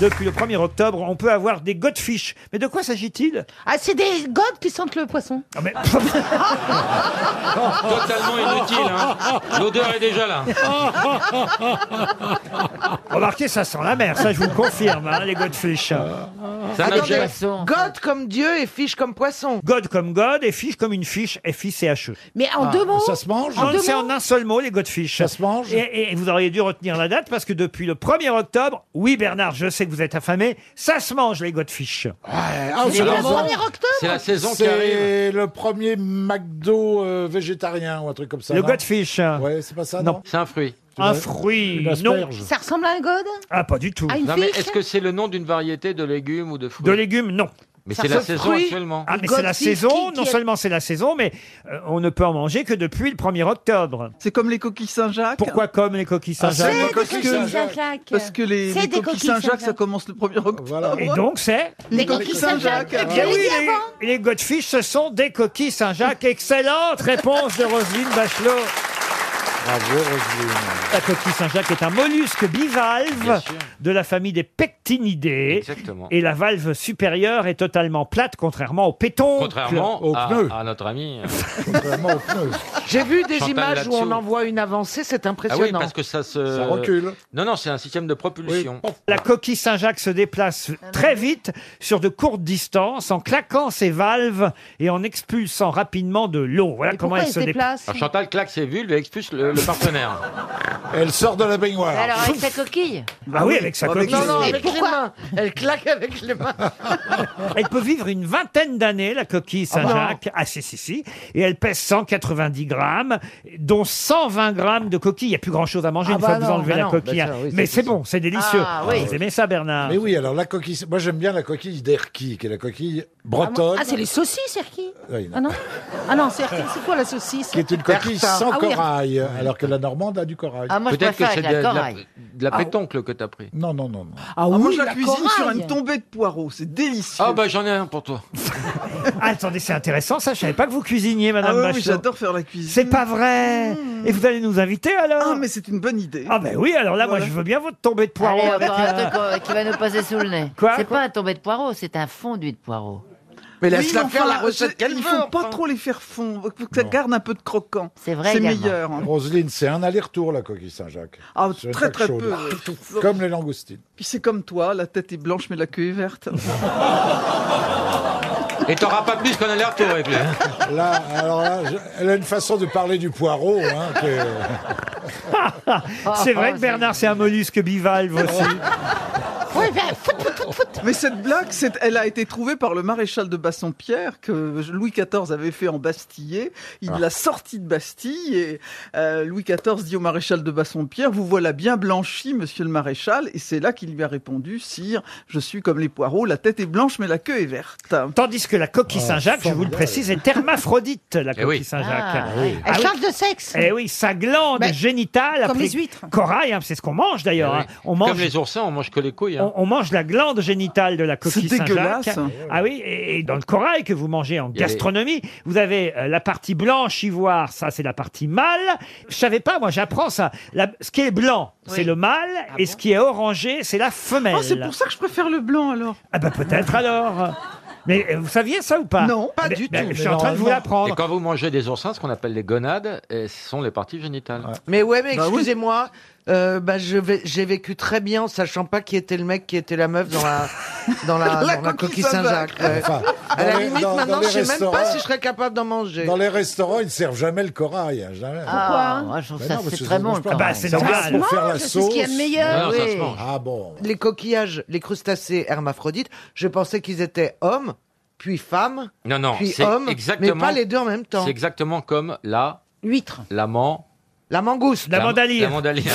Speaker 1: Depuis le 1er octobre, on peut avoir des godfish. Mais de quoi s'agit-il Ah,
Speaker 22: Ah, c'est des godes qui sentent le poisson.
Speaker 4: Totalement inutile. hein. L'odeur est déjà là.
Speaker 1: Remarquez, ça sent la mer, ça je vous le confirme, hein, les godfish.
Speaker 14: Ça n'a Attendez, jamais de sens. God comme Dieu et fish comme poisson.
Speaker 1: God comme God et fish comme une fiche, F-I-C-H-E.
Speaker 22: Mais en Ah, deux mots
Speaker 1: Ça
Speaker 22: ça
Speaker 1: se
Speaker 22: se
Speaker 1: mange
Speaker 22: mange En deux
Speaker 1: C'est
Speaker 22: mots
Speaker 1: en un seul mot, les godfish. Ça se mange et, et vous auriez dû retenir la date parce que depuis le 1er octobre, oui Bernard, je sais que vous êtes affamé, ça se mange les godfish.
Speaker 22: ah, c'est le 1er octobre
Speaker 4: C'est la saison qui
Speaker 10: C'est
Speaker 4: arrive.
Speaker 10: le premier McDo euh, végétarien ou un truc comme ça.
Speaker 1: Le
Speaker 10: non
Speaker 1: godfish.
Speaker 10: Ouais, c'est pas ça,
Speaker 1: hein. Non.
Speaker 10: non,
Speaker 1: C'est un
Speaker 10: fruit.
Speaker 1: Un fruit,
Speaker 10: Une
Speaker 1: non.
Speaker 10: asperge.
Speaker 22: Ça ressemble à un gode
Speaker 1: Ah, pas du tout.
Speaker 22: À une
Speaker 12: Non, mais
Speaker 22: fiche
Speaker 12: est-ce que c'est le nom d'une variété de légumes ou de fruits
Speaker 1: De légumes, non.
Speaker 12: Mais c'est la saison actuellement.
Speaker 1: Ah, mais c'est la saison, non seulement c'est la saison, mais euh, on ne peut en manger que depuis le 1er octobre. C'est comme les coquilles Saint-Jacques Pourquoi comme les coquilles Saint-Jacques
Speaker 22: C'est des coquilles Saint-Jacques.
Speaker 28: Parce que les,
Speaker 22: C'est
Speaker 28: les
Speaker 22: des
Speaker 28: coquilles Saint-Jacques, ça commence le 1er octobre.
Speaker 1: Et donc c'est
Speaker 22: Des coquilles Saint-Jacques.
Speaker 1: Eh
Speaker 22: Je
Speaker 1: bien
Speaker 22: l'ai
Speaker 1: oui,
Speaker 22: dit
Speaker 1: les, les godfish, ce sont des coquilles Saint-Jacques. Excellente réponse de Roselyne Bachelot.
Speaker 10: Bravo, Roselyne.
Speaker 1: La coquille Saint-Jacques est un mollusque bivalve de la famille des pectinidés.
Speaker 12: Exactement.
Speaker 1: Et la valve supérieure est totalement plate, contrairement au péton.
Speaker 12: Contrairement à, à notre ami. euh,
Speaker 14: J'ai vu des
Speaker 12: Chantal
Speaker 14: images où
Speaker 12: là-dessous.
Speaker 14: on envoie une avancée, c'est
Speaker 12: Ah
Speaker 14: impressionnant.
Speaker 12: oui, parce que ça se.
Speaker 14: Ça recule.
Speaker 12: Non, non, c'est un système de propulsion.
Speaker 1: La coquille Saint-Jacques se déplace très vite sur de courtes distances en claquant ses valves et en expulsant rapidement de l'eau. Voilà comment elle se déplace.
Speaker 12: Alors, Chantal claque ses vulves et expulse le, le partenaire.
Speaker 10: Elle sort de la baignoire.
Speaker 22: Alors, avec sa coquille
Speaker 10: Ah
Speaker 1: Bah oui, avec sa coquille.
Speaker 14: Non, non, avec les
Speaker 22: pourquoi
Speaker 14: mains. Elle claque avec les mains.
Speaker 1: Elle peut vivre une vingtaine d'années, la coquille
Speaker 14: Ah bah.
Speaker 1: Saint-Jacques. Ah, si, si, si. Et elle pèse 190 grammes, dont 120 grammes de coquille. Il n'y a plus grand-chose à manger
Speaker 10: Ah
Speaker 1: une
Speaker 10: bah
Speaker 1: fois que vous
Speaker 10: non,
Speaker 1: enlevez
Speaker 10: bah
Speaker 1: la
Speaker 10: non,
Speaker 1: coquille. hein.
Speaker 10: bah ça, oui,
Speaker 1: Mais
Speaker 10: c'est
Speaker 1: c'est bon, c'est délicieux.
Speaker 10: Ah, oui.
Speaker 1: Vous aimez ça, Bernard
Speaker 10: Mais oui, alors la coquille, moi j'aime bien la coquille d'Erki, qui est la coquille bretonne.
Speaker 22: Ah, c'est les saucisses, Erki
Speaker 10: Oui, non.
Speaker 22: Ah non Ah non, c'est Erki, c'est quoi la saucisse
Speaker 10: Qui est une coquille
Speaker 22: Tartin.
Speaker 10: sans
Speaker 22: Ah oui, Erki.
Speaker 10: corail, alors que la Normande a du corail. oh.
Speaker 22: Ah, moi, je
Speaker 12: Peut-être que
Speaker 22: préfère
Speaker 12: c'est
Speaker 22: avec la
Speaker 12: de, la- de la-
Speaker 22: corail.
Speaker 12: de la
Speaker 22: Ah,
Speaker 12: pétoncle que t'as pris.
Speaker 10: Non, non, non. non.
Speaker 22: Ah
Speaker 28: moi,
Speaker 22: oui,
Speaker 28: je la,
Speaker 22: la
Speaker 28: cuisine sur
Speaker 22: corail.
Speaker 28: une tombée de poireaux, c'est délicieux.
Speaker 12: Ah, bah j'en ai un pour toi.
Speaker 1: Ah, attendez, c'est intéressant ça. Je savais pas que vous cuisiniez,
Speaker 28: Ah
Speaker 1: Madame
Speaker 28: ouais, oui,
Speaker 1: Bachelot.
Speaker 28: j'adore faire la cuisine.
Speaker 1: C'est pas vrai Et vous allez nous inviter alors
Speaker 28: Ah, mais c'est une bonne idée.
Speaker 1: Ah ben oui, alors là, moi, je veux bien votre tombée de poireaux.
Speaker 22: Allez, on va
Speaker 1: avec,
Speaker 22: voir un
Speaker 1: euh,
Speaker 22: truc euh, qui va nous passer sous le nez.
Speaker 1: Quoi
Speaker 22: C'est pas un tombé de poireaux, c'est un fondu de poireaux.
Speaker 23: Mais
Speaker 28: Oui,
Speaker 14: laisse-la
Speaker 28: mais
Speaker 14: faire
Speaker 28: enfin,
Speaker 14: la recette
Speaker 28: c'est-
Speaker 14: qu'elle
Speaker 28: Il
Speaker 14: veut,
Speaker 28: faut pas
Speaker 14: enfin.
Speaker 28: trop les faire fondre. Faut que ça garde un peu de croquant. C'est
Speaker 23: vrai
Speaker 28: C'est
Speaker 23: également.
Speaker 28: meilleur. hein.
Speaker 10: Roselyne, c'est un aller-retour la coquille Saint-Jacques.
Speaker 28: Ah,
Speaker 10: C'est
Speaker 28: très
Speaker 10: une
Speaker 28: très
Speaker 15: chaude.
Speaker 28: peu. ouais.
Speaker 10: Comme les langoustines.
Speaker 28: Puis c'est comme toi, la tête est blanche mais la queue est verte.
Speaker 12: Et t'auras pas plus qu'un aller-retour avec lui. hein.
Speaker 10: Là, alors là, je- elle a une façon de parler du poireau. hein, que-
Speaker 1: C'est vrai que Bernard, c'est un mollusque bivalve aussi.
Speaker 28: Mais cette blague, c'est- elle a été trouvée par le maréchal de Bassompierre que Louis XIV avait fait en Bastillé. Il
Speaker 23: Ah.
Speaker 28: l'a sorti de Bastille et euh, Louis XIV dit au maréchal de Bassompierre "Vous voilà bien blanchi, monsieur le maréchal." Et c'est là qu'il lui a répondu "Sire, je suis comme les poireaux, la tête est blanche mais la queue est verte."
Speaker 1: Tandis que la coquille Saint-Jacques, je vous le précise, est hermaphrodite, la coquille Saint-Jacques.
Speaker 28: Ah, oui.
Speaker 1: Ah
Speaker 22: Elle
Speaker 1: oui.
Speaker 22: change de sexe.
Speaker 1: Eh oui, sa glande
Speaker 22: Ben,
Speaker 1: génitale.
Speaker 22: comme
Speaker 1: appelée
Speaker 22: les huîtres.
Speaker 1: Corail, hein, c'est ce qu'on mange d'ailleurs.
Speaker 12: Eh
Speaker 1: hein.
Speaker 12: oui.
Speaker 1: On mange.
Speaker 12: Comme les oursins, on mange que les couilles. hein.
Speaker 1: On, on mange la glande génitale de la coquille
Speaker 12: C'est
Speaker 1: Saint-Jacques.
Speaker 12: dégueulasse.
Speaker 1: Ah oui, et, et dans le corail que vous mangez en
Speaker 12: y a les-
Speaker 1: gastronomie, vous avez euh, la partie blanche ivoire, ça c'est la partie mâle. Je savais pas, moi j'apprends ça. La- ce qui est blanc, c'est le mâle, et ce qui est orangé, c'est la femelle.
Speaker 28: Oh, c'est pour ça que je préfère le blanc alors.
Speaker 1: Ah bah peut-être alors. Mais euh, vous saviez ça ou pas
Speaker 28: Non, pas
Speaker 1: Ben-
Speaker 28: du
Speaker 1: ben,
Speaker 28: tout.
Speaker 1: Je suis en train de vous l'apprendre.
Speaker 12: Et quand vous mangez des oursins, ce qu'on appelle les gonades, eh, ce sont les parties génitales.
Speaker 14: Mais ouais, mais
Speaker 12: Bah oui.
Speaker 14: excusez-moi, euh, bah, je vais- j'ai vécu très bien en sachant pas qui était le mec, qui était la meuf dans la, dans la,
Speaker 23: La
Speaker 14: dans la
Speaker 23: coquille
Speaker 14: coquille
Speaker 23: Saint-Jacques.
Speaker 14: Saint-Jacques. ouais.
Speaker 10: Enfin,
Speaker 14: à la
Speaker 10: dans les-
Speaker 14: limite,
Speaker 10: dans- dans
Speaker 14: maintenant,
Speaker 10: les
Speaker 14: je sais même pas
Speaker 10: restaurants-
Speaker 14: si je serais capable d'en manger.
Speaker 10: Dans les restaurants, ils ne servent jamais le corail. hein, jamais.
Speaker 14: Ah, Pourquoi ouais, je trouve
Speaker 10: Mais
Speaker 14: ça-
Speaker 10: non, parce
Speaker 14: c'est
Speaker 10: que
Speaker 14: très
Speaker 10: ça se
Speaker 14: bon,
Speaker 10: mange
Speaker 14: le
Speaker 10: pas. Ah,
Speaker 14: corail. Bah, c'est
Speaker 10: Ça
Speaker 14: normal.
Speaker 10: passe pour
Speaker 14: Ça se
Speaker 10: faire la
Speaker 14: mange, c'est ce qui est
Speaker 10: sauce.
Speaker 14: meilleur. Ouais, non, ça se
Speaker 10: Oui.
Speaker 14: mange.
Speaker 10: Ah bon.
Speaker 14: Les coquillages, les crustacés hermaphrodites, je pensais qu'ils étaient hommes, puis femmes,
Speaker 12: Non, non,
Speaker 14: puis
Speaker 12: c'est
Speaker 14: hommes,
Speaker 12: exactement.
Speaker 14: mais pas les deux en même temps.
Speaker 12: C'est exactement comme la.
Speaker 14: Huître.
Speaker 12: L'amant.
Speaker 14: La mangouste.
Speaker 12: La mandalire. La mandalire.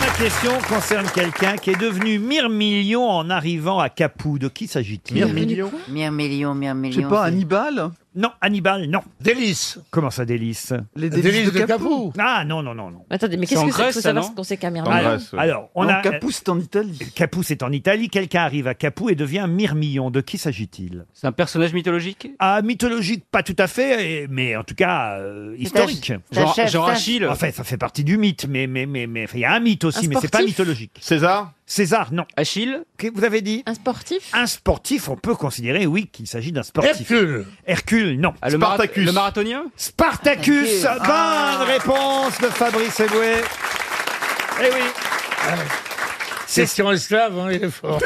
Speaker 1: Ma question concerne quelqu'un qui est devenu mirmillion en arrivant à Capoue. De qui s'agit-il
Speaker 28: Mirmillion
Speaker 24: Mirmillion,
Speaker 28: Je
Speaker 24: Mirmillion.
Speaker 28: sais pas,
Speaker 1: hein.
Speaker 28: Hannibal
Speaker 1: Non, Hannibal, non. Délice. Comment ça, délice
Speaker 28: Les délices Délices de de Capoue.
Speaker 1: Ah non, non, non, non.
Speaker 25: Attendez, mais qu'est-ce que c'est qu'il faut savoir ce qu'on sait qu'un mirmillon
Speaker 1: Alors, alors, on
Speaker 28: Non,
Speaker 1: a.
Speaker 28: Capoue, c'est en Italie.
Speaker 1: Capoue, c'est en Italie. Quelqu'un arrive à Capoue et devient Mirmillon. De qui s'agit-il C'est un personnage mythologique Ah, mythologique, pas tout à fait, et- mais en tout cas euh, historique.
Speaker 25: c'est un Genre- chef, genre ça. Achille.
Speaker 1: Enfin, ça fait partie du mythe, mais mais mais mais enfin, il y a un mythe aussi,
Speaker 25: Un
Speaker 1: mais c'est pas
Speaker 25: sportif
Speaker 1: mythologique. César César, non. Achille Vous avez dit Un sportif Un sportif, on peut considérer, oui, qu'il s'agit d'un sportif. Hercule Hercule, non.
Speaker 4: Ah, le marath- Spartacus. le marathonien
Speaker 1: Spartacus
Speaker 4: Spartacus.
Speaker 1: Bonne
Speaker 4: Ah.
Speaker 1: réponse de Fabrice Eboué. Eh oui
Speaker 15: C'est sur esclave, hein, il est fort.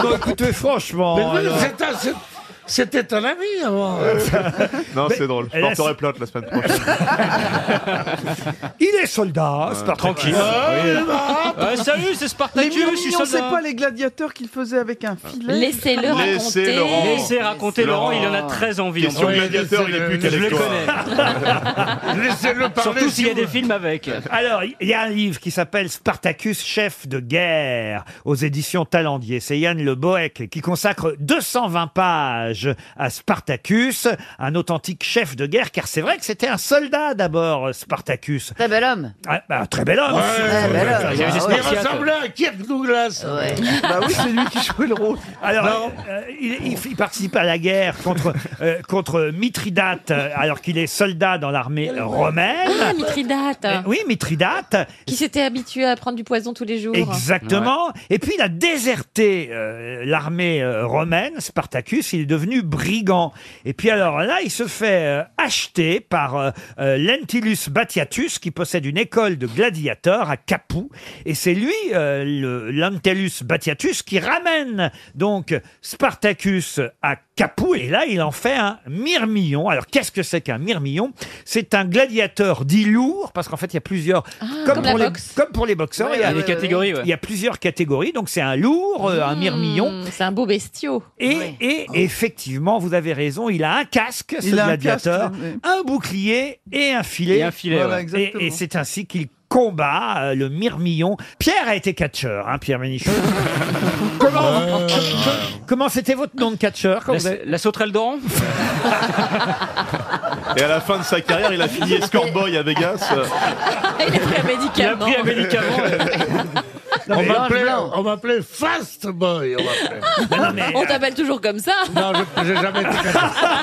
Speaker 1: Non, écoutez, franchement.
Speaker 15: Mais oui,
Speaker 1: alors.
Speaker 15: c'est un- c'est- C'était un ami avant.
Speaker 26: Non, c'est drôle. Je
Speaker 1: là,
Speaker 26: porterai plainte la semaine prochaine.
Speaker 1: Il est soldat, Spartacus.
Speaker 4: tranquille.
Speaker 26: Ah,
Speaker 4: Ouais, Oui. bah, Ouais, salut, c'est
Speaker 28: Ah, Les
Speaker 4: Spartacus, je suis
Speaker 28: Mirmillons, c'est
Speaker 4: soldat.
Speaker 28: pas les gladiateurs qu'ils faisaient avec
Speaker 1: Ah.
Speaker 28: un filet.
Speaker 25: Laissez-le raconter.
Speaker 4: Laissez raconter Laurent, il en a très envie.
Speaker 26: Question
Speaker 4: Oui,
Speaker 26: gladiateur, il
Speaker 4: laissez-le.
Speaker 26: est plus
Speaker 4: Je
Speaker 26: qu'avec
Speaker 4: le
Speaker 26: toi.
Speaker 4: connais.
Speaker 1: Laissez-le parler,
Speaker 4: Surtout s'il y a
Speaker 1: si vous-
Speaker 4: des films avec.
Speaker 1: Alors, il y a un livre qui s'appelle Spartacus, chef de guerre, aux éditions Talandier. C'est Yann Le Boec qui consacre 220 pages à Spartacus, un authentique chef de guerre, car c'est vrai que c'était un soldat d'abord, Spartacus.
Speaker 24: Très bel homme.
Speaker 1: Ah, bah, un très bel homme.
Speaker 15: Ouais,
Speaker 1: Très
Speaker 15: ouais,
Speaker 1: bel
Speaker 15: ouais.
Speaker 1: homme.
Speaker 15: Il y avait des
Speaker 1: Ah,
Speaker 15: Spartiates.
Speaker 1: ouais.
Speaker 15: Il ressemblait à Kirk Douglas.
Speaker 1: Bah oui, c'est
Speaker 28: lui qui jouait le rôle.
Speaker 1: Alors, euh, euh, il, il- il participe à la guerre contre, euh, contre Mithridate, euh, alors qu'il est soldat dans l'armée romaine.
Speaker 25: Ah, Mithridate.
Speaker 1: Eh Oui, Mithridate.
Speaker 15: euh,
Speaker 25: Qui s'était habitué à prendre du poison tous les jours.
Speaker 1: Exactement. Et puis il a déserté euh, l'armée euh, romaine, Spartacus, il est devenu brigand. Et puis alors là, il se fait euh, acheter par euh, euh, Lentulus Batiatus, qui possède une école de gladiateurs à Capoue. Et c'est lui, euh, le Lentulus Batiatus, qui ramène donc Spartacus à Capoue. Et là, il en fait un mirmillon. Alors qu'est-ce que c'est qu'un mirmillon C'est un gladiateur dit lourd, parce qu'en fait, il y a plusieurs...
Speaker 25: Ah, comme la
Speaker 1: pour les,
Speaker 25: boxe.
Speaker 1: comme pour les boxeurs,
Speaker 25: Ouais,
Speaker 1: il y a
Speaker 25: ouais, ouais, ouais.
Speaker 1: catégories, Il y a plusieurs catégories, donc c'est un lourd, euh, un mirmillon.
Speaker 25: Mmh, C'est un beau bestiau.
Speaker 1: Et, et effectivement, vous avez raison, il a un casque, ce
Speaker 25: Il a un
Speaker 1: gladiateur,
Speaker 25: casque,
Speaker 1: un bouclier et un filet.
Speaker 4: Et un filet, Voilà, ouais.
Speaker 1: Et- et c'est ainsi qu'il combat euh, le mirmillon. Pierre a été catcheur, hein, Pierre Ménichon. comment comment c'était votre nom de catcheur quand
Speaker 4: La,
Speaker 1: vous avez-
Speaker 4: la sauterelle d'Oran
Speaker 26: Et à la fin de sa carrière, il a fini escort boy à Vegas.
Speaker 25: Il a pris un médicament.
Speaker 4: Il a pris un médicament.
Speaker 15: On
Speaker 28: mais
Speaker 15: m'appelait-
Speaker 28: blanc.
Speaker 15: on m'appelait Fast Boy. On m'appelait. Non, non, mais, euh,
Speaker 25: On t'appelle toujours comme ça
Speaker 15: Non, je- j'ai jamais été comme ça.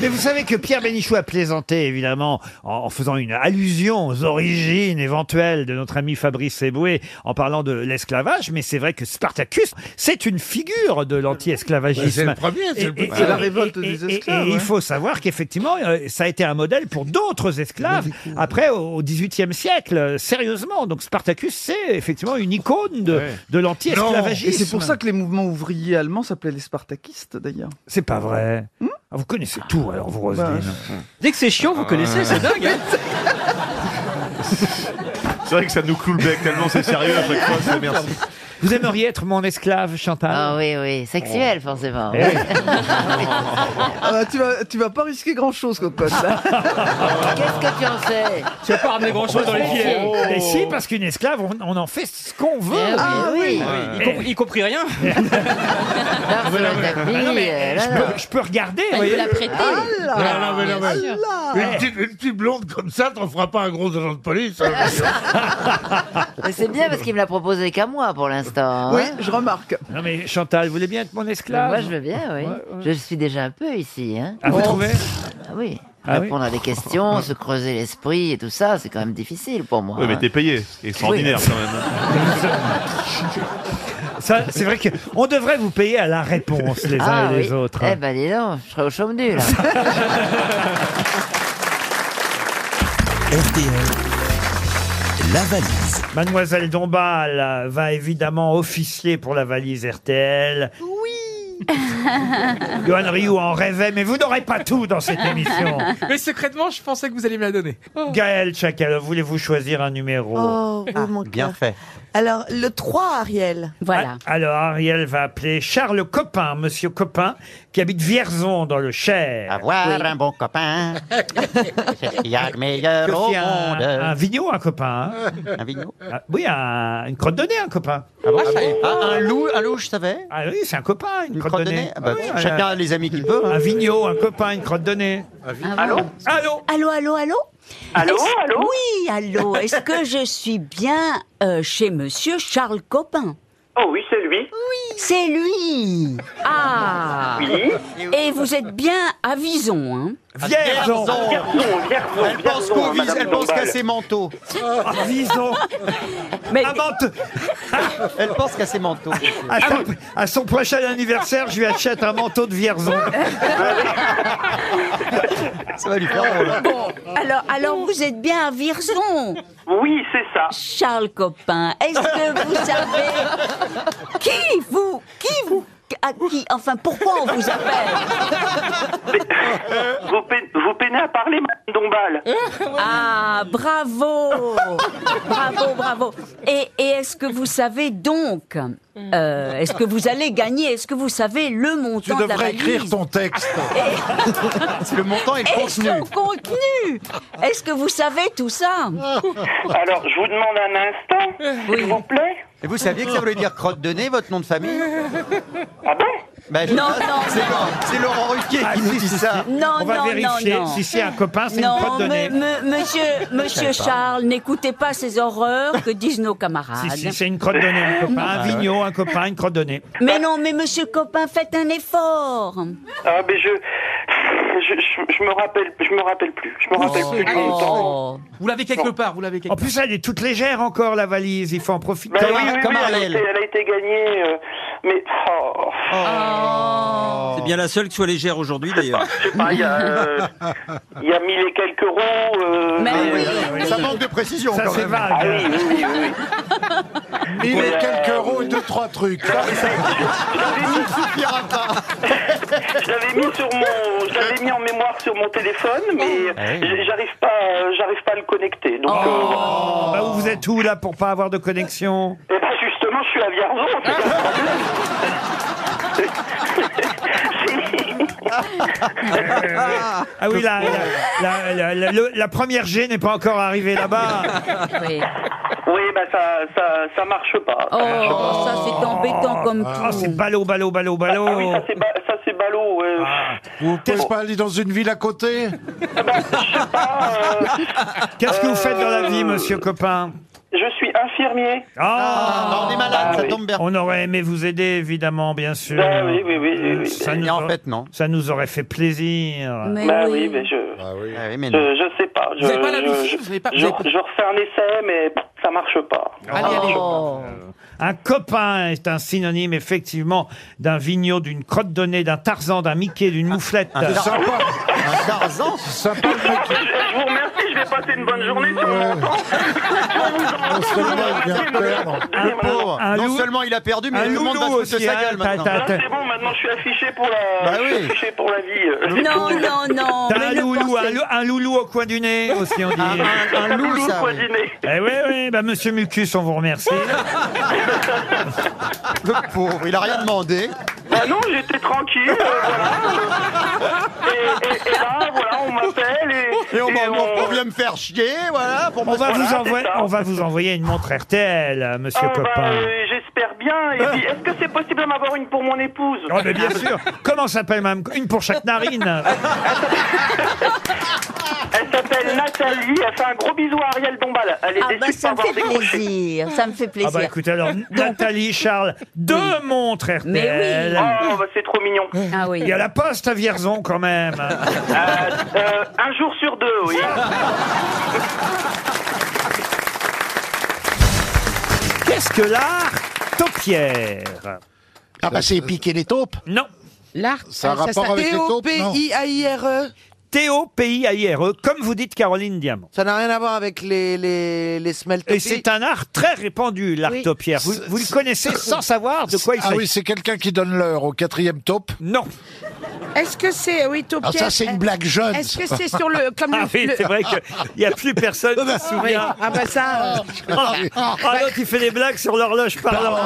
Speaker 1: Mais vous savez que Pierre Bénichou a plaisanté, évidemment, en, en faisant une allusion aux origines éventuelles de notre ami Fabrice Eboué, en parlant de l'esclavage, mais c'est vrai que Spartacus, c'est une figure de l'anti-esclavagisme.
Speaker 15: Mais c'est le premier, c'est le
Speaker 1: Et- et-
Speaker 15: premier. C'est la
Speaker 1: et-
Speaker 15: révolte
Speaker 1: et-
Speaker 15: des
Speaker 1: et- et-
Speaker 15: esclaves,
Speaker 1: et il
Speaker 15: ouais.
Speaker 1: faut savoir qu'effectivement, euh, ça a été un modèle pour d'autres esclaves,
Speaker 15: Bah,
Speaker 1: après, au XVIIIe siècle, euh, sérieusement. Donc Spartacus, c'est effectivement une icône de, de l'anti-esclavagisme.
Speaker 28: Et c'est pour ça que les mouvements ouvriers allemands s'appelaient les spartakistes, d'ailleurs.
Speaker 1: C'est pas vrai.
Speaker 15: Hmm
Speaker 1: Ah, vous connaissez tout, alors, vous, Roselyne.
Speaker 15: Bah,
Speaker 28: Dès que c'est chiant, vous
Speaker 1: connaissez, c'est dingue, hein.
Speaker 26: C'est vrai que ça nous cloue le bec tellement c'est sérieux à chaque fois, c'est merci.
Speaker 1: Vous aimeriez être mon esclave, Chantal
Speaker 24: Ah oui, oui, sexuel forcément.
Speaker 1: Eh oui.
Speaker 28: Ah, tu, vas, tu vas pas risquer grand-chose, cocotte.
Speaker 24: Qu'est-ce que tu en sais
Speaker 1: Tu vas pas ramener
Speaker 28: grand-chose dans les filets.
Speaker 1: Et si, parce qu'une esclave, on, on en fait ce qu'on veut.
Speaker 28: Eh oui, Ah oui. oui.
Speaker 1: Y, compris, rien.
Speaker 24: Ah,
Speaker 1: Ah je,
Speaker 15: euh, là.
Speaker 1: peux, je peux regarder.
Speaker 15: Elle
Speaker 1: voyez.
Speaker 15: nous l'a prêté. Ah là,
Speaker 1: Non, non, mais non,
Speaker 15: bien
Speaker 1: mais-
Speaker 15: sûr.
Speaker 1: Une
Speaker 15: Une
Speaker 1: petite-
Speaker 15: petite, une petite blonde comme ça, t'en feras pas un gros agent de police. hein.
Speaker 1: Ah,
Speaker 24: Mais c'est bien parce qu'il me l'a proposé qu'à moi pour l'instant.
Speaker 1: Oui,
Speaker 24: je remarque.
Speaker 1: Non, mais Chantal, vous voulez bien être mon esclave
Speaker 24: Moi, je veux bien, oui. Je suis déjà un peu ici. Hein.
Speaker 1: Ah, vous trouvez
Speaker 24: Ah oui.
Speaker 1: Ah oui.
Speaker 24: Répondre à des questions, se creuser l'esprit et tout ça, c'est quand même difficile pour moi.
Speaker 26: Oui, mais t'es payé. Extraordinaire
Speaker 24: Oui.
Speaker 26: quand même.
Speaker 1: Ça, c'est vrai qu'on devrait vous payer à la réponse, les uns
Speaker 24: Ah
Speaker 1: et les
Speaker 24: oui.
Speaker 1: autres.
Speaker 24: Eh ben, dis donc, je serais au chaume nu, là.
Speaker 1: La valise. Mademoiselle Dombal euh, va évidemment officier pour la valise RTL. Johan Rioux en rêvait, mais vous n'aurez pas tout dans cette émission.
Speaker 27: Mais secrètement, je pensais que vous alliez me la donner.
Speaker 1: Gaël Chacal, voulez-vous choisir un numéro
Speaker 3: Oh, oui, mon
Speaker 1: Ah, Bien fait.
Speaker 3: Alors, le 3, Ariel. Voilà.
Speaker 1: Ah, Alors Ariel va appeler Charles Copin, monsieur Copin, qui habite Vierzon dans le Cher. Avoir un bon copain, il y a meilleur
Speaker 3: au
Speaker 1: un,
Speaker 3: monde.
Speaker 1: Un vigno, un hein. copain. Un vigno Ah, Oui, un- une crotte de nez, un copain.
Speaker 8: Ah, je savais pas. un loup, un loup, je savais.
Speaker 1: Ah oui, c'est un copain, une,
Speaker 8: crotte, de nez. Ah bah,
Speaker 1: Ah oui,
Speaker 8: bon, chacun
Speaker 1: un-
Speaker 8: a les amis qu'il hein. Ah peut.
Speaker 1: Un vigno, un copain, une crotte de nez.
Speaker 29: Ah
Speaker 8: Allô
Speaker 1: Allô
Speaker 18: Allô, allô, allô
Speaker 1: Allô,
Speaker 18: Est-ce-
Speaker 1: allô
Speaker 18: Oui, allô. Est-ce que je suis bien euh, chez monsieur Charles Copin
Speaker 29: Oh oui, c'est lui.
Speaker 18: C'est lui Ah
Speaker 29: Oui.
Speaker 18: Et vous êtes bien à Vison, hein
Speaker 1: Vierzon
Speaker 18: Elle pense qu'au vis- elle pense qu'à ses
Speaker 8: manteaux.
Speaker 1: Vison
Speaker 18: Mais...
Speaker 8: Elle pense qu'à ses manteaux.
Speaker 1: À son, à son prochain anniversaire, je lui achète un manteau de Vierzon.
Speaker 8: Ça va lui faire drôle. hein.
Speaker 18: Bon, alors, alors vous êtes bien à Vierzon
Speaker 29: Oui, c'est ça.
Speaker 18: Charles Copin, est-ce que vous savez qui vous, qui vous, à qui, enfin pourquoi on vous appelle
Speaker 29: Vous, pe- vous peinez à parler, madame Dombal.
Speaker 18: Ah, bravo Bravo, bravo Et, et est-ce que vous savez donc, euh, est-ce que vous allez gagner, est-ce que vous savez le
Speaker 15: Tu
Speaker 18: montant de la
Speaker 15: devrais
Speaker 18: valise
Speaker 15: écrire ton texte.
Speaker 8: le montant et le contenu.
Speaker 18: Son contenu Est-ce que vous savez tout ça
Speaker 29: Alors, je vous demande un instant, s'il vous plaît.
Speaker 8: Et vous saviez que ça voulait dire crotte de nez, votre nom de famille
Speaker 29: Ah bon
Speaker 4: Ben,
Speaker 8: Bah, je-
Speaker 18: Non, non,
Speaker 8: c'est-
Speaker 18: non. Ah,
Speaker 8: C'est Laurent Ruquier
Speaker 1: Ah,
Speaker 8: qui nous dit ça.
Speaker 18: Non,
Speaker 1: On va
Speaker 18: non,
Speaker 1: vérifier
Speaker 18: non, non.
Speaker 1: si c'est un copain, c'est une
Speaker 18: non,
Speaker 1: crotte de
Speaker 18: me-
Speaker 1: nez.
Speaker 18: me- monsieur,
Speaker 1: Je
Speaker 18: monsieur
Speaker 1: savais pas.
Speaker 18: Charles, n'écoutez pas ces horreurs que disent nos camarades.
Speaker 1: Si, si, c'est une crotte de nez, un copain,
Speaker 8: Ah
Speaker 1: un vigno, un copain, une crotte de nez.
Speaker 18: Mais non, mais monsieur Copin, faites un effort.
Speaker 29: Ah, mais je. Je, je- je me rappelle, je me rappelle plus. Je me rappelle plus du montant.
Speaker 1: Oh. Vous l'avez quelque part, vous l'avez quelque En plus, elle est toute légère encore, la valise, il faut en profiter.
Speaker 29: Bah oui, oui, oui, elle, a été, elle a été gagnée, euh, mais oh.
Speaker 8: Oh. C'est bien la seule qui soit légère aujourd'hui d'ailleurs.
Speaker 29: Je sais pas, il y a, euh, il y a mille et quelques euros. euh,
Speaker 8: Mais oui,
Speaker 29: Ça
Speaker 8: manque de précision
Speaker 1: Ça,
Speaker 8: quand
Speaker 1: c'est
Speaker 8: même.
Speaker 1: vague.
Speaker 29: Ah oui, oui, oui, oui.
Speaker 15: Il
Speaker 29: Ouais.
Speaker 15: est quelques euros et deux, trois trucs. Ça, ça-
Speaker 29: J'avais mis sur mon, je l'avais mis en mémoire sur mon téléphone, mais j'- j'arrive pas, euh, j'arrive pas à le connecter. Donc,
Speaker 1: Oh, bah, vous êtes où, là, pour pas avoir de connexion
Speaker 29: euh, eh ben, justement, je suis à Vierzon. c'est
Speaker 1: Ah.
Speaker 29: ça le problème.
Speaker 1: Ah oui, la, la- la- la- la- le- la première G n'est pas encore arrivée là-bas.
Speaker 18: Oui,
Speaker 29: oui, bah ça, ça, ça marche pas. Ça
Speaker 4: Oh.
Speaker 29: marche pas.
Speaker 1: Oh,
Speaker 18: Ça, c'est embêtant
Speaker 28: Oh.
Speaker 18: comme
Speaker 1: Ah, c'est ballot, ballot, ballot, ballot.
Speaker 29: Ah oui, ça c'est, ba- ça, c'est ballot. ouais.
Speaker 28: Ah.
Speaker 15: Vous pouvez pas aller dans une ville à côté
Speaker 1: Qu'est-ce que vous faites dans la vie, monsieur copain
Speaker 29: Je suis ingénieur
Speaker 4: infirmier.
Speaker 1: Ah
Speaker 28: Bah,
Speaker 4: Non, on est malade, ça tombe
Speaker 1: bien. On aurait aimé vous aider, évidemment, bien sûr.
Speaker 4: Ben oui, oui, oui, oui, oui.
Speaker 1: Ça nous en fait, non. Ça nous aurait fait plaisir.
Speaker 4: Mais Bah oui. oui, mais je- je, je sais pas. Je,
Speaker 1: Vous avez pas la
Speaker 4: je-
Speaker 1: Lucie,
Speaker 4: je-
Speaker 1: vous avez pas-
Speaker 4: je-
Speaker 1: vous avez pas-
Speaker 4: je refais un essai, mais pff, ça marche pas.
Speaker 1: Oh. Un copain est un synonyme, effectivement, d'un vigno, d'une crotte de nez, d'un tarzan, d'un mickey, d'une mouflette.
Speaker 4: un Tarzan.
Speaker 1: Un
Speaker 4: tarzan
Speaker 1: sympa
Speaker 4: je, je vous remercie, je vais passer une bonne journée si on m'entend.
Speaker 1: non seulement
Speaker 28: il a perdu,
Speaker 4: mais
Speaker 28: le monde va se foutre de sa gueule maintenant.
Speaker 4: Là, Ah, c'est bon, maintenant je suis affiché pour la,
Speaker 1: Bah
Speaker 4: je suis
Speaker 1: oui.
Speaker 4: affiché pour la vie.
Speaker 1: T'as un loulou, un, lou- un loulou au coin du nez aussi, on dit.
Speaker 4: Un- un- un loulou, Loulou au ça, coin oui. du nez.
Speaker 1: Eh oui, oui, bah, monsieur Mucus, on vous remercie. Le pauvre, il a rien demandé.
Speaker 4: Bah non, j'étais tranquille, euh, voilà. Et, et- et là, voilà, on m'appelle et,
Speaker 28: Et on m'en- on vient
Speaker 4: me faire chier, voilà. Pour
Speaker 1: On va, vous envoyer,
Speaker 4: envoyer.
Speaker 1: on va vous envoyer une montre RTL, euh, monsieur
Speaker 4: Ah, bah,
Speaker 1: copain.
Speaker 4: euh, J'espère bien. Et puis, est-ce que c'est possible de m'avoir une pour mon épouse
Speaker 1: Oh, mais bien sûr. Comment s'appelle même Une pour chaque narine. Ah,
Speaker 4: Elle s'appelle Nathalie. Elle fait un gros bisou à Ariel Dombal. Elle est
Speaker 18: Ah
Speaker 4: déçue
Speaker 18: bah
Speaker 4: de pas
Speaker 18: ça me
Speaker 4: avoir
Speaker 18: fait
Speaker 4: décroché.
Speaker 18: plaisir, ça me fait plaisir.
Speaker 1: Ah bah écoutez alors, Nathalie, Charles, deux montres RTL.
Speaker 4: Mais oui. Oh, bah, c'est trop mignon.
Speaker 18: Ah oui.
Speaker 1: Il y a la poste à Vierzon quand même.
Speaker 4: Euh, euh, un jour sur deux, oui.
Speaker 1: Qu'est-ce que l'art taupière
Speaker 30: Ah bah c'est piquer les taupes
Speaker 1: Non.
Speaker 30: L'art Ça a
Speaker 31: Ça
Speaker 30: rapport avec les taupes non.
Speaker 31: T-O-P-I-A-I-R-E.
Speaker 3: E,
Speaker 1: T-O-P-I-A-I-R-E, E, comme vous dites Caroline Diamant.
Speaker 14: Ça n'a rien à voir avec les, les, les
Speaker 1: Et c'est un art très répandu, l'art
Speaker 14: Oui.
Speaker 1: taupière. Vous, vous le connaissez sans savoir de quoi il
Speaker 10: Ah
Speaker 1: s'agit.
Speaker 10: oui, c'est quelqu'un qui donne l'heure au quatrième taupe
Speaker 1: Non.
Speaker 3: Est-ce que c'est oui taupière
Speaker 10: Ah, ça, c'est une blague jeune,
Speaker 3: Est-ce
Speaker 10: ça.
Speaker 3: que c'est sur le comme
Speaker 1: Ah
Speaker 3: le,
Speaker 1: oui,
Speaker 3: le-
Speaker 1: c'est vrai qu'il n'y a plus personne qui se souvient.
Speaker 3: Ah bah ça. euh,
Speaker 1: Ah, ah, l'autre, il fait des blagues sur l'horloge parlante.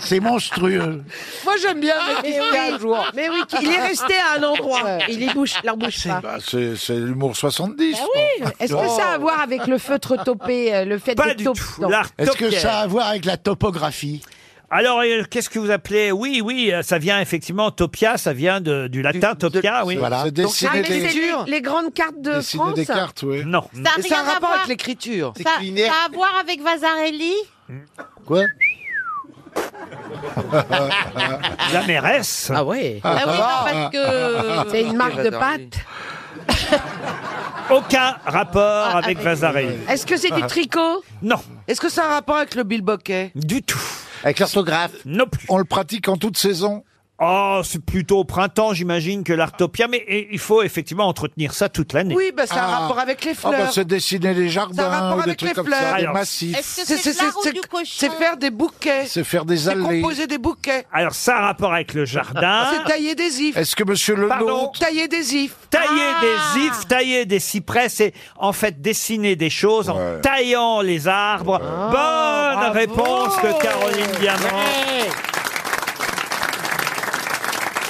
Speaker 10: C'est monstrueux.
Speaker 3: Moi j'aime bien mais un jour. Mais oui, il est resté à un endroit. Il y bouge, leur bouge pas.
Speaker 10: Bah, c'est c'est l'humour 70.
Speaker 3: Ah oui. Est-ce que ça a à voir avec le feutre topé, euh, le fait
Speaker 1: Pas
Speaker 3: de
Speaker 1: du
Speaker 3: taupe-
Speaker 1: tout.
Speaker 3: Non.
Speaker 1: L'art
Speaker 10: Est-ce que
Speaker 1: taupière.
Speaker 10: ça a à voir avec la topographie
Speaker 1: Alors, euh, qu'est-ce que vous appelez Oui, oui, euh, ça vient effectivement, topia, ça vient de- du latin topia, oui.
Speaker 10: Voilà. C'est
Speaker 3: Ah,
Speaker 10: dessiner
Speaker 3: mais c'est les, les grandes cartes de
Speaker 10: Dessiner
Speaker 3: France.
Speaker 10: des cartes, oui.
Speaker 1: Non.
Speaker 5: Ça a
Speaker 14: Et ça a
Speaker 5: rien à
Speaker 14: rapport
Speaker 5: voir.
Speaker 14: avec l'écriture.
Speaker 5: Ça, ça a à voir avec Vasarely
Speaker 10: Quoi
Speaker 1: La mairesse. Ah
Speaker 14: ouais.
Speaker 5: Ah oui, non, parce que-
Speaker 3: C'est une
Speaker 14: Ah,
Speaker 3: marque de pâte.
Speaker 1: Aucun rapport Ah,
Speaker 3: Ah,
Speaker 1: avec Vasarely.
Speaker 3: Est-ce que c'est du
Speaker 14: Ah.
Speaker 3: tricot
Speaker 1: Non.
Speaker 14: Est-ce que ça a un rapport avec le bilboquet
Speaker 1: Du tout.
Speaker 10: Avec l'orthographe
Speaker 1: Non
Speaker 10: On le pratique en toute saison
Speaker 1: Oh, c'est plutôt au printemps, j'imagine, que l'artopia, mais et, il faut effectivement entretenir ça toute l'année.
Speaker 14: Oui, bah, ça a un rapport avec les fleurs.
Speaker 10: Ah bah, c'est dessiner les
Speaker 14: ça a
Speaker 10: jardins,
Speaker 14: un rapport
Speaker 10: Ben, ou des
Speaker 14: avec
Speaker 10: trucs
Speaker 14: les
Speaker 10: comme
Speaker 14: fleurs.
Speaker 10: ça, des
Speaker 1: Alors,
Speaker 10: massifs.
Speaker 14: C'est- c'est- c'est- C'est faire des bouquets.
Speaker 10: C'est faire des
Speaker 14: C'est
Speaker 10: allées.
Speaker 14: composer des bouquets.
Speaker 1: Alors, ça a rapport avec le jardin.
Speaker 14: Ah, C'est tailler des ifs.
Speaker 10: Est-ce que monsieur Lelot...
Speaker 1: Pardon
Speaker 14: Tailler des ifs. Ah
Speaker 1: Tailler
Speaker 3: Ah.
Speaker 1: des ifs, tailler des cyprès, c'est en fait dessiner des choses en taillant les arbres.
Speaker 3: Oh,
Speaker 1: Bonne réponse de Caroline Diamant.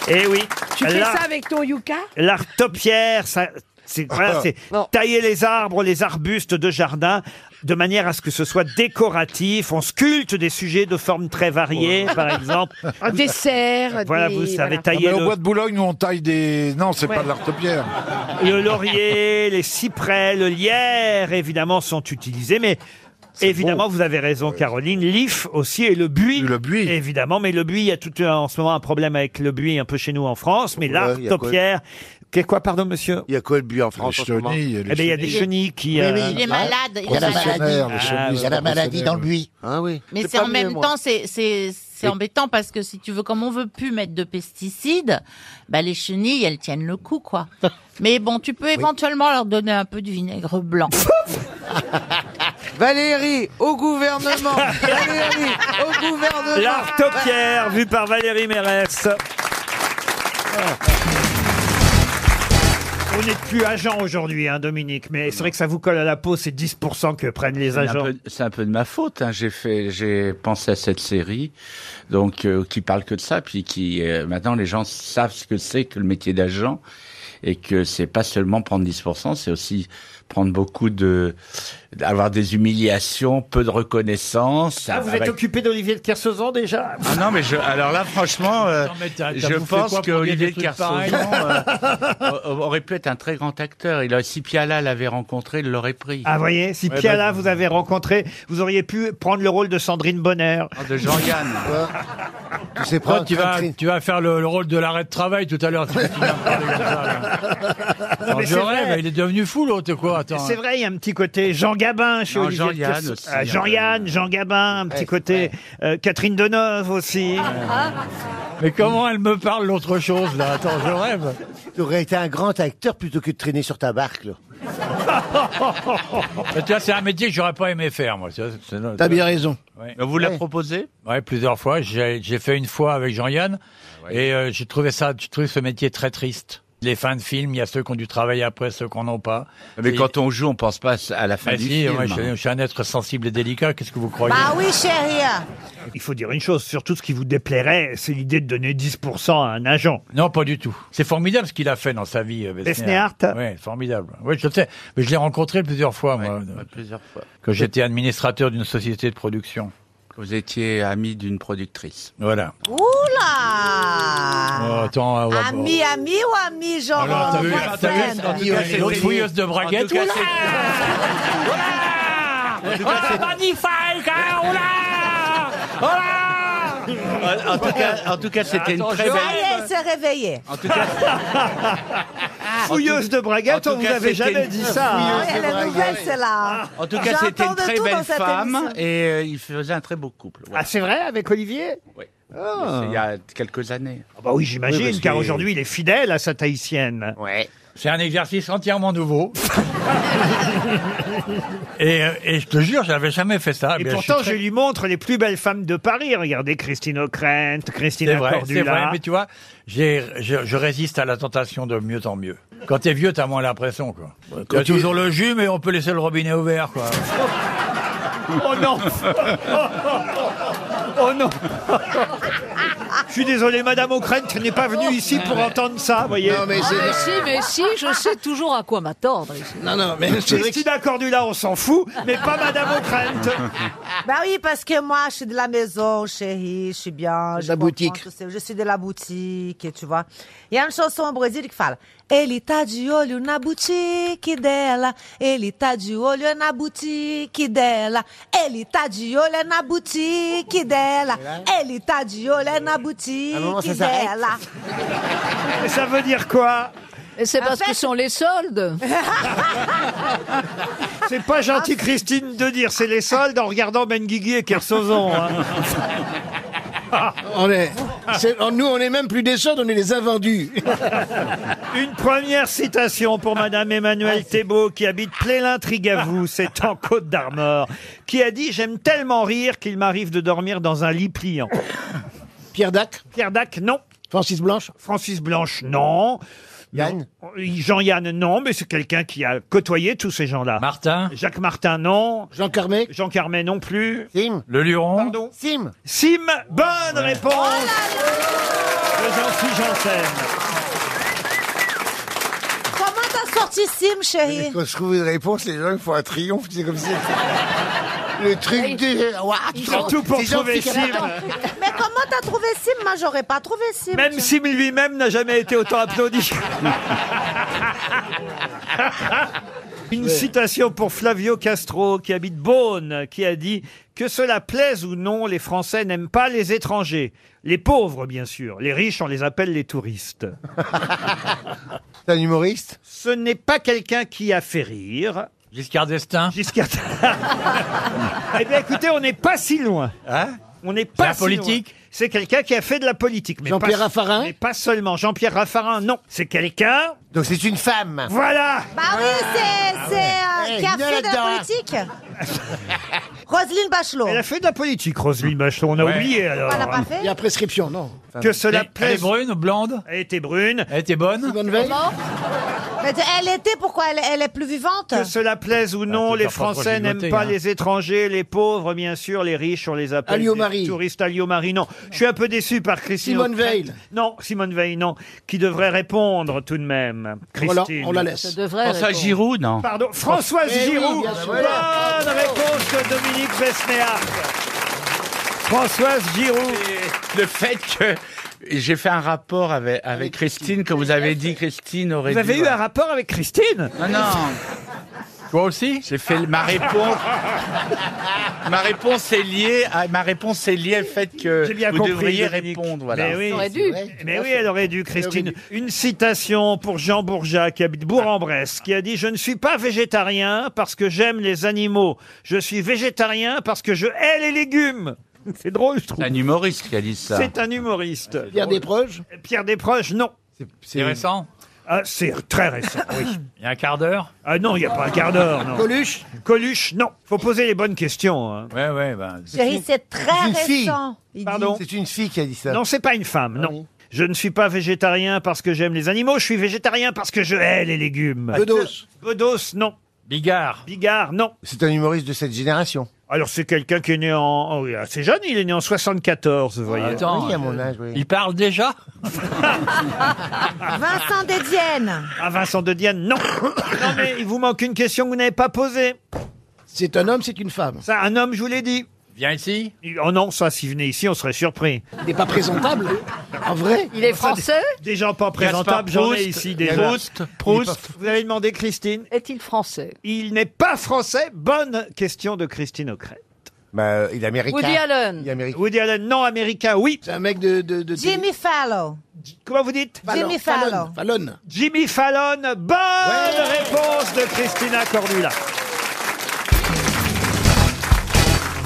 Speaker 1: Eh oui.
Speaker 3: Tu fais
Speaker 1: L'art-
Speaker 3: ça avec ton yuka
Speaker 1: L'art topière, ça, c'est voilà, c'est tailler les arbres, les arbustes de jardin de manière à ce que ce soit décoratif. On sculpte des sujets de formes très variées, par exemple.
Speaker 3: Un dessert.
Speaker 1: Ah, Voilà,
Speaker 3: des-
Speaker 1: vous savez
Speaker 10: Ah,
Speaker 1: tailler
Speaker 10: mais au
Speaker 1: le-
Speaker 10: bois de Boulogne, on taille des... Non, c'est pas de l'artopière.
Speaker 1: Le laurier, les cyprès, le lierre, évidemment, sont utilisés, mais évidemment, vous avez raison, Caroline. L'if aussi et le buis. Le buis. Évidemment, mais le buis, il y a tout un- en ce moment un problème avec le buis un peu chez nous en France, mais l'art
Speaker 10: il y a quoi
Speaker 1: topière. Qu'est quoi, pardon, monsieur
Speaker 10: Il y a quoi le but en France Les chenilles.
Speaker 1: Eh ben, il y a des chenilles qui. euh,
Speaker 5: Il est malade, il est
Speaker 10: Professionnels,
Speaker 5: malade.
Speaker 10: les
Speaker 1: Ah,
Speaker 10: chenilles,
Speaker 1: il y a la maladie
Speaker 10: professionnels,
Speaker 1: dans le
Speaker 10: oui.
Speaker 5: buis.
Speaker 10: Ah oui.
Speaker 5: Mais c'est en même temps, c'est c'est c'est embêtant parce que si tu veux, comme on veut plus mettre de pesticides, bah les chenilles, elles tiennent le coup, quoi. Mais bon, tu peux éventuellement leur donner un peu de vinaigre blanc.
Speaker 14: Valérie, au gouvernement. Valérie, Eh au gouvernement.
Speaker 1: L'art topière, vu par Valérie Mérès. On n'est plus agent aujourd'hui, hein, Dominique, mais c'est vrai que ça vous colle à la peau, c'est 10% que prennent les
Speaker 19: C'est un
Speaker 1: agents.
Speaker 19: peu- C'est un, peu de ma faute. hein. J'ai fait, j'ai pensé à cette série, donc euh, qui parle que de ça, puis qui euh, maintenant les gens savent ce que c'est que le métier d'agent. et que c'est pas seulement prendre 10%, c'est aussi prendre beaucoup de, avoir des humiliations, peu de reconnaissance.
Speaker 1: Ah, vous êtes
Speaker 19: avec-
Speaker 1: occupé d'Olivier de Kersauzon déjà
Speaker 19: Ah non, mais je, alors là, franchement, euh,
Speaker 1: Non, mais t'as- t'as
Speaker 19: je
Speaker 1: bouffé
Speaker 19: pense
Speaker 1: quoi
Speaker 19: que
Speaker 1: pour dire
Speaker 19: Olivier
Speaker 1: des
Speaker 19: de
Speaker 1: trucs
Speaker 19: Kersauzon euh, a- aurait pu être un très grand acteur. Il a, si Piala l'avait rencontré, il l'aurait pris.
Speaker 1: Ah, voyez, si
Speaker 19: Ouais,
Speaker 1: Piala
Speaker 19: bah,
Speaker 1: vous avez rencontré, vous auriez pu prendre le rôle de Sandrine Bonner.
Speaker 2: Ah,
Speaker 19: de Jean-Yann.
Speaker 1: Tu sais pas,
Speaker 2: Toi, tu,
Speaker 1: en train
Speaker 2: vas,
Speaker 1: de tri-
Speaker 2: tu vas faire le, le rôle de l'arrêt de travail tout à l'heure. tu vas finir par parler comme ça, là. Attends,
Speaker 1: mais
Speaker 2: je
Speaker 1: c'est
Speaker 2: rêve,
Speaker 1: vrai.
Speaker 2: il est devenu fou l'autre quoi. Attends, hein.
Speaker 1: C'est vrai, il y a un petit côté Jean Gabin chez
Speaker 2: Non,
Speaker 1: Olivier de
Speaker 2: Jean-Yann
Speaker 1: Kersauzon.
Speaker 2: aussi,
Speaker 1: Ah,
Speaker 2: hein.
Speaker 1: Jean-Yann, Jean Gabin, un petit côté euh, Catherine Deneuve aussi.
Speaker 2: Mais comment elle me parle l'autre chose là Attends, je rêve.
Speaker 5: Tu aurais été un grand acteur plutôt que de traîner sur ta barque. là.
Speaker 2: Mais tu vois, c'est un métier que j'aurais pas aimé faire moi.
Speaker 5: T'as bien raison.
Speaker 19: On vous l'a proposé
Speaker 2: Ouais, plusieurs fois. J'ai j'ai fait une fois avec Jean-Yann et euh, j'ai trouvé ça, j'ai trouvé ce métier très triste. Les fins de film, il y a ceux qui ont du travail après, ceux qui n'en ont pas.
Speaker 19: Mais
Speaker 2: Et-
Speaker 19: quand on joue, on pense pas à la fin
Speaker 2: Ah
Speaker 19: du
Speaker 2: si,
Speaker 19: film.
Speaker 2: moi, je, je suis un être sensible et délicat, qu'est-ce que vous croyez
Speaker 16: Bah oui, chérie.
Speaker 1: Il faut dire une chose, surtout ce qui vous déplairait, c'est l'idée de donner 10% à un agent.
Speaker 2: Non, pas du tout. C'est formidable ce qu'il a fait dans sa vie, euh, Besnéard. Oui, formidable. Oui, je le sais. Mais je l'ai rencontré plusieurs fois, moi,
Speaker 19: Plusieurs fois. Ah,
Speaker 2: quand j'étais administrateur d'une société de production.
Speaker 19: Vous étiez ami d'une productrice.
Speaker 2: Voilà.
Speaker 16: Oula
Speaker 1: Ah.
Speaker 2: Oh, attends, on va-
Speaker 16: Ami, ami ou ami, genre
Speaker 2: Alors, Ah t'as
Speaker 16: euh,
Speaker 2: vu,
Speaker 16: boyfriend
Speaker 2: t'as vu, en tout cas, c'est l'autre fouilleuse de braguette.
Speaker 16: Oula
Speaker 2: Oh.
Speaker 19: En tout cas, en tout cas, c'était une très
Speaker 16: Ça
Speaker 19: belle.
Speaker 16: y est, elle s'est réveillée.
Speaker 19: Ah.
Speaker 1: Fouilleuse de braguette,
Speaker 19: en
Speaker 1: on
Speaker 19: tout
Speaker 1: vous
Speaker 19: cas,
Speaker 1: avait
Speaker 19: c'était
Speaker 1: jamais
Speaker 19: une
Speaker 1: dit ça. hein.
Speaker 19: fouilleuse de
Speaker 16: Ah Elle est nouvelle, celle-là.
Speaker 19: En tout cas, c'était une
Speaker 16: J'entends de
Speaker 19: très
Speaker 16: tout dans
Speaker 19: belle
Speaker 16: cette
Speaker 19: femme
Speaker 16: émission.
Speaker 19: et euh, il faisait un très beau couple. voilà.
Speaker 1: Ah, c'est vrai avec Olivier
Speaker 19: Oui.
Speaker 1: Ah.
Speaker 19: C'est Il y a quelques années.
Speaker 1: Bah oui, j'imagine,
Speaker 19: parce
Speaker 1: car
Speaker 19: que-
Speaker 1: aujourd'hui, il est fidèle à sa tahitienne.
Speaker 2: Ouais. C'est un exercice entièrement nouveau. et, euh, et je te jure, j'avais jamais fait ça.
Speaker 1: Et
Speaker 2: Eh Bien,
Speaker 1: pourtant,
Speaker 2: je
Speaker 1: je,
Speaker 2: suis très-
Speaker 1: lui montre les plus belles femmes de Paris. Regardez Christine O'Krent,
Speaker 2: C'est
Speaker 1: Christine
Speaker 2: vrai, c'est
Speaker 1: Cordula.
Speaker 2: vrai, mais tu vois, j'ai, je, je résiste à la tentation de mieux en mieux. Quand t'es vieux, t'as moins l'impression, quoi.
Speaker 1: quand
Speaker 2: T'as
Speaker 1: tu-
Speaker 2: toujours le jus, mais on peut laisser le robinet ouvert, quoi.
Speaker 1: oh non Oh non Je suis désolé, Madame O'Krent n'est pas venue ici pour entendre ça, vous voyez.
Speaker 9: Non, mais c'est- Ah, mais si, mais si, je sais toujours à quoi m'attendre.
Speaker 1: Non, non, mais Christina Cordula, on s'en fout, mais pas Madame O'Krent.
Speaker 16: Bah oui, parce que moi, je suis de la maison, chérie, je suis bien. je
Speaker 1: la
Speaker 16: comprends
Speaker 1: boutique.
Speaker 16: tout ça, Je suis de la boutique, tu vois. Il y a une chanson au Brésil qui fala Ele tá de olho na boutique dela. Ele tá de olho na boutique dela. Ele tá de olho na boutique dela. Ele tá de olho na boutique
Speaker 9: À un moment, ça s'arrête.
Speaker 16: dela.
Speaker 1: Ça veut dire quoi
Speaker 9: Et c'est parce que sont les soldes.
Speaker 1: C'est pas
Speaker 9: Ah,
Speaker 1: gentil, Christine, de dire c'est les soldes en regardant Benguigui et hein. Kersozon.
Speaker 2: hein.
Speaker 20: On est, c'est- on- nous, on est même plus des soldes, on est les invendus.
Speaker 1: Une première citation pour Madame
Speaker 20: Ah,
Speaker 1: Emmanuelle Thébault, qui habite Plélin-Trigavou, c'est en Côte d'Armor, qui a dit J'aime tellement rire qu'il m'arrive de dormir dans un lit pliant. Pierre Dac Pierre Dac, non. Francis Blanche Francis Blanche, non. Yann Jean-Yann, non, mais c'est quelqu'un qui a côtoyé tous ces gens-là.
Speaker 2: Martin
Speaker 1: Jacques Martin, non. Jean Carmet Jean Carmet, non plus. Sim
Speaker 2: Le Luron
Speaker 1: Pardon Sim Sim, bonne réponse de Jean-Philippe Janssen.
Speaker 16: Comment t'as sorti Sim, chérie
Speaker 20: Quand je trouve une réponse, les gens ils font un triomphe, c'est comme ça. Le truc de. Ouah, tu
Speaker 1: Surtout
Speaker 20: sens-
Speaker 1: pour
Speaker 20: c'est gentil,
Speaker 1: trouver Sim.
Speaker 20: Attends.
Speaker 16: Mais comment t'as trouvé Sim Moi, j'aurais pas trouvé Sim.
Speaker 1: Même Sim lui-même n'a jamais été autant applaudi. Une citation pour Flavio Castro, qui habite Beaune, qui a dit Que cela plaise ou non, les Français n'aiment pas les étrangers. Les pauvres, bien sûr. Les riches, on les appelle les touristes. C'est un humoriste Ce n'est pas quelqu'un qui a fait rire.
Speaker 2: Giscard d'Estaing
Speaker 1: Giscard Eh bien, écoutez, on n'est pas si loin. on n'est pas
Speaker 2: un
Speaker 1: si
Speaker 2: Hein politique
Speaker 1: loin. C'est quelqu'un qui a fait de la politique. mais
Speaker 20: Jean-Pierre
Speaker 1: pas-
Speaker 20: Raffarin
Speaker 1: Mais pas seulement. Jean-Pierre Raffarin, non. C'est quelqu'un...
Speaker 20: Donc c'est une femme.
Speaker 1: Voilà
Speaker 16: Bah oui, c'est c'est
Speaker 20: Ah, ouais.
Speaker 16: euh, qui a fait de
Speaker 20: Eh, Violetta.
Speaker 16: la politique. Roselyne Bachelot.
Speaker 1: Elle a fait de la politique, Roselyne Bachelot. On a
Speaker 20: Ouais.
Speaker 1: oublié, alors.
Speaker 16: Elle a pas fait
Speaker 20: Il y a prescription, non
Speaker 1: Que cela
Speaker 2: Elle est
Speaker 1: plaise...
Speaker 2: brune, blonde
Speaker 1: Elle était brune.
Speaker 2: Elle était bonne
Speaker 20: Bonne veille.
Speaker 16: Mais Elle était, pourquoi elle, elle est plus vivante
Speaker 1: Que cela plaise ou non,
Speaker 16: Ah,
Speaker 1: les
Speaker 16: c'est pas trop
Speaker 1: Français n'aiment
Speaker 16: gigoté,
Speaker 1: pas
Speaker 16: hein.
Speaker 1: les étrangers, les pauvres, bien sûr, les riches, on les appelle
Speaker 5: Alliot
Speaker 1: des
Speaker 5: Marie.
Speaker 1: touristes. Alliot Marie, non. Je suis un peu déçu par Christine.
Speaker 5: Simone
Speaker 1: O'Crane.
Speaker 5: Veil.
Speaker 1: Non, Simone Veil, non. Qui devrait répondre tout de même.
Speaker 5: Voilà,
Speaker 1: Christine.
Speaker 5: on la laisse. Ça devrait Françoise répondre. Giroud, non
Speaker 1: Pardon, Françoise
Speaker 5: Eh oui,
Speaker 1: Giroud.
Speaker 5: bien sûr.
Speaker 1: Bonne réponse de Dominique Besnéard. Françoise Giroud.
Speaker 19: Le fait que j'ai fait un rapport avec, avec Christine, que vous avez dit Christine aurait
Speaker 1: Vous avez
Speaker 19: dû-
Speaker 1: eu un rapport avec Christine
Speaker 5: Ah,
Speaker 19: Non, non. Toi aussi J'ai fait le- ma réponse. ma réponse est liée à ma réponse est liée au fait que
Speaker 1: J'ai bien
Speaker 19: vous
Speaker 1: compris,
Speaker 19: devriez
Speaker 1: Dominique.
Speaker 19: répondre. Voilà.
Speaker 1: Mais oui, Mais
Speaker 19: tout à
Speaker 1: oui,
Speaker 19: fait.
Speaker 1: Eh elle aurait dû, Christine. Une citation pour Jean Bourgeat, qui habite Bourg-en-Bresse, qui a dit Je ne suis pas végétarien parce que j'aime les animaux. Je suis végétarien parce que je hais les légumes. C'est drôle, je trouve.
Speaker 19: C'est un humoriste qui a dit ça.
Speaker 1: C'est un humoriste.
Speaker 19: Pierre
Speaker 1: Desproges Pierre Desproges, non.
Speaker 2: C'est récent
Speaker 1: Ah, c'est très récent, oui.
Speaker 2: Il y a un quart d'heure
Speaker 1: Ah non, il n'y a pas un quart d'heure, non.
Speaker 2: Coluche
Speaker 1: Coluche, non. Faut poser les bonnes questions. hein.
Speaker 2: Ouais, ouais, ben.
Speaker 16: Chérie, c'est très
Speaker 1: une fille.
Speaker 16: récent. Il
Speaker 1: Pardon
Speaker 16: dit.
Speaker 1: C'est une fille qui a dit ça. Non, c'est pas une femme,
Speaker 20: Ah
Speaker 1: non. Je ne suis pas végétarien parce que j'aime les animaux, je suis végétarien parce que je hais les légumes.
Speaker 20: Bedos.
Speaker 1: Bedos, non. Bigard. Bigard, non.
Speaker 20: C'est un humoriste de cette génération.
Speaker 1: Alors c'est quelqu'un qui est né en... oh, oui, assez jeune, il est né en 74, vous voyez.
Speaker 5: Ah
Speaker 20: oui, à mon âge, oui.
Speaker 1: Il parle déjà
Speaker 16: Vincent Dedienne.
Speaker 1: Ah, Vincent de Diane, non. non, mais il vous manque une question que vous n'avez pas posée. C'est un homme, c'est une femme. Ça, un homme, je vous l'ai dit.
Speaker 2: Viens ici.
Speaker 1: Oh non, ça, s'il venait ici, on serait surpris.
Speaker 5: Il n'est pas présentable. hein. En vrai
Speaker 1: Il est français Des gens pas présentables, j'en ai
Speaker 5: Proust.
Speaker 1: ici
Speaker 5: Il y
Speaker 1: déjà.
Speaker 5: en a. Proust, Proust.
Speaker 1: Vous avez demandé Christine. Est-il français Il n'est pas français. Bonne question de Christine O'Crête.
Speaker 20: Bah, il est américain.
Speaker 1: Allen. Woody Allen, non américain, oui. C'est un mec de.
Speaker 16: Jimmy Fallow.
Speaker 1: Comment vous dites
Speaker 16: Jimmy Fallon.
Speaker 1: Fallon. Jimmy Fallon. Bonne réponse de Christina Cordula.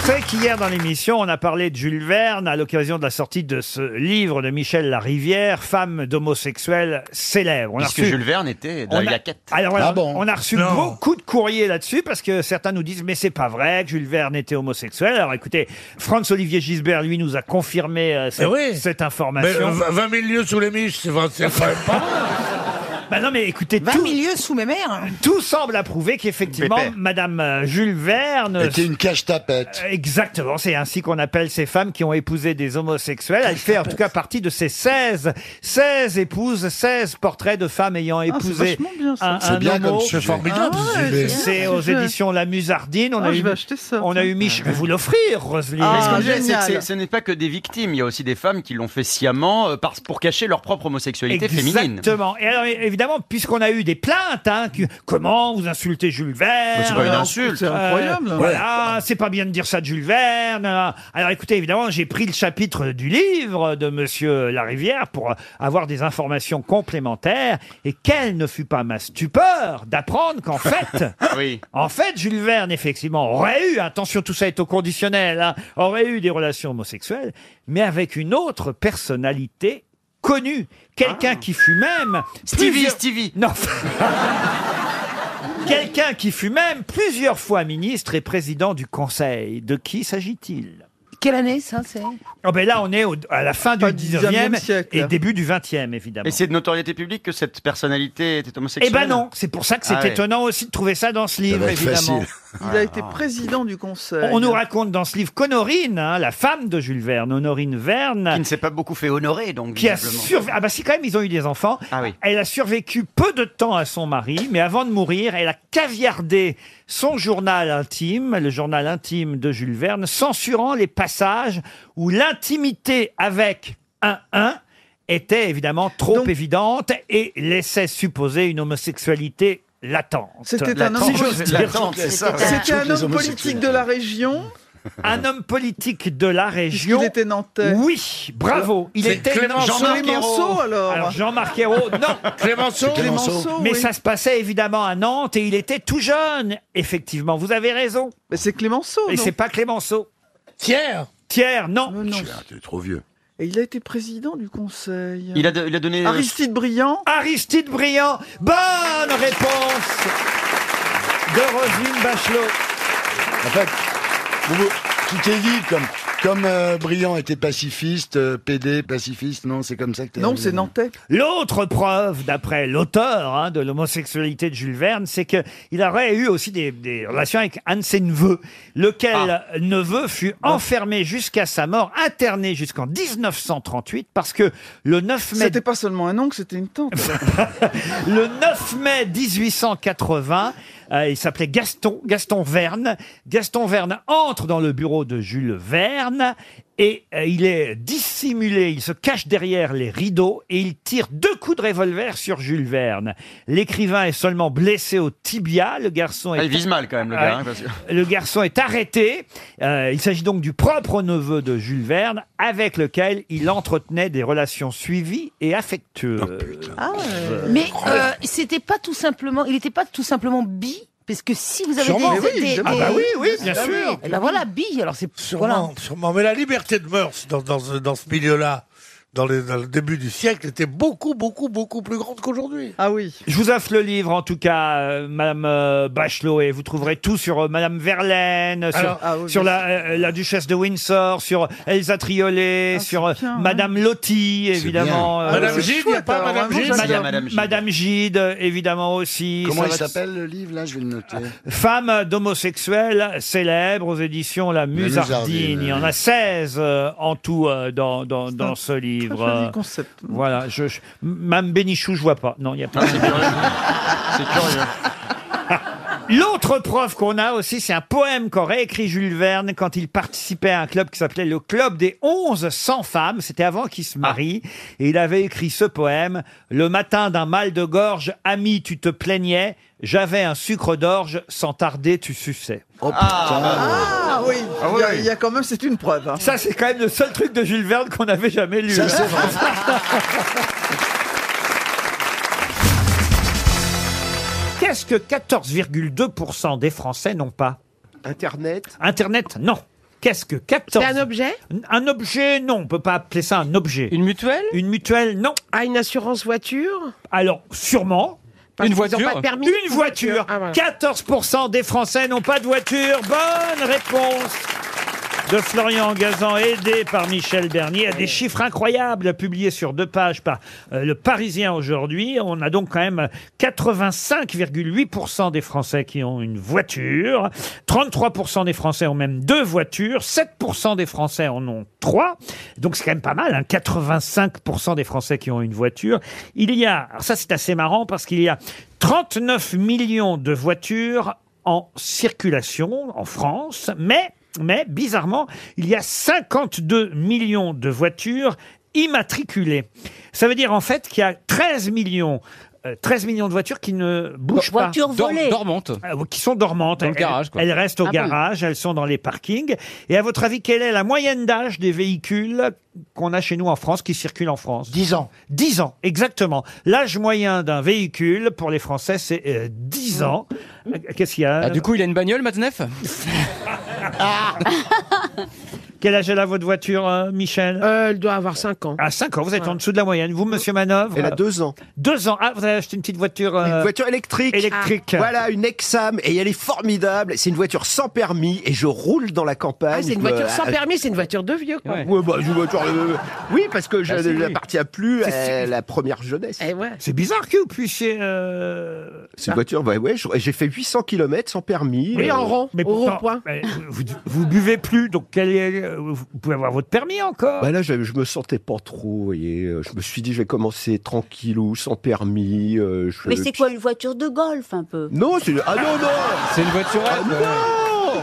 Speaker 1: Vous savez qu'hier dans l'émission, on a parlé de Jules Verne à l'occasion de la sortie de ce livre de Michel Larivière, Femme d'homosexuel célèbre. On a
Speaker 8: Parce que
Speaker 1: reçu-
Speaker 8: Jules Verne était
Speaker 1: on
Speaker 8: dans la
Speaker 1: a-
Speaker 8: quête.
Speaker 1: Alors voilà,
Speaker 8: Ah bon
Speaker 1: on a reçu
Speaker 8: Non.
Speaker 1: beaucoup de courriers là-dessus parce que certains nous disent mais c'est pas vrai que Jules Verne était homosexuel. Alors écoutez, Franz Olivier Gisbert lui nous a confirmé euh, cette,
Speaker 15: Eh oui.
Speaker 1: cette
Speaker 15: Mais, euh,
Speaker 1: information.
Speaker 15: 20 000 lieux sous les miches, c'est vrai, c'est vrai pas.
Speaker 1: Bah non mais écoutez, 20 tout, sous mes mères. Tout semble approuver qu'effectivement
Speaker 15: Pépère.
Speaker 1: Madame euh, Jules Verne
Speaker 10: Était une cache tapette.
Speaker 1: Euh, Exactement, c'est ainsi qu'on appelle ces femmes qui ont épousé des homosexuels. Elle fait en tout cas partie de ces 16, 16 épouses, 16 portraits de femmes ayant épousé
Speaker 28: Ah, vachement bien, ça.
Speaker 1: un,
Speaker 28: C'est
Speaker 1: un
Speaker 28: bien
Speaker 1: homo.
Speaker 28: comme sujet.
Speaker 20: formidable,
Speaker 28: Ah ouais,
Speaker 1: C'est
Speaker 28: c'est
Speaker 1: c'est
Speaker 28: bien,
Speaker 1: aux
Speaker 28: c'est bien.
Speaker 1: éditions La Musardine. On
Speaker 28: Ah,
Speaker 1: a
Speaker 28: je
Speaker 1: eu,
Speaker 28: vais acheter ça,
Speaker 1: On a eu Mich. Je vais vous l'offrir, Roselyne.
Speaker 28: Ah,
Speaker 8: Mais ce que j'aime, c'est que
Speaker 28: génial.
Speaker 8: c'est- ce n'est pas que des victimes, il y a aussi des femmes qui l'ont fait sciemment euh, parce- pour cacher leur propre homosexualité féminine.
Speaker 1: Exactement. Et alors, é- évidemment, puisqu'on a eu des plaintes, hein, que- comment vous insultez Jules Verne
Speaker 8: Mais c'est pas une insulte. Euh, C'est incroyable.
Speaker 1: Euh, Voilà, c'est pas bien de dire ça de Jules Verne. Alors, écoutez, évidemment, j'ai pris le chapitre du livre de Monsieur Larivière pour euh, avoir des informations complémentaires. Et quelle ne fut pas ma stupeur d'apprendre qu'en fait,
Speaker 8: Oui.
Speaker 1: en fait, Jules Verne, effectivement, aurait eu, attention, tout ça est au conditionnel, hein, aurait eu des relations homosexuelles, mais avec une autre personnalité connue. Quelqu'un qui fut même...
Speaker 8: Ah. Stevie,
Speaker 1: Stevie Non Quelqu'un qui fut même plusieurs fois ministre et président du Conseil. De qui s'agit-il
Speaker 25: Quelle année ça c'est
Speaker 1: Oh ben là, on est au- à la fin du 19e,
Speaker 8: 19e siècle.
Speaker 1: et début du 20e, évidemment.
Speaker 8: Et c'est de notoriété publique que cette personnalité était
Speaker 1: Eh
Speaker 8: homosexuelle
Speaker 1: ben non, c'est pour ça que c'est
Speaker 8: Ah ouais. Ah.
Speaker 1: étonnant aussi de trouver ça dans ce livre,
Speaker 8: va être
Speaker 1: évidemment.
Speaker 8: facile.
Speaker 28: Il a été président du conseil.
Speaker 1: Ah. On nous raconte dans ce livre qu'Honorine, hein, la femme de Jules Verne, Honorine Verne. Qui ne
Speaker 8: s'est pas beaucoup fait honorer, donc.
Speaker 1: Qui a
Speaker 8: visiblement. Ah
Speaker 1: survécu. Ah, bah si, quand même, ils ont eu des enfants. Elle a survécu peu de temps à son mari, mais avant de mourir, elle a caviardé son journal intime, le journal intime de Jules Verne, censurant les passages où l'intimité avec un un était évidemment trop évidente et laissait supposer une homosexualité latente.
Speaker 28: C'était un homme
Speaker 1: Si j'ose dire.
Speaker 28: C'était un homme politique de la région.
Speaker 1: Un homme politique de la région. Il était
Speaker 28: nantais.
Speaker 1: Oui, bravo. Il
Speaker 28: C'est
Speaker 1: était
Speaker 28: Clémenceau.
Speaker 1: Jean-Marc
Speaker 28: Clémenceau,
Speaker 1: Ayrault.
Speaker 28: alors.
Speaker 1: Jean-Marc Ayrault, non.
Speaker 28: Clémenceau. C'est Clémenceau,
Speaker 1: Mais
Speaker 28: oui.
Speaker 1: ça se passait évidemment à Nantes et il était tout jeune. Effectivement, vous avez raison.
Speaker 28: Mais c'est Clémenceau.
Speaker 1: Et
Speaker 28: non
Speaker 1: c'est pas Clémenceau. Thiers. Thiers, non.
Speaker 28: trop vieux. Et il a été président du conseil.
Speaker 8: Il a, do- il a donné. euh,
Speaker 28: Aristide Briand.
Speaker 1: Aristide Briand. Bonne réponse de Roselyne Bachelot.
Speaker 20: En fait, vous, vous- tu t'es dit, comme
Speaker 10: Comme euh, Briand était pacifiste, euh, PD pacifiste, non, c'est comme ça que t'as-
Speaker 1: Nantais. L'autre preuve, d'après l'auteur hein, de l'homosexualité de Jules Verne, c'est que il aurait eu aussi des, des relations avec un de ses neveux, lequel neveu fut enfermé jusqu'à sa mort, interné jusqu'en 1938, parce que le 9 mai... C'était
Speaker 28: pas seulement un oncle, c'était une tante.
Speaker 1: le 9 mai 1880... euh, il s'appelait Gaston, Gaston Verne. Gaston Verne entre dans le bureau de Jules Verne et euh, il est dissimulé, il se cache derrière les rideaux et il tire deux coups de revolver sur Jules Verne. L'écrivain est seulement blessé au tibia, le garçon est...
Speaker 8: Ah, il vise mal, quand même, le gars, hein, parce que-
Speaker 1: Le garçon est arrêté. Euh, il s'agit donc du propre neveu de Jules Verne, avec lequel il entretenait des relations suivies et affectueuses. Euh,
Speaker 25: Mais euh, c'était pas tout simplement, il n'était pas tout simplement bi, parce que si vous avez
Speaker 15: Sûrement,
Speaker 25: des,
Speaker 15: mais oui,
Speaker 25: des-
Speaker 15: évidemment.
Speaker 25: des-
Speaker 15: Ah bah oui, oui, bien
Speaker 25: Ah
Speaker 15: sûr.
Speaker 25: oui. Eh ben voilà, bi. Alors c'est
Speaker 15: Sûrement, sûrement. Mais la liberté de mœurs dans, dans ce- dans ce milieu-là, dans, les- dans le début du siècle, était beaucoup, beaucoup, beaucoup plus grande qu'aujourd'hui.
Speaker 28: Ah oui.
Speaker 1: Je vous offre le livre, en tout cas, euh, Madame euh, Bachelot, et vous trouverez tout sur euh, Madame Verlaine, euh, sur,
Speaker 28: Alors, ah oui,
Speaker 1: sur
Speaker 28: bien
Speaker 1: la, euh, la duchesse de Windsor, sur Elsa Triolet,
Speaker 28: Ah,
Speaker 1: sur euh,
Speaker 28: hein.
Speaker 1: Madame Loti, évidemment.
Speaker 10: bien. Madame Gide, il y a pas
Speaker 1: alors,
Speaker 10: Madame
Speaker 1: vraiment,
Speaker 10: Gide
Speaker 1: Madame,
Speaker 10: Madame Gide.
Speaker 1: Madame Gide, euh, évidemment aussi.
Speaker 10: Comment
Speaker 1: Ça
Speaker 10: il
Speaker 1: va-
Speaker 10: s'appelle le livre là Je vais le noter.
Speaker 1: Femmes d'homosexuels célèbres aux éditions La Musardine.
Speaker 10: Musardine,
Speaker 1: Il y en a 16 euh, en tout euh, dans, dans, dans ce livre.
Speaker 28: joli
Speaker 1: Euh, Voilà. Je, je- Mme Bénichou, je vois pas. Non, il n'y a pas. L'autre preuve qu'on a aussi, c'est un poème qu'aurait écrit Jules Verne quand il participait à un club qui s'appelait le Club des 11 sans femmes. C'était avant qu'il se marie. Et il avait écrit ce poème. Le matin d'un mal de gorge, ami, tu te plaignais. J'avais un sucre d'orge, sans tarder, tu suçais.
Speaker 28: Ah oui,
Speaker 1: Ah
Speaker 28: il y a-
Speaker 1: oui.
Speaker 28: il y, a quand même, c'est une preuve. hein.
Speaker 1: Ça, c'est quand même le seul truc de Jules Verne qu'on n'avait jamais lu. hein.
Speaker 28: Ça, c'est
Speaker 1: Qu'est-ce que 14,2% des Français n'ont pas Internet Internet, non. Qu'est-ce que 14... C'est un objet Un objet, non. On peut pas appeler ça un objet. Une mutuelle Une mutuelle, non. Ah, une assurance voiture Alors, sûrement.
Speaker 27: Parce Une qu'ils ont voiture pas de permis.
Speaker 1: Une voiture.
Speaker 27: Ah, voilà.
Speaker 1: 14% des Français n'ont pas de voiture. Bonne réponse de Florian Gazan, aidé par Michel Bernier, à des chiffres incroyables publiés sur deux pages par euh, le Parisien aujourd'hui. On a donc quand même 85,8% des Français qui ont une voiture, 33% des Français ont même deux voitures, 7% des Français en ont trois. Donc c'est quand même pas mal, hein, 85% des Français qui ont une voiture. Il y a, alors ça c'est assez marrant parce qu'il y a 39 millions de voitures en circulation en France, mais, mais bizarrement, il y a 52 millions de voitures immatriculées. Ça veut dire en fait qu'il y a 13 millions. euh, 13 millions de voitures qui ne bougent pas.
Speaker 25: voitures Dor- volées.
Speaker 1: dormantes. qui sont dormantes.
Speaker 25: Dans le
Speaker 1: Elles-
Speaker 25: garage, quoi.
Speaker 1: Elles restent au
Speaker 25: Ah bon.
Speaker 1: garage, elles sont dans les parkings. Et à votre avis, quelle est la moyenne d'âge des véhicules qu'on a chez nous en France, qui circulent en France 10 ans. 10 ans, exactement. L'âge moyen d'un véhicule, pour les Français, c'est euh, 10 ans. Euh, Qu'est-ce qu'il y a
Speaker 12: Ah,
Speaker 1: Ah.
Speaker 12: Du coup, il a une bagnole, Matnef
Speaker 1: Quel âge elle a votre voiture, euh, Michel Elle doit avoir 5 ans. Ah, 5 ans, vous êtes en dessous de la moyenne. Vous, monsieur Manœuvre
Speaker 4: Elle a deux
Speaker 1: ans. 2 ans. Ah, vous avez acheté une petite voiture. euh,
Speaker 4: Une voiture électrique.
Speaker 1: Électrique.
Speaker 4: Ah, voilà, une Exam. Et elle est formidable. C'est une voiture sans permis. Et je roule dans la campagne.
Speaker 22: Ah, c'est une
Speaker 4: Euh,
Speaker 22: voiture sans
Speaker 4: à-
Speaker 22: permis, c'est une voiture de vieux, quoi.
Speaker 4: Ouais, bah, une voiture de- Oui, parce que je
Speaker 22: Ah, c'est lui.
Speaker 4: n'appartiens plus
Speaker 22: C'est
Speaker 4: à
Speaker 22: sûr.
Speaker 4: la première jeunesse.
Speaker 22: Eh ouais.
Speaker 1: C'est bizarre que vous puissiez. euh,
Speaker 4: Cette voiture, bah ouais, je- j'ai fait 800 km sans permis.
Speaker 1: Oui,
Speaker 4: Euh,
Speaker 1: en rond, mais au rond-point. Vous, vous buvez plus, donc quel est- euh, vous pouvez avoir votre permis encore.
Speaker 4: Bah là, je, je me sentais pas trop, vous voyez. Euh, Je me suis dit, je vais commencer tranquillou, sans permis. euh, je-
Speaker 18: Mais c'est quoi une voiture de golf un peu
Speaker 4: Non, c'est... Ah non, non C'est une voiture ah,
Speaker 1: Oh
Speaker 4: non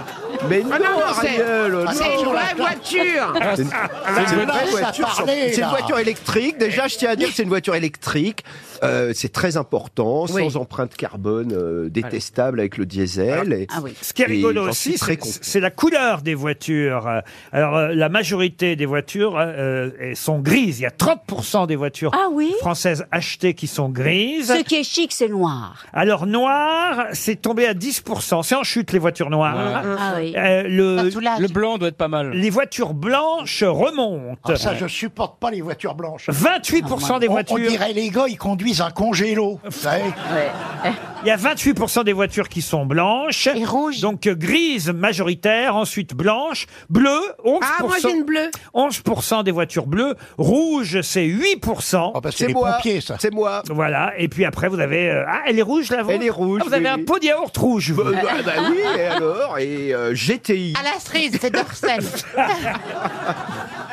Speaker 4: Mais non,
Speaker 22: Ah non, non, c'est-
Speaker 4: Ariel,
Speaker 22: ah, c'est
Speaker 4: non.
Speaker 22: une vraie voiture.
Speaker 4: C'est une-
Speaker 22: Ah,
Speaker 4: c'est une
Speaker 22: là,
Speaker 4: vraie
Speaker 22: ça
Speaker 4: voiture sur-
Speaker 22: parlait,
Speaker 4: c'est une
Speaker 22: là.
Speaker 4: voiture électrique. Déjà, je tiens à dire que c'est une voiture électrique. Euh, c'est très important,
Speaker 1: Oui.
Speaker 4: sans empreinte carbone euh, détestable avec le diesel. Et-
Speaker 18: Ah
Speaker 22: ah
Speaker 1: Ce qui est
Speaker 4: et
Speaker 1: rigolo
Speaker 4: j'en suis
Speaker 1: aussi,
Speaker 4: très
Speaker 1: c'est-
Speaker 4: content.
Speaker 1: c'est la couleur des voitures. Euh, Alors, euh, la majorité des voitures euh, euh, sont grises. Il y a 30% des voitures françaises achetées qui sont grises.
Speaker 18: Ah Ce qui est chic, c'est noir.
Speaker 1: Alors, noir, c'est tombé à 10%. C'est en chute, les voitures noires.
Speaker 18: Ah oui.
Speaker 1: Euh, le,
Speaker 27: le blanc doit être pas mal.
Speaker 1: Les voitures blanches remontent.
Speaker 24: Ah, ça, je supporte pas les voitures blanches.
Speaker 1: 28% des
Speaker 24: On-
Speaker 1: voitures.
Speaker 24: On dirait les gars, ils conduisent un congélo. vous savez.
Speaker 1: Il y a 28% des voitures qui sont blanches. Et rouges. Donc euh, grises majoritaire, ensuite blanches, bleues, 11%.
Speaker 22: Ah, moi, j'ai une bleue.
Speaker 1: 11% des voitures bleues. Rouge, c'est 8%.
Speaker 24: c'est C'est Ah, les moi. pompiers, ça.
Speaker 1: C'est moi. Voilà. Et puis après, vous avez. euh, Ah, elle est rouge, la vôtre
Speaker 12: Elle est rouge,
Speaker 1: Ah, vous avez
Speaker 12: oui,
Speaker 1: un
Speaker 12: oui.
Speaker 1: pot de yaourt rouge. vous.
Speaker 12: Bah, bah, bah oui, et alors Et euh, GTI.
Speaker 11: À la cerise, c'est Dorsel.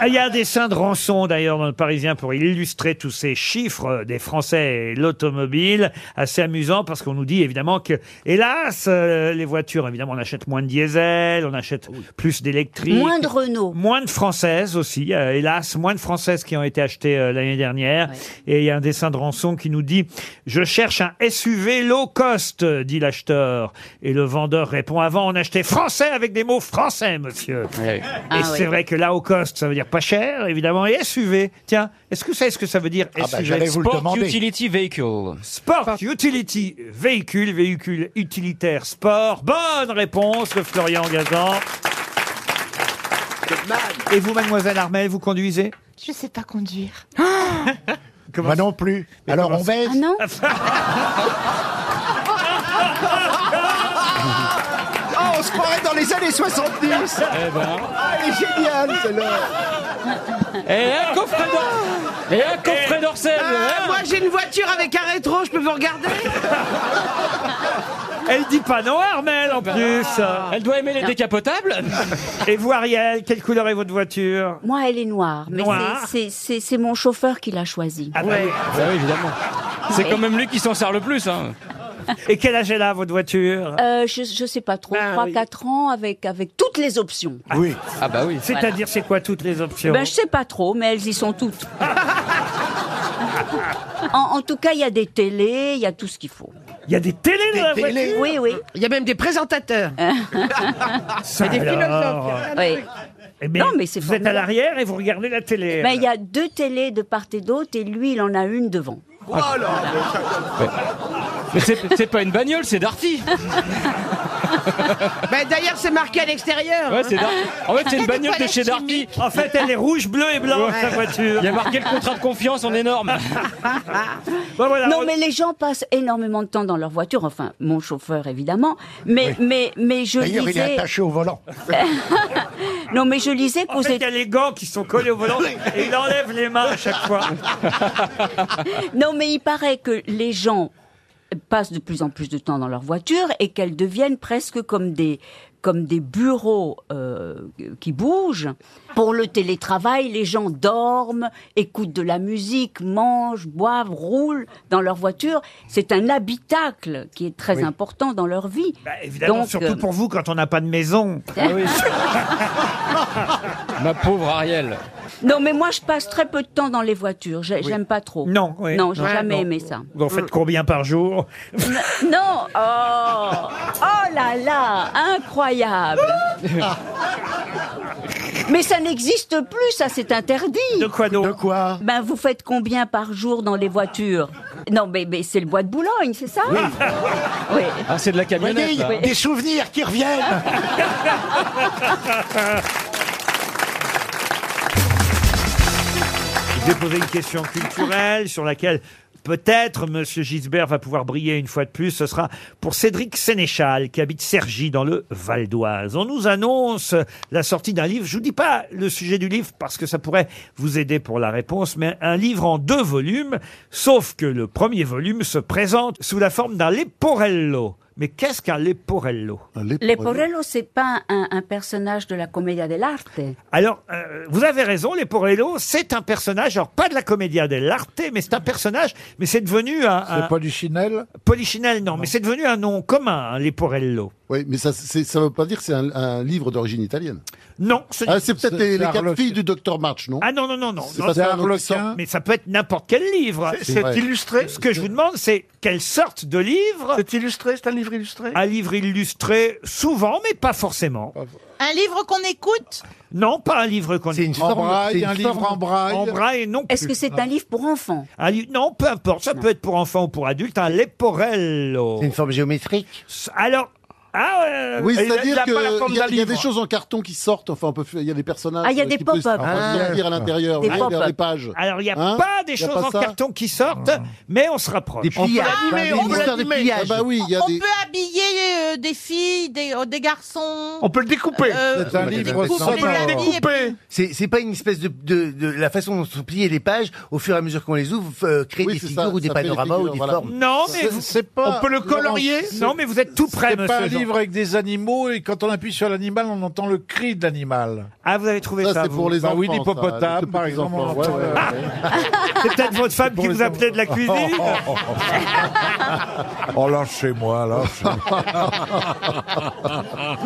Speaker 1: Ah, Il y a un dessin de rançon d'ailleurs dans le Parisien pour illustrer tous ces chiffres euh, des Français et l'automobile. Assez amusant parce qu'on nous dit évidemment que, hélas, euh, les voitures, évidemment, on achète moins de diesel, on achète plus d'électrique.
Speaker 18: Moins de Renault.
Speaker 1: Moins de Françaises aussi, euh, hélas, moins de Françaises qui ont été achetées euh, l'année dernière. Et il y a un dessin de rançon qui nous dit « Je cherche un SUV low cost », dit l'acheteur. Et le vendeur répond « Avant, on achetait français avec des mots français, monsieur. Et
Speaker 12: Ah oui.
Speaker 1: c'est vrai que là, low cost, ça veut dire pas cher, évidemment. Et SUV, tiens, est-ce que vous savez ce que ça veut dire
Speaker 4: Ah bah,
Speaker 1: SUV
Speaker 12: Vehicle.
Speaker 1: Sport Utility Véhicule, véhicule utilitaire sport. Bonne réponse de Florian Gazan. Et vous, mademoiselle Armel, vous conduisez
Speaker 22: Je sais pas conduire.
Speaker 5: Bah
Speaker 24: Moi Bah non plus. Alors, on baise
Speaker 12: Ah, on se croirait dans les années 70
Speaker 14: Eh ben.
Speaker 12: Ah, elle est géniale, celle-là
Speaker 27: Et un coffret d'or- Et un coffret d'Orsel
Speaker 22: Ah, moi j'ai une voiture avec un rétro, je peux vous regarder
Speaker 1: Elle dit pas non, Armel, en plus.
Speaker 27: Elle doit aimer les décapotables
Speaker 1: Et vous, Ariel, quelle couleur est votre voiture
Speaker 18: Moi, elle est noire. Mais
Speaker 1: Noire.
Speaker 18: c'est- c'est- c'est c'est mon chauffeur qui l'a choisie.
Speaker 1: Ah bah oui.
Speaker 27: évidemment. C'est quand même lui qui s'en sert le plus. Hein.
Speaker 1: Et quel âge elle a, votre voiture
Speaker 18: Euh, je, je sais pas
Speaker 1: Ben
Speaker 18: trop, 3-4 ans avec, avec toutes les options.
Speaker 1: Oui.
Speaker 27: Ah bah oui.
Speaker 1: C'est-à-dire, c'est quoi toutes les options
Speaker 18: Ben, je sais pas trop, mais elles y sont toutes. en, en tout cas, il y a des télés, il y a tout ce qu'il faut.
Speaker 1: Il y a des télés
Speaker 22: dans la voiture
Speaker 18: Oui, oui. Ben,
Speaker 22: Il y a même des présentateurs.
Speaker 1: Ça,
Speaker 22: Et des
Speaker 1: alors.
Speaker 22: philosophes.
Speaker 18: Oui.
Speaker 1: Eh bien,
Speaker 18: Non, mais c'est
Speaker 1: Vous êtes à
Speaker 18: formidable.
Speaker 1: l'arrière et vous regardez la télé.
Speaker 18: Ben, il y a deux télés de part et d'autre et lui, il en a une devant.
Speaker 14: Oh
Speaker 27: Mais c'est c'est pas une bagnole, c'est Darty.
Speaker 22: Mais Bah, d'ailleurs, c'est marqué à l'extérieur. hein.
Speaker 27: Ouais, c'est Darty. En fait, c'est une bagnole de chez
Speaker 22: Darty.
Speaker 27: Darty.
Speaker 1: En fait, elle est rouge, bleue et blanche,
Speaker 27: Ouais.
Speaker 1: sa voiture.
Speaker 27: Il y a marqué le contrat de confiance en énorme.
Speaker 1: Bon, Bah, voilà,
Speaker 18: non,
Speaker 1: on-
Speaker 18: mais les gens passent énormément de temps dans leur voiture, enfin, mon chauffeur évidemment, mais, mais, mais je
Speaker 24: D'ailleurs, il est
Speaker 18: lisais.
Speaker 24: attaché au volant.
Speaker 18: Non, mais je lisais
Speaker 1: En
Speaker 18: qu'aux
Speaker 1: fait,
Speaker 18: Éta-
Speaker 1: il y a les gants qui sont collés au volant et il enlève les mains à chaque fois.
Speaker 18: Non, mais il paraît que les gens passent de plus en plus de temps dans leur voiture et qu'elles deviennent presque comme des comme des bureaux euh, qui bougent. Pour le télétravail, les gens dorment, écoutent de la musique, mangent, boivent, roulent dans leur voiture. C'est un habitacle qui est très important dans leur vie.
Speaker 1: Bah, Évidemment,
Speaker 18: Donc,
Speaker 1: surtout
Speaker 18: euh,
Speaker 1: pour vous quand on n'a pas de maison.
Speaker 27: Ma pauvre Ariel.
Speaker 18: Non, mais moi, je passe très peu de temps dans les voitures. J'ai- J'aime pas trop.
Speaker 1: Non, oui.
Speaker 18: Non, j'ai
Speaker 1: Ouais,
Speaker 18: jamais
Speaker 1: non.
Speaker 18: aimé ça. Mm.
Speaker 1: Vous en faites combien par jour
Speaker 18: Non Oh Oh là là Incroyable Mais ça n'existe plus, ça, c'est interdit De
Speaker 1: quoi donc
Speaker 18: De quoi Ben, vous faites combien par jour dans les voitures Non, mais, mais c'est le bois de Boulogne, c'est ça Oui.
Speaker 27: Ah, c'est de la
Speaker 24: Voyez,
Speaker 27: camionnette.
Speaker 24: il y a
Speaker 27: là.
Speaker 24: des souvenirs qui reviennent.
Speaker 1: Je vais poser une question culturelle sur laquelle peut-être Monsieur Gisbert va pouvoir briller une fois de plus. Ce sera pour Cédric Sénéchal qui habite Cergy dans le Val d'Oise. On nous annonce la sortie d'un livre. Je vous dis pas le sujet du livre parce que ça pourrait vous aider pour la réponse, mais un livre en deux volumes. Sauf que le premier volume se présente sous la forme d'un Leporello. Mais qu'est-ce qu'un Leporello
Speaker 18: Leporello, c'est pas un, un personnage de la Commedia dell'arte.
Speaker 1: Alors, euh, vous avez raison, les Porello, c'est un personnage, alors pas de la commedia dell'arte, mais c'est un personnage, mais c'est devenu un...
Speaker 26: C'est
Speaker 1: Polichinelle Polichinelle, non, mais c'est devenu un nom commun, hein, les Porello.
Speaker 26: Oui, mais ça c'est- ça veut pas dire que c'est un, un livre d'origine italienne.
Speaker 1: Non, ce-
Speaker 26: Ah, c'est peut-être les,
Speaker 1: C'est- c'est
Speaker 26: les quatre
Speaker 1: Harlock.
Speaker 26: filles du docteur March, non
Speaker 1: Ah non, non, non, non.
Speaker 26: C'est
Speaker 1: non,
Speaker 26: pas
Speaker 1: c'est
Speaker 26: ça,
Speaker 1: un
Speaker 26: Requin
Speaker 1: Mais ça peut être n'importe quel livre.
Speaker 26: C'est- c'est Ouais.
Speaker 1: illustré Ce que je vous demande, c'est quelle sorte de livre C'est illustré, c'est un livre illustré Un livre illustré, souvent, mais pas forcément.
Speaker 11: Un livre qu'on écoute
Speaker 1: Non, pas un livre qu'on C'est une
Speaker 26: forme- braille, c'est une un livre forme- en braille.
Speaker 1: En braille, non.
Speaker 26: Est-ce que c'est un
Speaker 18: livre pour enfants
Speaker 1: Non, peu importe. Ça peut être pour enfants ou pour adultes. Un leporello. C'est une
Speaker 26: forme géométrique
Speaker 1: Alors, Ah ouais,
Speaker 9: Oui,
Speaker 1: il a- il
Speaker 9: c'est-à-dire
Speaker 1: a pas la
Speaker 9: qu'il
Speaker 1: forme
Speaker 9: y, a-
Speaker 1: d'un
Speaker 9: il y a des
Speaker 1: livre.
Speaker 9: choses en carton qui sortent. Enfin, on peut, faire- il y a des personnages.
Speaker 1: Ah, il y a
Speaker 9: euh,
Speaker 1: des
Speaker 9: qui peuvent-
Speaker 1: pop-up.
Speaker 9: on peut se lire à l'intérieur.
Speaker 1: Des
Speaker 9: Des, des,
Speaker 1: pop-up.
Speaker 9: pages.
Speaker 1: Alors, il n'y a
Speaker 9: Hein
Speaker 1: pas des
Speaker 9: Il y a
Speaker 1: choses
Speaker 9: pas
Speaker 1: en
Speaker 9: ça
Speaker 1: carton qui sortent, mais on se rapproche.
Speaker 9: Des pliages.
Speaker 1: on peut
Speaker 9: Mystère des
Speaker 1: l'animer.
Speaker 9: pliages. Ah bah oui, il y a
Speaker 3: on
Speaker 9: des-
Speaker 3: peut habiller euh, des filles, des, euh, des garçons.
Speaker 9: On peut le découper.
Speaker 3: Euh,
Speaker 9: C'est un
Speaker 3: on
Speaker 9: livre
Speaker 3: découpe
Speaker 9: sans
Speaker 3: les habits
Speaker 9: forme.
Speaker 3: et puis-
Speaker 5: C'est c'est pas une espèce de, de- de- la façon dont sont pliées les pages au fur et à mesure qu'on les ouvre, euh, créer des figures ou des panoramas ou des formes.
Speaker 1: Non, mais vous-
Speaker 10: pas-
Speaker 1: on peut le
Speaker 10: Laurent,
Speaker 1: colorier
Speaker 10: c'est-
Speaker 1: Non, mais vous êtes tout près,
Speaker 10: C'est pas un
Speaker 1: monsieur Jean.
Speaker 10: livre avec des animaux et quand on appuie sur l'animal, on entend le cri de l'animal.
Speaker 1: Ah, vous avez trouvé
Speaker 10: ça,
Speaker 1: ça,
Speaker 10: c'est
Speaker 1: vous
Speaker 10: pour les
Speaker 1: Bah
Speaker 10: enfants.
Speaker 1: oui,
Speaker 10: ça, les
Speaker 1: l'hippopotame,
Speaker 10: tout
Speaker 1: par
Speaker 10: petits
Speaker 1: exemple,
Speaker 10: enfants,
Speaker 1: on
Speaker 10: ouais,
Speaker 1: entend-
Speaker 10: ouais,
Speaker 1: Ah C'est peut-être votre femme qui vous a appelé de la cuisine.
Speaker 10: oh là, chez moi, là.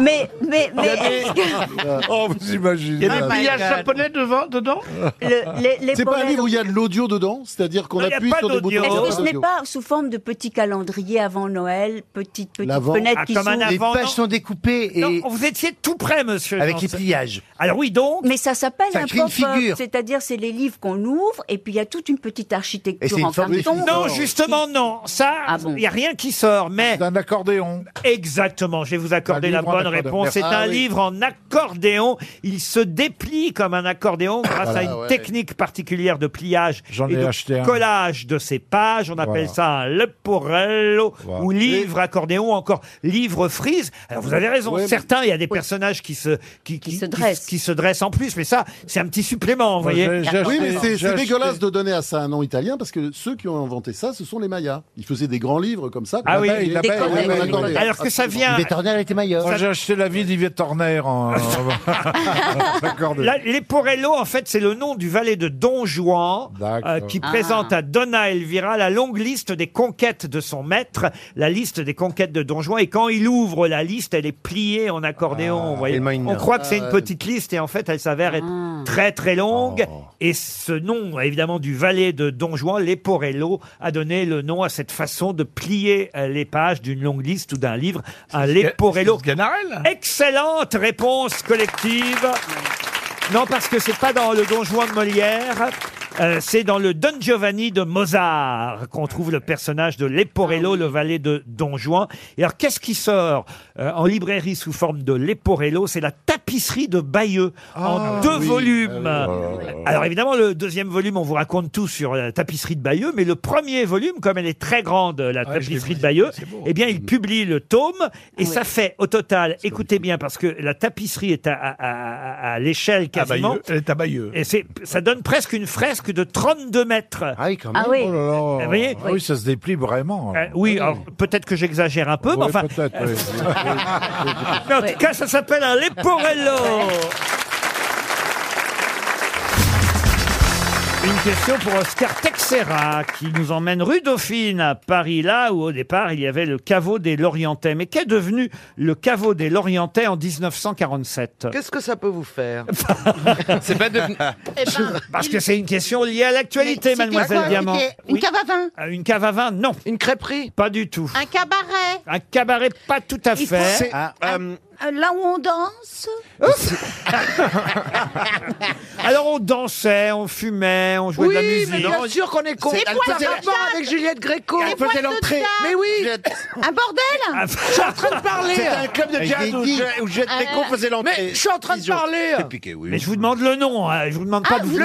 Speaker 18: Mais, mais,
Speaker 10: Il y a
Speaker 18: mais.
Speaker 10: des- Oh, vous
Speaker 32: Il y
Speaker 10: imaginez. Ah,
Speaker 32: a des
Speaker 10: là.
Speaker 32: pillages japonais devant, dedans
Speaker 18: Le- les- les
Speaker 9: C'est pas un
Speaker 18: poèmes-
Speaker 9: livre où il y a de l'audio dedans, c'est-à-dire qu'on
Speaker 1: Non, il y a
Speaker 9: appuie
Speaker 1: pas
Speaker 9: sur des
Speaker 1: d'audio.
Speaker 9: boutons. euh,
Speaker 18: Est-ce
Speaker 9: hein,
Speaker 18: que ce
Speaker 9: Il y a
Speaker 18: n'est pas sous forme de petit calendrier avant Noël, petite petite
Speaker 9: L'avant.
Speaker 18: fenêtre
Speaker 1: Ah,
Speaker 18: qui
Speaker 1: comme un
Speaker 18: s'ouvre
Speaker 1: Les avant, pages non sont
Speaker 5: découpées
Speaker 1: Non, vous étiez tout près, monsieur.
Speaker 5: Avec
Speaker 1: Jean.
Speaker 5: les pliages.
Speaker 1: Alors oui, donc.
Speaker 18: Mais ça s'appelle
Speaker 5: Ça
Speaker 18: un
Speaker 5: crée une
Speaker 18: pop-up,
Speaker 5: figure.
Speaker 18: c'est-à-dire c'est les livres qu'on ouvre et puis il y a toute une petite
Speaker 5: Et c'est
Speaker 18: architecture
Speaker 5: une
Speaker 18: en
Speaker 5: forme de
Speaker 18: carton.
Speaker 1: Non, justement, non. Ça, il
Speaker 9: Ah
Speaker 1: n'y a rien qui sort, mais...
Speaker 10: Un accordéon.
Speaker 1: Exactement, je vais vous accorder
Speaker 10: Un
Speaker 1: la
Speaker 10: livre en
Speaker 1: bonne
Speaker 10: accordéon.
Speaker 1: réponse. C'est
Speaker 10: Ah
Speaker 1: un
Speaker 10: oui.
Speaker 1: livre en accordéon. Il se déplie comme un accordéon grâce
Speaker 10: Ah, Voilà,
Speaker 1: à une
Speaker 10: ouais.
Speaker 1: technique particulière de pliage
Speaker 10: J'en
Speaker 1: et
Speaker 10: ai
Speaker 1: de
Speaker 10: acheté un.
Speaker 1: collage de ses pages. On appelle
Speaker 10: Voilà.
Speaker 1: ça un leporello
Speaker 10: Voilà.
Speaker 1: ou livre accordéon, encore livre frise. Alors vous avez raison,
Speaker 10: Ouais, mais-
Speaker 1: certains, il y a des personnages qui se, qui, qui- qui- qui se dressent. en plus, mais ça, c'est un petit supplément, vous
Speaker 10: Moi,
Speaker 1: voyez.
Speaker 10: j'ai- j'ai
Speaker 9: Ah, Oui, mais c'est-
Speaker 10: J'ai
Speaker 9: c'est
Speaker 10: acheté-
Speaker 9: dégueulasse de donner à ça un nom italien parce que ceux qui ont inventé ça, ce sont les Mayas. Ils faisaient des grands livres comme ça.
Speaker 1: Ah oui,
Speaker 9: L'abeille,
Speaker 10: l'abeille,
Speaker 9: l'abeille,
Speaker 10: l'abeille,
Speaker 9: l'abeille,
Speaker 10: l'abeille.
Speaker 9: l'abeille.
Speaker 1: Alors que ça
Speaker 9: Absolument.
Speaker 1: vient-
Speaker 5: était meilleur.
Speaker 10: Moi, j'ai acheté la vie hein. d'Yvette Horner en. accordéon.
Speaker 1: Là, les Porello, en fait, c'est le nom du valet de Don Juan euh, qui
Speaker 10: Ah.
Speaker 1: présente à Donna Elvira la longue liste des conquêtes de son maître, la liste des conquêtes de Don Juan. Et quand il ouvre la liste, elle est pliée en accordéon. vous voyez.
Speaker 5: Elmaïna.
Speaker 1: On croit que c'est une
Speaker 5: Ah,
Speaker 1: petite liste et en fait, elle s'avère être très très longue. Et ce nom, évidemment, du valet de Don Juan, les Porello, a donné le nom à cette façon de plier euh, les pages d'une longue liste ou d'un livre. Un Leporello. Excellente réponse collective. Non, parce que c'est pas dans le Don Juan de Molière. euh, c'est dans le Don Giovanni de Mozart qu'on trouve le personnage de Leporello, le valet de Don Juan. Et alors, qu'est-ce qui sort euh, en librairie sous forme de Leporello C'est la tapisserie de Bayeux en deux
Speaker 10: oui.
Speaker 1: volumes.
Speaker 10: Ah oui.
Speaker 1: Alors évidemment, le deuxième volume, on vous raconte tout sur la tapisserie de Bayeux, mais le premier volume, comme elle est très grande, la
Speaker 10: Ah
Speaker 1: tapisserie de Bayeux, eh bien,
Speaker 10: Mm.
Speaker 1: il publie le tome, et ça fait au total, écoutez bien, parce que la tapisserie est à, à- à- à l'échelle
Speaker 10: Ah,
Speaker 1: quasiment,
Speaker 10: Bayeux. Elle est à Bayeux.
Speaker 1: et c'est, ça donne presque une fresque de 32 mètres. Ah oui, quand
Speaker 18: Ah oui.
Speaker 10: Oh là là.
Speaker 1: Vous voyez
Speaker 10: Ah oui, ça se déplie vraiment.
Speaker 1: Euh, oui, alors, peut-être que j'exagère un peu, mais
Speaker 10: Oh, Ouais,
Speaker 1: enfin...
Speaker 10: peut-être, oui.
Speaker 1: Mais en tout cas, ça s'appelle un Leporello Une question pour Oscar Texera qui nous emmène rue Dauphine à Paris, là où au départ il y avait le caveau des Lorientais. Mais qu'est devenu le caveau des Lorientais en 1947
Speaker 14: Qu'est-ce que ça peut vous faire
Speaker 1: Eh C'est pas devenu. Ah, Parce que c'est une question liée à l'actualité,
Speaker 14: Mais c'était
Speaker 22: Ah,
Speaker 1: mademoiselle
Speaker 14: quoi
Speaker 1: Diamant.
Speaker 14: C'était une
Speaker 1: cave à vin Une cave à vin, non. Une crêperie Pas du tout.
Speaker 14: Un cabaret
Speaker 1: Un cabaret, pas tout à
Speaker 14: Il faut-
Speaker 1: fait.
Speaker 14: C'est- Ah,
Speaker 25: Euh,
Speaker 33: Là où on danse
Speaker 1: Ah, Alors on dansait, on fumait, on jouait de la musique.
Speaker 14: qu'on est
Speaker 1: C'est
Speaker 14: Elle
Speaker 1: quoi,
Speaker 14: faisait
Speaker 1: la
Speaker 14: rapport
Speaker 1: chatte
Speaker 14: avec Juliette Gréco.
Speaker 1: Elle faisait l'entrée.
Speaker 14: Mais oui
Speaker 33: Un bordel
Speaker 14: Je suis en train de parler
Speaker 1: C'était un club de
Speaker 14: Avec
Speaker 1: jazz
Speaker 14: des
Speaker 1: où
Speaker 14: digues.
Speaker 1: Ju- où Juliette
Speaker 14: Ah,
Speaker 3: Euh,
Speaker 1: Gréco faisait l'entrée.
Speaker 14: Mais je suis en train de parler
Speaker 1: Mais je vous demande le nom, hein, je vous demande pas
Speaker 14: Ah,
Speaker 1: de
Speaker 14: le,
Speaker 1: vous.
Speaker 14: le,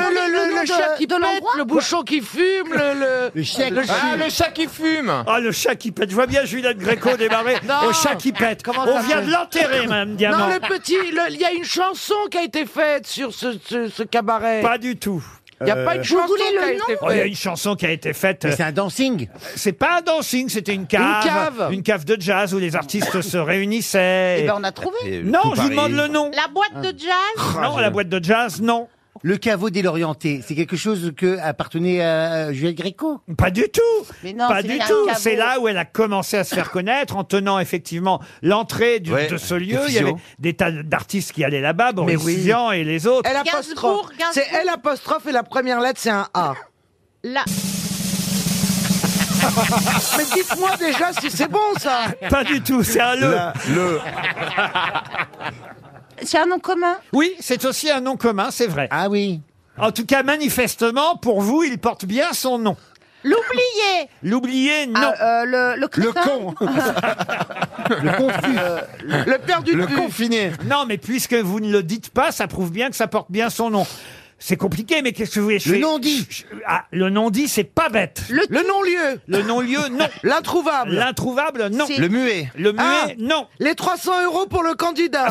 Speaker 14: le, le chat qui pète, le bouchon qui fume, le... Le,
Speaker 1: Le chat qui
Speaker 14: ah,
Speaker 1: fume.
Speaker 14: le chat qui fume
Speaker 1: Ah, le chat qui pète. Je vois bien Juliette Gréco démarrer
Speaker 14: Non.
Speaker 1: au chat qui pète.
Speaker 14: Comment
Speaker 1: On
Speaker 14: ça
Speaker 1: vient
Speaker 14: fait
Speaker 1: de l'enterrer, Madame Diamant.
Speaker 14: Non, le petit... le- Il y a une chanson qui a été faite sur ce, ce, ce cabaret.
Speaker 1: Pas du tout.
Speaker 14: Il n'y a pas une chanson qui a été faite.
Speaker 1: Oh, Il y a une chanson qui a été faite.
Speaker 5: Euh,
Speaker 1: euh,
Speaker 5: Mais c'est un dancing.
Speaker 1: C'est pas un dancing, c'était une cave.
Speaker 14: Une cave.
Speaker 1: Une cave de jazz où les artistes se réunissaient.
Speaker 33: Eh ben, on a trouvé.
Speaker 5: Et
Speaker 1: Non,
Speaker 5: tout
Speaker 1: je vous
Speaker 5: Paris.
Speaker 1: demande le nom. Ah,
Speaker 3: La boîte de jazz.
Speaker 1: Non, la boîte de jazz, non.
Speaker 5: Le caveau délorienté, c'est quelque chose que appartenait à Juliette Gréco.
Speaker 1: Pas du tout.
Speaker 3: Mais non,
Speaker 1: pas
Speaker 3: c'est
Speaker 1: du
Speaker 3: un
Speaker 1: tout.
Speaker 3: caveau.
Speaker 1: C'est là où elle a commencé à se faire connaître en tenant effectivement l'entrée du-
Speaker 14: Ouais,
Speaker 1: de ce
Speaker 14: des
Speaker 1: lieu. Il y avait
Speaker 14: physios.
Speaker 1: des tas d'artistes qui allaient là-bas, Boris
Speaker 14: oui.
Speaker 1: Vian et les autres.
Speaker 14: L apostrophe.
Speaker 3: Gainsbourg,
Speaker 14: C'est L apostrophe et la première lettre, c'est un A.
Speaker 3: La...
Speaker 14: Mais dites-moi déjà si c'est bon, ça
Speaker 1: Pas du tout, c'est un le.
Speaker 14: le.
Speaker 33: C'est un nom commun
Speaker 1: Oui, c'est aussi un nom commun, c'est vrai.
Speaker 5: Ah oui.
Speaker 1: En tout cas, manifestement, pour vous, il porte bien son nom.
Speaker 14: L'oublier
Speaker 1: L'oublier, non.
Speaker 14: Ah, euh, le, le, crétin.
Speaker 1: Le confus.
Speaker 14: le père du
Speaker 1: Le
Speaker 14: cul.
Speaker 1: confiné. Non, mais puisque vous ne le dites pas, ça prouve bien que ça porte bien son nom. C'est compliqué, mais qu'est-ce que vous voulez
Speaker 14: Le
Speaker 1: non-dit ah, Le non-dit, c'est pas bête. Le, non-lieu Le non-lieu, non. L'introuvable L'introuvable, non.
Speaker 14: Si. Le muet.
Speaker 1: Le muet,
Speaker 14: Ah.
Speaker 1: non.
Speaker 14: Les 300 euros pour le candidat.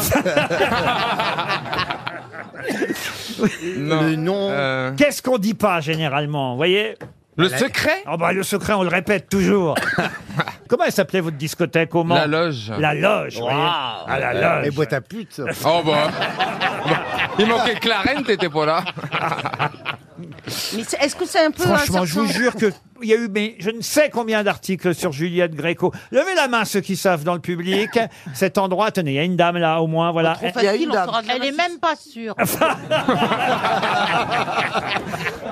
Speaker 1: Le nom. Qu'est-ce qu'on dit pas, généralement, vous voyez
Speaker 20: Euh. Le secret
Speaker 1: Ah bah, Le secret, on le répète toujours. Comment elle s'appelait votre discothèque au Mans
Speaker 20: La Loge.
Speaker 1: La Loge, vous voyez.
Speaker 20: Waouh.
Speaker 1: Ah, la Loge.
Speaker 20: Les boîtes à putes. Oh bah. Il manquait Clarence, t'étais pas là.
Speaker 3: Mais c'est- est-ce que c'est un peu.
Speaker 1: Franchement,
Speaker 3: un
Speaker 1: je vous
Speaker 3: certain-
Speaker 1: jure que il y a eu mais je ne sais combien d'articles sur Juliette Gréco. Levez la main ceux qui savent dans le public. Cet endroit, tenez, il y a une dame là au moins, voilà.
Speaker 34: Trop facile, on saura jamais Elle est même pas sûre.
Speaker 1: Ah,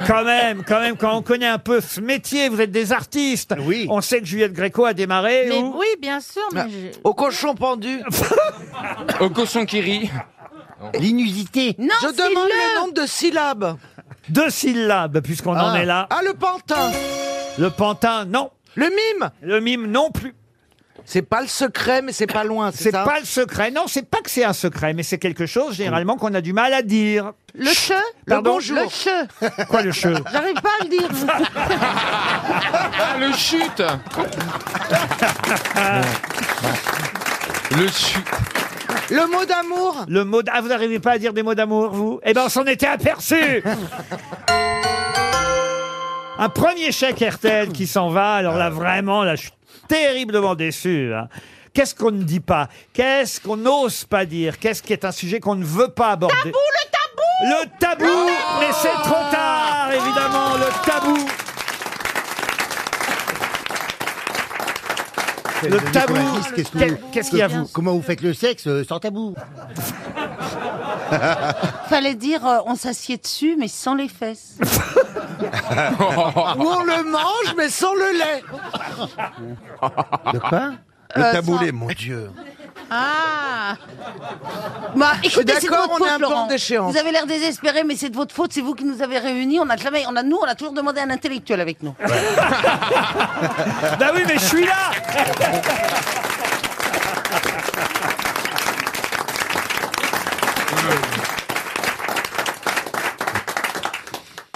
Speaker 1: Quand même, quand même, quand on connaît un peu ce métier, vous êtes des artistes. Oui. On sait que Juliette Gréco a démarré
Speaker 34: mais
Speaker 1: où
Speaker 34: oui, bien sûr. Mais je-
Speaker 14: Au cochon pendu.
Speaker 20: Au cochon qui rit.
Speaker 14: L'inusité. Non, Je demande le nombre de syllabes.
Speaker 1: Deux syllabes, puisqu'on en
Speaker 14: Ah.
Speaker 1: est là.
Speaker 14: Ah, le pantin.
Speaker 1: Le pantin, non.
Speaker 14: Le mime.
Speaker 1: Le mime, non plus.
Speaker 14: C'est pas le secret, mais c'est pas loin, c'est
Speaker 1: C'est
Speaker 14: ça
Speaker 1: pas le secret. Non, c'est pas que c'est un secret, mais c'est quelque chose généralement qu'on a du mal à dire.
Speaker 3: Le che
Speaker 1: Pardon
Speaker 3: Le che
Speaker 1: Quoi le che
Speaker 3: J'arrive pas à le dire.
Speaker 20: Ah, le chute Le chute.
Speaker 14: Le mot d'amour.
Speaker 1: Le mot d- Ah, vous n'arrivez pas à dire des mots d'amour, vous Eh ben, on s'en était aperçu Un premier chèque RTL qui s'en va. Alors là, vraiment, là, je suis terriblement déçu. hein. Qu'est-ce qu'on ne dit pas Qu'est-ce qu'on n'ose pas dire Qu'est-ce qui est un sujet qu'on ne veut pas aborder Tabou, le tabou Le tabou Mais c'est trop tard, évidemment, le tabou
Speaker 14: C'est
Speaker 1: Le
Speaker 14: le
Speaker 1: tabou
Speaker 14: Nicolas, qu'est-ce que-
Speaker 1: Quel- Qu'est-ce qu'il y a, vous
Speaker 14: Comment vous faites le sexe euh, sans tabou
Speaker 3: Fallait dire euh, on s'assied dessus, mais sans les fesses.
Speaker 14: Ou on le mange, mais sans le lait.
Speaker 5: De quoi Le
Speaker 14: Euh,
Speaker 5: taboulé,
Speaker 14: sans-
Speaker 5: mon Dieu.
Speaker 3: Ah bah, écoutez,
Speaker 14: Je suis
Speaker 3: c'est de votre
Speaker 14: Euh, d'accord, on est
Speaker 3: faute,
Speaker 14: un peu en
Speaker 3: Laurent.
Speaker 14: déchéance.
Speaker 3: Vous avez l'air désespéré, mais c'est de votre faute. C'est vous qui nous avez réunis. On a jamais, on a nous, on a toujours demandé un intellectuel avec nous.
Speaker 1: Bah oui, mais je suis là